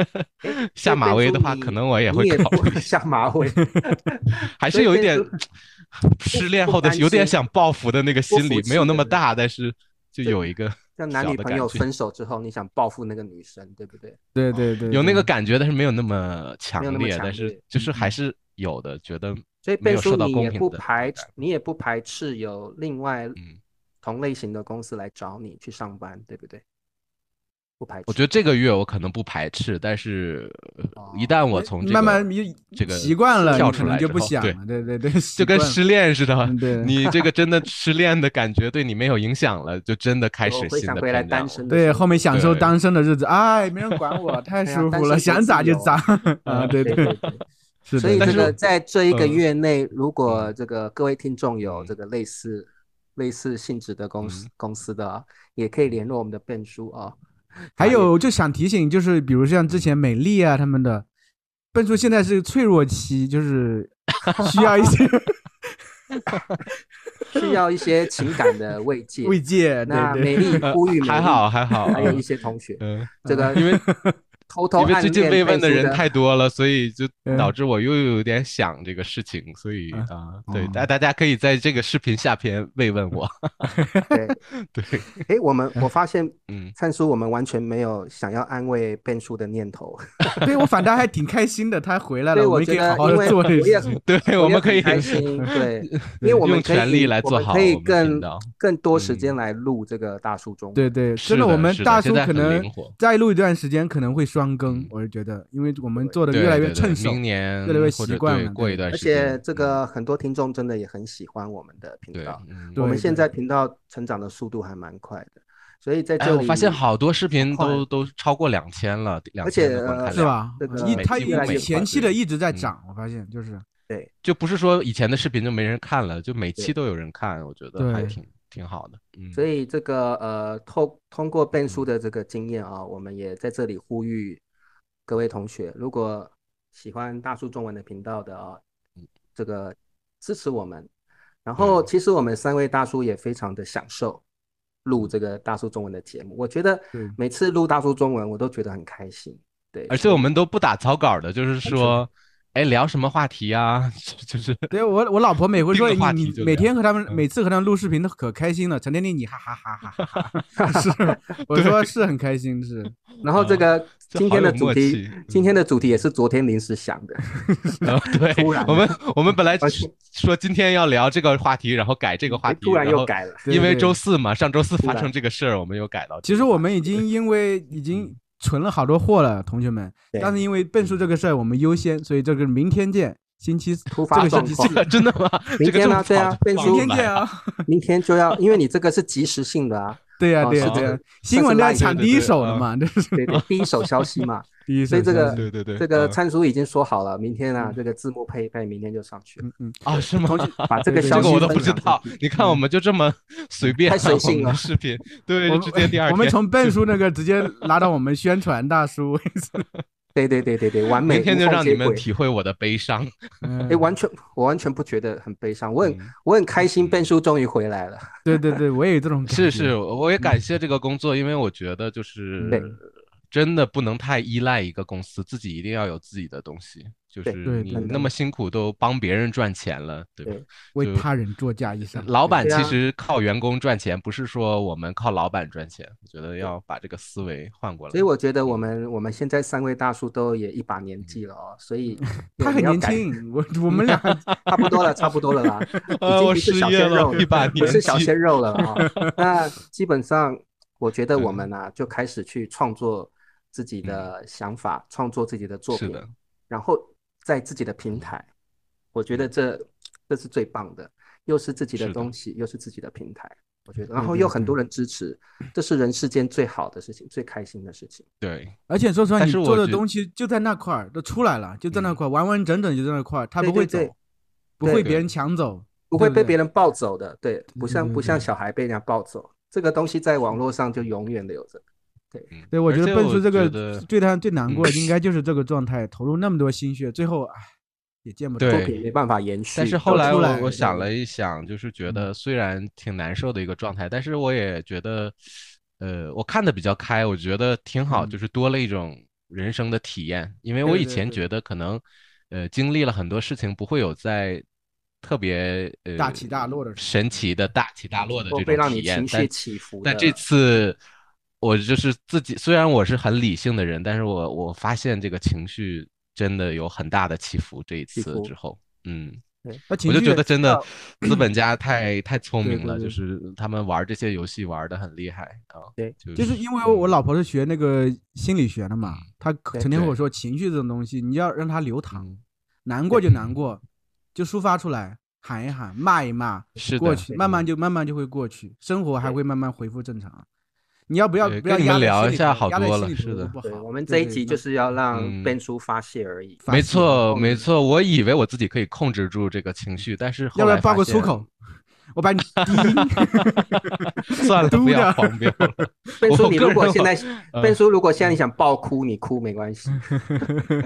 Speaker 1: 下马威的话，可能我也会考虑，
Speaker 3: 虑下马威，
Speaker 1: 还
Speaker 3: 所
Speaker 1: 是
Speaker 3: 以
Speaker 1: 有一
Speaker 3: 变
Speaker 1: 点
Speaker 3: 成
Speaker 1: 失
Speaker 3: 不
Speaker 1: 恋
Speaker 3: 不
Speaker 1: 后的
Speaker 3: 担
Speaker 1: 有点
Speaker 3: 心
Speaker 1: 想报复的那个心
Speaker 3: 服
Speaker 1: 理，没有
Speaker 3: 气
Speaker 1: 那么
Speaker 3: 的
Speaker 1: 大，但是就
Speaker 3: 对
Speaker 1: 有一个
Speaker 3: 像男
Speaker 1: 小
Speaker 3: 女
Speaker 1: 的
Speaker 3: 朋
Speaker 1: 感
Speaker 3: 友
Speaker 1: 觉
Speaker 3: 分手之后，你想报复那个女生，对不对？
Speaker 2: 对对对，
Speaker 1: 有那
Speaker 2: 对
Speaker 1: 个感觉，但是没有那么强
Speaker 3: 没有那么
Speaker 1: 烈，
Speaker 3: 强
Speaker 1: 但是
Speaker 3: 烈
Speaker 1: 就是还
Speaker 2: 嗯
Speaker 1: 是有的，觉得
Speaker 3: 所以
Speaker 1: 没
Speaker 3: 变
Speaker 1: 有
Speaker 3: 叔
Speaker 1: 受到
Speaker 3: 你
Speaker 1: 公
Speaker 3: 也
Speaker 1: 平
Speaker 3: 不
Speaker 1: 的
Speaker 3: 排
Speaker 1: 对
Speaker 3: 斥
Speaker 1: 待，
Speaker 3: 你也不排斥有另外
Speaker 1: 嗯
Speaker 3: 同类型的公司来找你去上班，对不对？不排斥，
Speaker 1: 我觉得这个月我可能不排斥，但是呃一
Speaker 3: 哦
Speaker 1: 旦我
Speaker 2: 哎
Speaker 1: 从
Speaker 2: 你
Speaker 1: 这
Speaker 2: 慢
Speaker 1: 个
Speaker 2: 慢你
Speaker 1: 这个
Speaker 2: 习惯了，
Speaker 1: 跳
Speaker 2: 你可
Speaker 1: 出
Speaker 2: 能
Speaker 1: 来
Speaker 2: 就
Speaker 1: 之
Speaker 2: 不
Speaker 1: 后
Speaker 2: 想
Speaker 1: 对
Speaker 2: 了，对对对，习
Speaker 1: 就跟
Speaker 2: 惯了
Speaker 1: 失恋似的
Speaker 2: 嗯，对
Speaker 1: 你这个真的失恋的感觉对你没有影响了，就真的开
Speaker 3: 我
Speaker 1: 始
Speaker 3: 会
Speaker 1: 新
Speaker 3: 想
Speaker 1: 的
Speaker 3: 回来
Speaker 1: 篇章
Speaker 3: 单
Speaker 1: 了。
Speaker 3: 身的
Speaker 2: 对，
Speaker 3: 时
Speaker 2: 后面享受
Speaker 1: 对
Speaker 2: 单身的日子，哎，没人管 我，太
Speaker 3: 对啊
Speaker 2: 舒
Speaker 3: 单
Speaker 2: 服了，
Speaker 3: 身
Speaker 2: 想
Speaker 3: 多
Speaker 2: 咋
Speaker 3: 自
Speaker 2: 就
Speaker 3: 由
Speaker 2: 咋 啊，
Speaker 3: 嗯
Speaker 2: 对
Speaker 3: 对对对
Speaker 2: 是
Speaker 3: 所
Speaker 2: 的，
Speaker 3: 以
Speaker 1: 但
Speaker 3: 这
Speaker 1: 是
Speaker 3: 个
Speaker 1: 我
Speaker 3: 在这一个
Speaker 1: 嗯
Speaker 3: 月内，如果
Speaker 1: 嗯
Speaker 3: 这个各位听众有
Speaker 1: 嗯
Speaker 3: 这个类似类似性质的公司
Speaker 1: 嗯
Speaker 3: 公司的啊，也可以联络我们的变叔啊。
Speaker 2: 还
Speaker 3: 啊也
Speaker 2: 有就想提醒，就是比如像之前美丽啊他们的，笨叔现在是脆弱期，就是需要一些
Speaker 3: 需要一些情感的慰藉。
Speaker 2: 慰 藉，
Speaker 3: 那
Speaker 2: 对
Speaker 3: 美丽
Speaker 1: 呃
Speaker 3: 呼吁，美
Speaker 1: 还
Speaker 3: 丽
Speaker 1: 好还好，
Speaker 3: 还有
Speaker 1: 嗯
Speaker 3: 一些同学，
Speaker 1: 嗯，
Speaker 3: 这个
Speaker 1: 因为
Speaker 3: 偷偷
Speaker 1: 因为
Speaker 3: 暗
Speaker 1: 最近慰
Speaker 3: 恋
Speaker 1: 问的
Speaker 3: 背书
Speaker 1: 人
Speaker 3: 的
Speaker 1: 太多了，所以就导
Speaker 2: 嗯
Speaker 1: 致我又有点想这个事情，所以
Speaker 2: 嗯
Speaker 1: 啊，对，
Speaker 2: 哦
Speaker 1: 大大家可以在这个视频下篇慰问我。
Speaker 3: 对。
Speaker 1: 对，
Speaker 3: 诶，我们我发现
Speaker 1: 嗯，
Speaker 3: 灿叔，我们完全没有想要安慰变叔的念头。
Speaker 2: 对，对我反倒还挺开心的，他回来
Speaker 3: 对
Speaker 2: 了，我
Speaker 3: 我
Speaker 2: 们
Speaker 3: 觉
Speaker 2: 可以好
Speaker 3: 得
Speaker 2: 好
Speaker 3: 因
Speaker 2: 的
Speaker 3: 为
Speaker 2: 做这
Speaker 3: 我
Speaker 2: 事
Speaker 3: 也
Speaker 2: 情，
Speaker 1: 对，
Speaker 3: 我
Speaker 1: 我
Speaker 3: 也
Speaker 1: 们可
Speaker 3: 很
Speaker 1: 以
Speaker 3: 开 心，对，因为我们
Speaker 1: 用
Speaker 3: 可以
Speaker 1: 全力来
Speaker 3: 我
Speaker 1: 做
Speaker 3: 们
Speaker 1: 好
Speaker 3: 可以
Speaker 1: 我们的频
Speaker 3: 更
Speaker 1: 道。
Speaker 3: 更多时间
Speaker 1: 嗯
Speaker 3: 来录这个大叔中，
Speaker 2: 对对，真
Speaker 1: 是
Speaker 2: 我
Speaker 1: 的
Speaker 2: 们
Speaker 1: 是的
Speaker 2: 大
Speaker 1: 现
Speaker 2: 叔
Speaker 1: 在
Speaker 2: 可
Speaker 1: 很
Speaker 2: 能
Speaker 1: 灵活
Speaker 2: 再录一段时间可能会双更
Speaker 1: 嗯，
Speaker 2: 我是觉得，因为我们
Speaker 3: 对
Speaker 2: 做的
Speaker 1: 对
Speaker 2: 越来越
Speaker 1: 对对
Speaker 2: 趁手
Speaker 1: 明，年
Speaker 2: 越来越
Speaker 1: 或
Speaker 2: 习
Speaker 1: 者
Speaker 2: 惯
Speaker 1: 对
Speaker 2: 了
Speaker 1: 过一
Speaker 2: 对
Speaker 1: 段
Speaker 3: 而
Speaker 1: 时间，
Speaker 3: 且这个很多听众真的也很喜欢我们的频
Speaker 1: 嗯对，
Speaker 3: 道，
Speaker 1: 嗯
Speaker 3: 我们
Speaker 2: 对
Speaker 3: 现
Speaker 2: 对
Speaker 3: 在频道成长的速度还蛮快的，所以在
Speaker 1: 哎，
Speaker 3: 这
Speaker 1: 我
Speaker 3: 里
Speaker 1: 发现好多视频
Speaker 3: 快
Speaker 1: 都都超过两千了，两
Speaker 3: 而
Speaker 1: 千
Speaker 3: 且
Speaker 1: 的观看
Speaker 3: 呃
Speaker 2: 是
Speaker 1: 量，
Speaker 2: 吧
Speaker 3: 这？个
Speaker 2: 一
Speaker 1: 每
Speaker 2: 他
Speaker 1: 几
Speaker 2: 一
Speaker 1: 乎每一
Speaker 2: 前
Speaker 1: 款
Speaker 2: 期
Speaker 1: 对
Speaker 2: 的一直在
Speaker 1: 嗯
Speaker 2: 涨，我发现就是
Speaker 3: 对
Speaker 1: 就不是说以前的视频就没人看了，就每期
Speaker 3: 对
Speaker 1: 都有人看，我觉得还
Speaker 2: 对
Speaker 1: 挺挺好的。嗯，
Speaker 3: 所以这个呃，透通过变数
Speaker 1: 嗯
Speaker 3: 的这个经验啊，我们也在这里呼吁各位同学，如果喜欢大叔中文的频道的啊，
Speaker 1: 嗯
Speaker 3: 这个支持我们。然后，
Speaker 1: 对
Speaker 3: 其实我们三位大叔也非常的享受录这个大叔中文的节目，我觉得
Speaker 2: 对
Speaker 3: 每次录大叔中文，我都觉得很开心。对，
Speaker 1: 嗯而且
Speaker 3: 所以
Speaker 1: 我们都不打草稿的，就是说，哎，聊什么话题啊？ 就是
Speaker 2: 对我我老婆每回
Speaker 1: 定
Speaker 2: 说
Speaker 1: 个话
Speaker 2: 你
Speaker 1: 题就
Speaker 2: 你每
Speaker 1: 聊
Speaker 2: 天和他们
Speaker 1: 嗯
Speaker 2: 每次和他们录视频都可开心了，陈天天你哈哈哈哈哈哈， 是我说是很开心是，
Speaker 3: 然后这
Speaker 1: 嗯
Speaker 3: 个
Speaker 1: 这
Speaker 3: 今
Speaker 1: 好
Speaker 3: 天的
Speaker 1: 有
Speaker 3: 主
Speaker 1: 默
Speaker 3: 题
Speaker 1: 契，
Speaker 3: 今
Speaker 1: 嗯
Speaker 3: 天的主题也是昨天临时想的，
Speaker 1: 呃，对
Speaker 3: 突然，
Speaker 1: 我们我们本来
Speaker 3: 而
Speaker 1: 是
Speaker 3: 且
Speaker 1: 说今天要聊这个话题，然后改这个话
Speaker 3: 诶
Speaker 1: 题，
Speaker 3: 突然又
Speaker 1: 后
Speaker 3: 改了。
Speaker 2: 对
Speaker 1: 因为
Speaker 2: 对
Speaker 1: 周四嘛，上周四
Speaker 3: 突
Speaker 1: 发
Speaker 3: 然
Speaker 1: 生这个事儿，我们又改到这
Speaker 2: 其实
Speaker 1: 个话
Speaker 2: 我
Speaker 1: 题。嗯
Speaker 2: 们已经因为已经存了好多货了，同学们。
Speaker 3: 对
Speaker 2: 但是因为笨叔这个事儿，我们优先，所以这个明天见，星期四
Speaker 3: 突发
Speaker 2: 这个
Speaker 3: 状
Speaker 2: 星期四，
Speaker 3: 况
Speaker 1: 真的吗？
Speaker 3: 明
Speaker 1: 这个
Speaker 3: 天
Speaker 1: 这
Speaker 3: 呢
Speaker 1: 么
Speaker 3: 对啊
Speaker 1: 早就
Speaker 3: 变
Speaker 1: 放
Speaker 3: 数
Speaker 1: 出
Speaker 2: 明天
Speaker 1: 来
Speaker 2: 见啊！
Speaker 3: 明天就要，因为你这个是及时性的啊，
Speaker 2: 对呀、
Speaker 3: 哦
Speaker 2: 对呀、
Speaker 3: 是
Speaker 2: 对呀、
Speaker 3: 的
Speaker 2: 新闻都要抢
Speaker 1: 对对
Speaker 2: 第一
Speaker 1: 对
Speaker 2: 手了
Speaker 1: 嗯
Speaker 2: 嘛，这 是
Speaker 3: 对对，第一手消息嘛，
Speaker 2: 第一手
Speaker 3: 所以这
Speaker 2: 消
Speaker 3: 个
Speaker 2: 息。
Speaker 1: 对对 对，
Speaker 3: 这个
Speaker 1: 嗯
Speaker 3: 参数已经说好了，明天啊，这个字幕配一配，明天就上 去了，
Speaker 2: 嗯
Speaker 1: 啊是吗？
Speaker 3: 把这个
Speaker 2: 对
Speaker 1: 这
Speaker 3: 消
Speaker 1: 个
Speaker 3: 息
Speaker 1: 我都
Speaker 3: 分
Speaker 1: 不知
Speaker 3: 享
Speaker 1: 道
Speaker 3: 出去，
Speaker 1: 你看我们就这么随便啊，
Speaker 3: 太随性
Speaker 1: 我们的
Speaker 3: 了
Speaker 1: 视频，对，就
Speaker 2: 我
Speaker 1: 直接第二
Speaker 2: 我
Speaker 1: 天
Speaker 2: 们从笨
Speaker 1: 就
Speaker 2: 叔那个直接拉到我们宣传 大叔，
Speaker 3: 对对对对对，完美，
Speaker 1: 明天
Speaker 3: 无
Speaker 1: 就
Speaker 3: 缝
Speaker 1: 让你
Speaker 3: 接
Speaker 1: 们
Speaker 3: 轨
Speaker 1: 体会我的悲伤。
Speaker 2: 嗯
Speaker 3: 哎，完全我完全不觉得很悲伤，我很
Speaker 1: 嗯
Speaker 3: 我很开心，笨叔终于回来了，
Speaker 2: 对对对，我也有这种感
Speaker 1: 是
Speaker 2: 觉。
Speaker 1: 是，我也感谢这个工作，因为我觉得就是
Speaker 3: 嗯对
Speaker 1: 真的不能太依赖一个公司，自己一定要有自己的东西。就
Speaker 3: 对
Speaker 1: 是
Speaker 2: 对
Speaker 1: 你
Speaker 2: 对
Speaker 1: 那么辛苦都帮别人赚钱了，对吧
Speaker 3: 对？
Speaker 2: 为
Speaker 1: 就
Speaker 2: 他人做嫁衣裳，
Speaker 1: 嗯老板
Speaker 3: 对
Speaker 1: 其
Speaker 3: 啊
Speaker 1: 实靠员工赚钱，不是说我们靠老板赚钱，我觉得要把这个思维换过来。
Speaker 3: 所以我觉得我们我们现在三位大叔都也一把年纪了哦，所以
Speaker 2: 他很
Speaker 3: 你要
Speaker 2: 年
Speaker 3: 改
Speaker 2: 轻， 我我们俩
Speaker 3: 差不多了，差不多了啦，
Speaker 1: 啊
Speaker 3: 已经
Speaker 1: 我
Speaker 3: 不是
Speaker 1: 失
Speaker 3: 小
Speaker 1: 业
Speaker 3: 鲜
Speaker 1: 了
Speaker 3: 肉，
Speaker 1: 一把
Speaker 3: 不
Speaker 1: 年
Speaker 3: 是小
Speaker 1: 纪
Speaker 3: 鲜肉了啊、 那基本上，我觉得我们啊，就开始去创作自己的想法，创作自己的作
Speaker 1: 嗯是
Speaker 3: 品，
Speaker 1: 的，嗯
Speaker 3: 然后在自己的平台，我觉得这这是最棒的，又是自己
Speaker 1: 是
Speaker 3: 的
Speaker 1: 的嗯
Speaker 3: 东西，又是自己的平台，我觉得，
Speaker 2: 对
Speaker 3: 然后
Speaker 2: 对
Speaker 3: 又很
Speaker 2: 对
Speaker 3: 多人支持，这是人世间最好的事情，最开心的事情。
Speaker 1: 对，
Speaker 2: 而且说实话，
Speaker 1: 但
Speaker 2: 你
Speaker 1: 是我
Speaker 2: 做的
Speaker 1: 觉
Speaker 2: 东西就在那块儿，都出来了，就在那
Speaker 1: 嗯
Speaker 2: 块儿，完完整整就在那块儿，他
Speaker 3: 对
Speaker 2: 不会走
Speaker 3: 对对，
Speaker 2: 不
Speaker 3: 对
Speaker 2: 会
Speaker 1: 对
Speaker 2: 别人抢走，
Speaker 3: 不会
Speaker 2: 对
Speaker 3: 被
Speaker 2: 对
Speaker 3: 别人抱走的，对，不
Speaker 2: 对
Speaker 3: 像
Speaker 2: 对
Speaker 3: 不
Speaker 1: 嗯
Speaker 2: 对
Speaker 3: 像小孩被人家抱走，这个东西在网络上就永远留着。
Speaker 1: 嗯
Speaker 2: 对我
Speaker 1: 而
Speaker 2: 觉
Speaker 1: 且
Speaker 2: 得笨叔这
Speaker 1: 觉
Speaker 2: 个
Speaker 1: 得
Speaker 2: 最他最难
Speaker 1: 嗯
Speaker 2: 过的 应该就是这个状态，投入那么多心血，最后唉也见不到。
Speaker 1: 对
Speaker 3: 作品没办法延续。
Speaker 1: 但是后来
Speaker 2: 出
Speaker 1: 我
Speaker 2: 来
Speaker 1: 我
Speaker 2: 了
Speaker 1: 想
Speaker 3: 嗯
Speaker 1: 了一想，就是觉得虽然挺难受的一个状态，但是我也觉得，呃，我看的比较开，我觉得挺好，
Speaker 2: 嗯
Speaker 1: 就是多了一种人生的体验。因为
Speaker 2: 对
Speaker 1: 我以
Speaker 2: 对
Speaker 1: 前
Speaker 2: 对
Speaker 1: 觉得可能，呃，经历了很多事情，不会有在特别呃
Speaker 2: 大起大落的时候
Speaker 1: 神奇的大起大落的
Speaker 3: 或
Speaker 1: 这
Speaker 3: 会
Speaker 1: 种
Speaker 3: 让
Speaker 1: 体
Speaker 3: 你
Speaker 1: 验
Speaker 3: 情，绪
Speaker 1: 但
Speaker 3: 起伏的。
Speaker 1: 但这次我就是自己，虽然我是很理性的人，但是我我发现这个情绪真的有很大的起伏。这一
Speaker 3: 起
Speaker 1: 次
Speaker 3: 伏
Speaker 1: 之后，嗯。
Speaker 2: 那情
Speaker 1: 我就
Speaker 2: 绪
Speaker 1: 觉
Speaker 2: 也
Speaker 1: 得真的资本家太太聪
Speaker 2: 对
Speaker 1: 明
Speaker 2: 对
Speaker 1: 了，就
Speaker 2: 对
Speaker 1: 是他们玩这些游戏玩的很厉害啊。
Speaker 3: 对，
Speaker 2: 就是因为我
Speaker 1: 嗯
Speaker 2: 老婆是学那个心理学的嘛，她
Speaker 3: 对
Speaker 2: 成天跟我
Speaker 1: 对
Speaker 2: 说，情绪这种东西，你要让它流淌，
Speaker 1: 嗯
Speaker 2: 难过就难过，就抒发出来，喊一喊，骂一骂，
Speaker 1: 是的
Speaker 2: 过去，慢慢
Speaker 1: 嗯
Speaker 2: 就慢慢就会过去，生活还
Speaker 3: 对
Speaker 2: 会慢慢恢复正常。你要不要
Speaker 1: 对
Speaker 2: 不要
Speaker 1: 跟你
Speaker 2: 压
Speaker 1: 们
Speaker 2: 在
Speaker 1: 聊
Speaker 2: 心
Speaker 1: 一
Speaker 2: 里
Speaker 1: 下
Speaker 2: 头
Speaker 1: 好
Speaker 2: 压在
Speaker 1: 多
Speaker 2: 心
Speaker 1: 了
Speaker 2: 里头
Speaker 1: 是
Speaker 2: 都
Speaker 1: 的
Speaker 2: 不
Speaker 3: 对
Speaker 2: 好
Speaker 3: 我们这
Speaker 2: 对
Speaker 3: 一
Speaker 2: 对
Speaker 3: 集
Speaker 2: 那
Speaker 3: 就是要让
Speaker 1: 嗯
Speaker 3: 变叔发泄而已。
Speaker 2: 发
Speaker 1: 没
Speaker 2: 泄然
Speaker 1: 错
Speaker 2: 后
Speaker 1: 没
Speaker 2: 呢
Speaker 1: 错，我以为我自己可以控制住这个情绪，但是后
Speaker 2: 要不要
Speaker 1: 来
Speaker 2: 爆
Speaker 1: 发
Speaker 2: 个粗
Speaker 1: 现？
Speaker 2: 口？我把你低音
Speaker 1: 算了，
Speaker 2: 嘟
Speaker 1: 不要
Speaker 2: 的
Speaker 1: 黄标了。
Speaker 3: 变
Speaker 1: 我
Speaker 3: 叔，你
Speaker 1: 个
Speaker 3: 如果
Speaker 1: 人
Speaker 3: 现
Speaker 1: 我
Speaker 3: 在，
Speaker 1: 呃
Speaker 3: 变叔如果现在你想爆哭，你哭没关
Speaker 1: 嗯
Speaker 3: 系。
Speaker 2: 嗯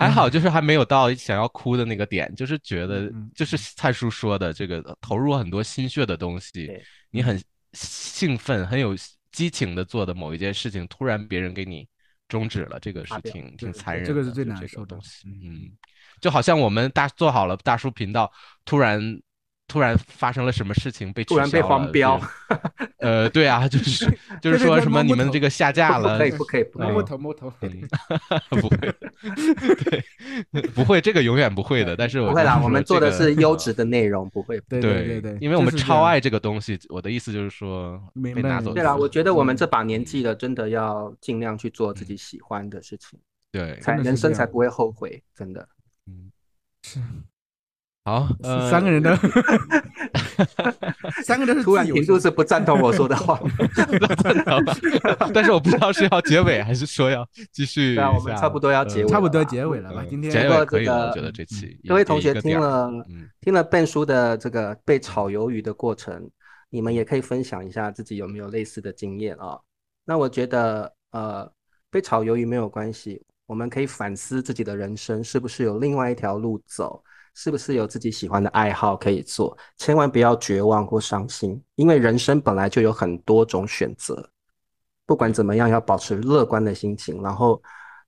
Speaker 1: 还好，就是还没有到想要哭的那个点，就是觉得
Speaker 2: 嗯嗯
Speaker 1: 就是蔡叔说的这个投入很多心血的东西
Speaker 3: 对，
Speaker 1: 你很兴奋、很有激情的做的某一件事情，突然别人给你终止了，这个是
Speaker 3: 打掉
Speaker 1: 挺
Speaker 2: 啊对
Speaker 1: 挺残
Speaker 2: 对
Speaker 1: 忍
Speaker 2: 这
Speaker 1: 的，
Speaker 2: 个是最
Speaker 1: 就
Speaker 2: 难
Speaker 1: 这
Speaker 2: 受
Speaker 1: 个
Speaker 2: 的
Speaker 1: 东西。
Speaker 2: 嗯
Speaker 1: 嗯，就好像我们大做好了大叔频道，突然突然发生了什么事情被
Speaker 3: 突
Speaker 1: 取
Speaker 3: 然被
Speaker 1: 消
Speaker 3: 黄
Speaker 1: 了
Speaker 3: 标，
Speaker 1: 就呃，对啊，就是就
Speaker 2: 对
Speaker 1: 是
Speaker 2: 对
Speaker 1: 说
Speaker 2: 对
Speaker 1: 什么
Speaker 2: 摸
Speaker 1: 你
Speaker 2: 摸
Speaker 1: 们
Speaker 2: 头
Speaker 1: 这个下架
Speaker 3: 不
Speaker 1: 了
Speaker 3: 可以，，不可以，不可
Speaker 2: 摸
Speaker 3: 以
Speaker 2: 摸。头摸头。
Speaker 1: 不会，对，不会，这个永远不会的。但是我
Speaker 3: 不会
Speaker 1: 就
Speaker 3: 啦，
Speaker 1: 是
Speaker 3: 我们
Speaker 1: 说
Speaker 3: 做
Speaker 1: 这
Speaker 3: 的是
Speaker 1: 个嗯
Speaker 3: 优质的内容，不会。
Speaker 2: 对
Speaker 1: 对
Speaker 2: 对对，
Speaker 1: 因为我
Speaker 2: 就
Speaker 1: 们
Speaker 2: 是这
Speaker 1: 超
Speaker 2: 样。
Speaker 1: 爱这个东西。我的意思就是说，
Speaker 2: 明
Speaker 1: 被
Speaker 2: 白
Speaker 1: 拿
Speaker 2: 明
Speaker 1: 走
Speaker 2: 白
Speaker 1: 的
Speaker 3: 对
Speaker 1: 时
Speaker 3: 啦，
Speaker 1: 候。
Speaker 3: 我觉得我们这把年纪了，真的要尽量去做自己喜欢的事情，
Speaker 1: 嗯对，
Speaker 3: 才
Speaker 2: 真的是
Speaker 3: 人生
Speaker 2: 这样
Speaker 3: 才不会后悔，真的。
Speaker 1: 嗯， 好，呃，
Speaker 2: 三 个人的，三个人都是
Speaker 3: 突然
Speaker 2: 自由
Speaker 3: 停
Speaker 2: 身
Speaker 3: 住是不赞同我说 的话。
Speaker 1: 但是我不知道是要结尾还是说要继续一
Speaker 3: 对
Speaker 1: 下。
Speaker 3: 啊我们差不多要结
Speaker 1: 呃
Speaker 3: 尾
Speaker 2: 差不
Speaker 3: 了
Speaker 2: 多
Speaker 3: 吧
Speaker 2: 结尾了吧？
Speaker 1: 嗯
Speaker 2: 今天
Speaker 1: 结
Speaker 3: 过
Speaker 1: 尾
Speaker 3: 这
Speaker 1: 可以了，我
Speaker 3: 个
Speaker 1: 觉得这期
Speaker 3: 各位
Speaker 1: 也
Speaker 3: 同
Speaker 1: 也一
Speaker 3: 学
Speaker 1: 个
Speaker 3: 听
Speaker 1: 点儿
Speaker 3: 了
Speaker 1: 嗯，
Speaker 3: 听了笨叔的这个被炒鱿鱼的过程，你们也可以分享一下自己有没有类似的经验啊、那我觉得，呃，被炒鱿鱼没有关系，我们可以反思自己的人生是不是有另外一条路走，是不是有自己喜欢的爱好可以做，千万不要绝望或伤心，因为人生本来就有很多种选择。不管怎么样，要保持乐观的心情。然后，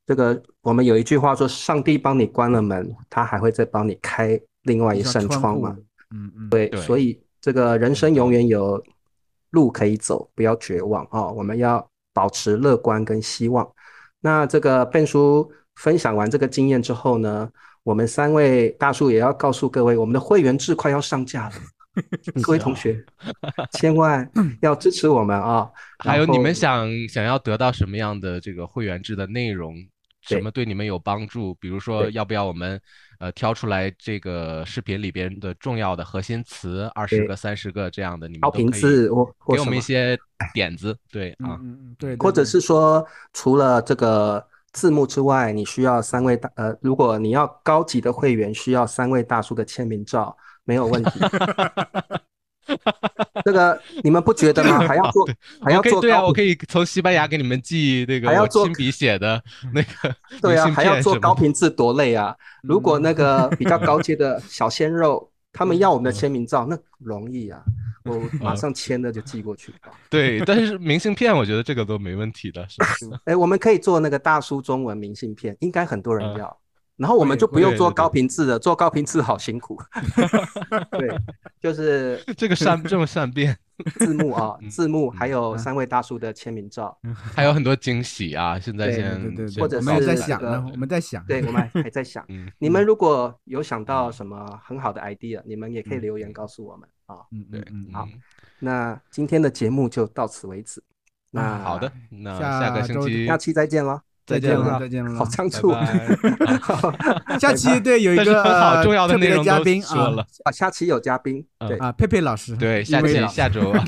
Speaker 3: 这个我们有一句话说：“上帝帮你关了门，他还会再帮你开另外一扇窗
Speaker 2: 户
Speaker 3: 嘛。
Speaker 2: 嗯嗯，”
Speaker 3: 对，
Speaker 1: 对
Speaker 3: 所以这个人生永远有路可以走，不要绝望哦。我们要保持乐观跟希望。那这个笨叔分享完这个 经验之后呢，我们三位大叔也要告诉各位，我们的会员制快要上架了。各位同学，千万要支持我们啊！
Speaker 1: 啊 还有
Speaker 3: 然后
Speaker 1: 你们想想要得到什么样的这个会员制的内容？什
Speaker 3: 对
Speaker 1: 么对你们有帮助？比如说，
Speaker 3: 对
Speaker 1: 要不要我们呃挑出来这个视频里边的重要的核心词，二十
Speaker 3: 对
Speaker 1: 个、三十个这样的，你们
Speaker 3: 好
Speaker 1: 都
Speaker 3: 评
Speaker 1: 可以
Speaker 3: 字或或
Speaker 1: 给
Speaker 3: 什
Speaker 1: 我们一
Speaker 3: 么，
Speaker 1: 些点子。 对
Speaker 2: 嗯
Speaker 1: 啊，
Speaker 2: 嗯嗯，对，
Speaker 3: 或
Speaker 2: 对
Speaker 3: 者
Speaker 2: 对
Speaker 3: 是说，除了这个字幕之外，你需要三位大呃，如果你要高级的会员，需要三位大叔的签名照，没有问题。这个你们不觉得吗？还 要做，还要
Speaker 1: 我可以
Speaker 3: 做
Speaker 1: 对啊，
Speaker 3: 高
Speaker 1: 我
Speaker 3: 频
Speaker 1: 可以从西班牙给你们寄那个
Speaker 3: 还要
Speaker 1: 我
Speaker 3: 做
Speaker 1: 亲笔写的那个
Speaker 3: 对啊，
Speaker 1: 明信
Speaker 3: 还要
Speaker 1: 片
Speaker 3: 做
Speaker 1: 什么
Speaker 3: 高
Speaker 1: 的
Speaker 3: 频字多累啊！
Speaker 1: 嗯
Speaker 3: 如果那 个比较高阶的小鲜肉，他
Speaker 1: 嗯
Speaker 3: 们要我们的签名照，那容易 啊，我马上签了就寄过去。
Speaker 1: 对，但是明信片我觉得这个都没问题的，是吧？
Speaker 3: 哎，我们可以做那个大叔中文明信片，应该很多人
Speaker 1: 嗯
Speaker 3: 要。然后我们就不用
Speaker 1: 对
Speaker 3: 做
Speaker 1: 对对
Speaker 3: 高频字了，做高频字好 辛苦。对，就是
Speaker 1: 这个善这么善变，
Speaker 3: 字幕啊，
Speaker 1: 嗯
Speaker 3: 字幕还有
Speaker 2: 嗯
Speaker 3: 三位大叔的签名照。
Speaker 1: 还有很多惊喜啊！现在
Speaker 3: 对
Speaker 2: 对
Speaker 1: 先
Speaker 2: 对对对，
Speaker 1: 先
Speaker 3: 或者
Speaker 2: 我
Speaker 1: 告
Speaker 2: 们也
Speaker 1: 诉
Speaker 2: 在
Speaker 1: 大
Speaker 2: 想
Speaker 1: 家，
Speaker 3: 那
Speaker 2: 呢
Speaker 3: 个，
Speaker 2: 我们在想，
Speaker 3: 对，我们还在想
Speaker 1: 嗯，
Speaker 3: 你们如果有想到什么很好的 idea，你们也可以
Speaker 1: 嗯
Speaker 3: 留言告诉我们啊。
Speaker 2: 嗯
Speaker 1: 对
Speaker 2: 嗯，嗯，
Speaker 3: 好那今天的节目就到此为止。那
Speaker 1: 嗯好的，那
Speaker 2: 嗯下
Speaker 1: 下个星
Speaker 2: 周
Speaker 1: 期
Speaker 3: 下期再见了，
Speaker 1: 再
Speaker 2: 再
Speaker 1: 见
Speaker 2: 见了，
Speaker 1: 了，
Speaker 2: 再见了，
Speaker 3: 好仓
Speaker 1: 嗯拜
Speaker 3: 促。
Speaker 1: 拜。
Speaker 2: 下期对 有一
Speaker 1: 但是
Speaker 2: 个
Speaker 1: 很好，重要的
Speaker 2: 特
Speaker 1: 内
Speaker 2: 别的
Speaker 1: 容
Speaker 2: 嘉
Speaker 1: 都
Speaker 2: 宾
Speaker 1: 说
Speaker 2: 啊
Speaker 1: 了，
Speaker 3: 啊，下期有嘉宾，
Speaker 1: 嗯
Speaker 3: 对。
Speaker 2: 啊，佩佩老师，
Speaker 1: 对，下
Speaker 2: 因为
Speaker 1: 期下周啊。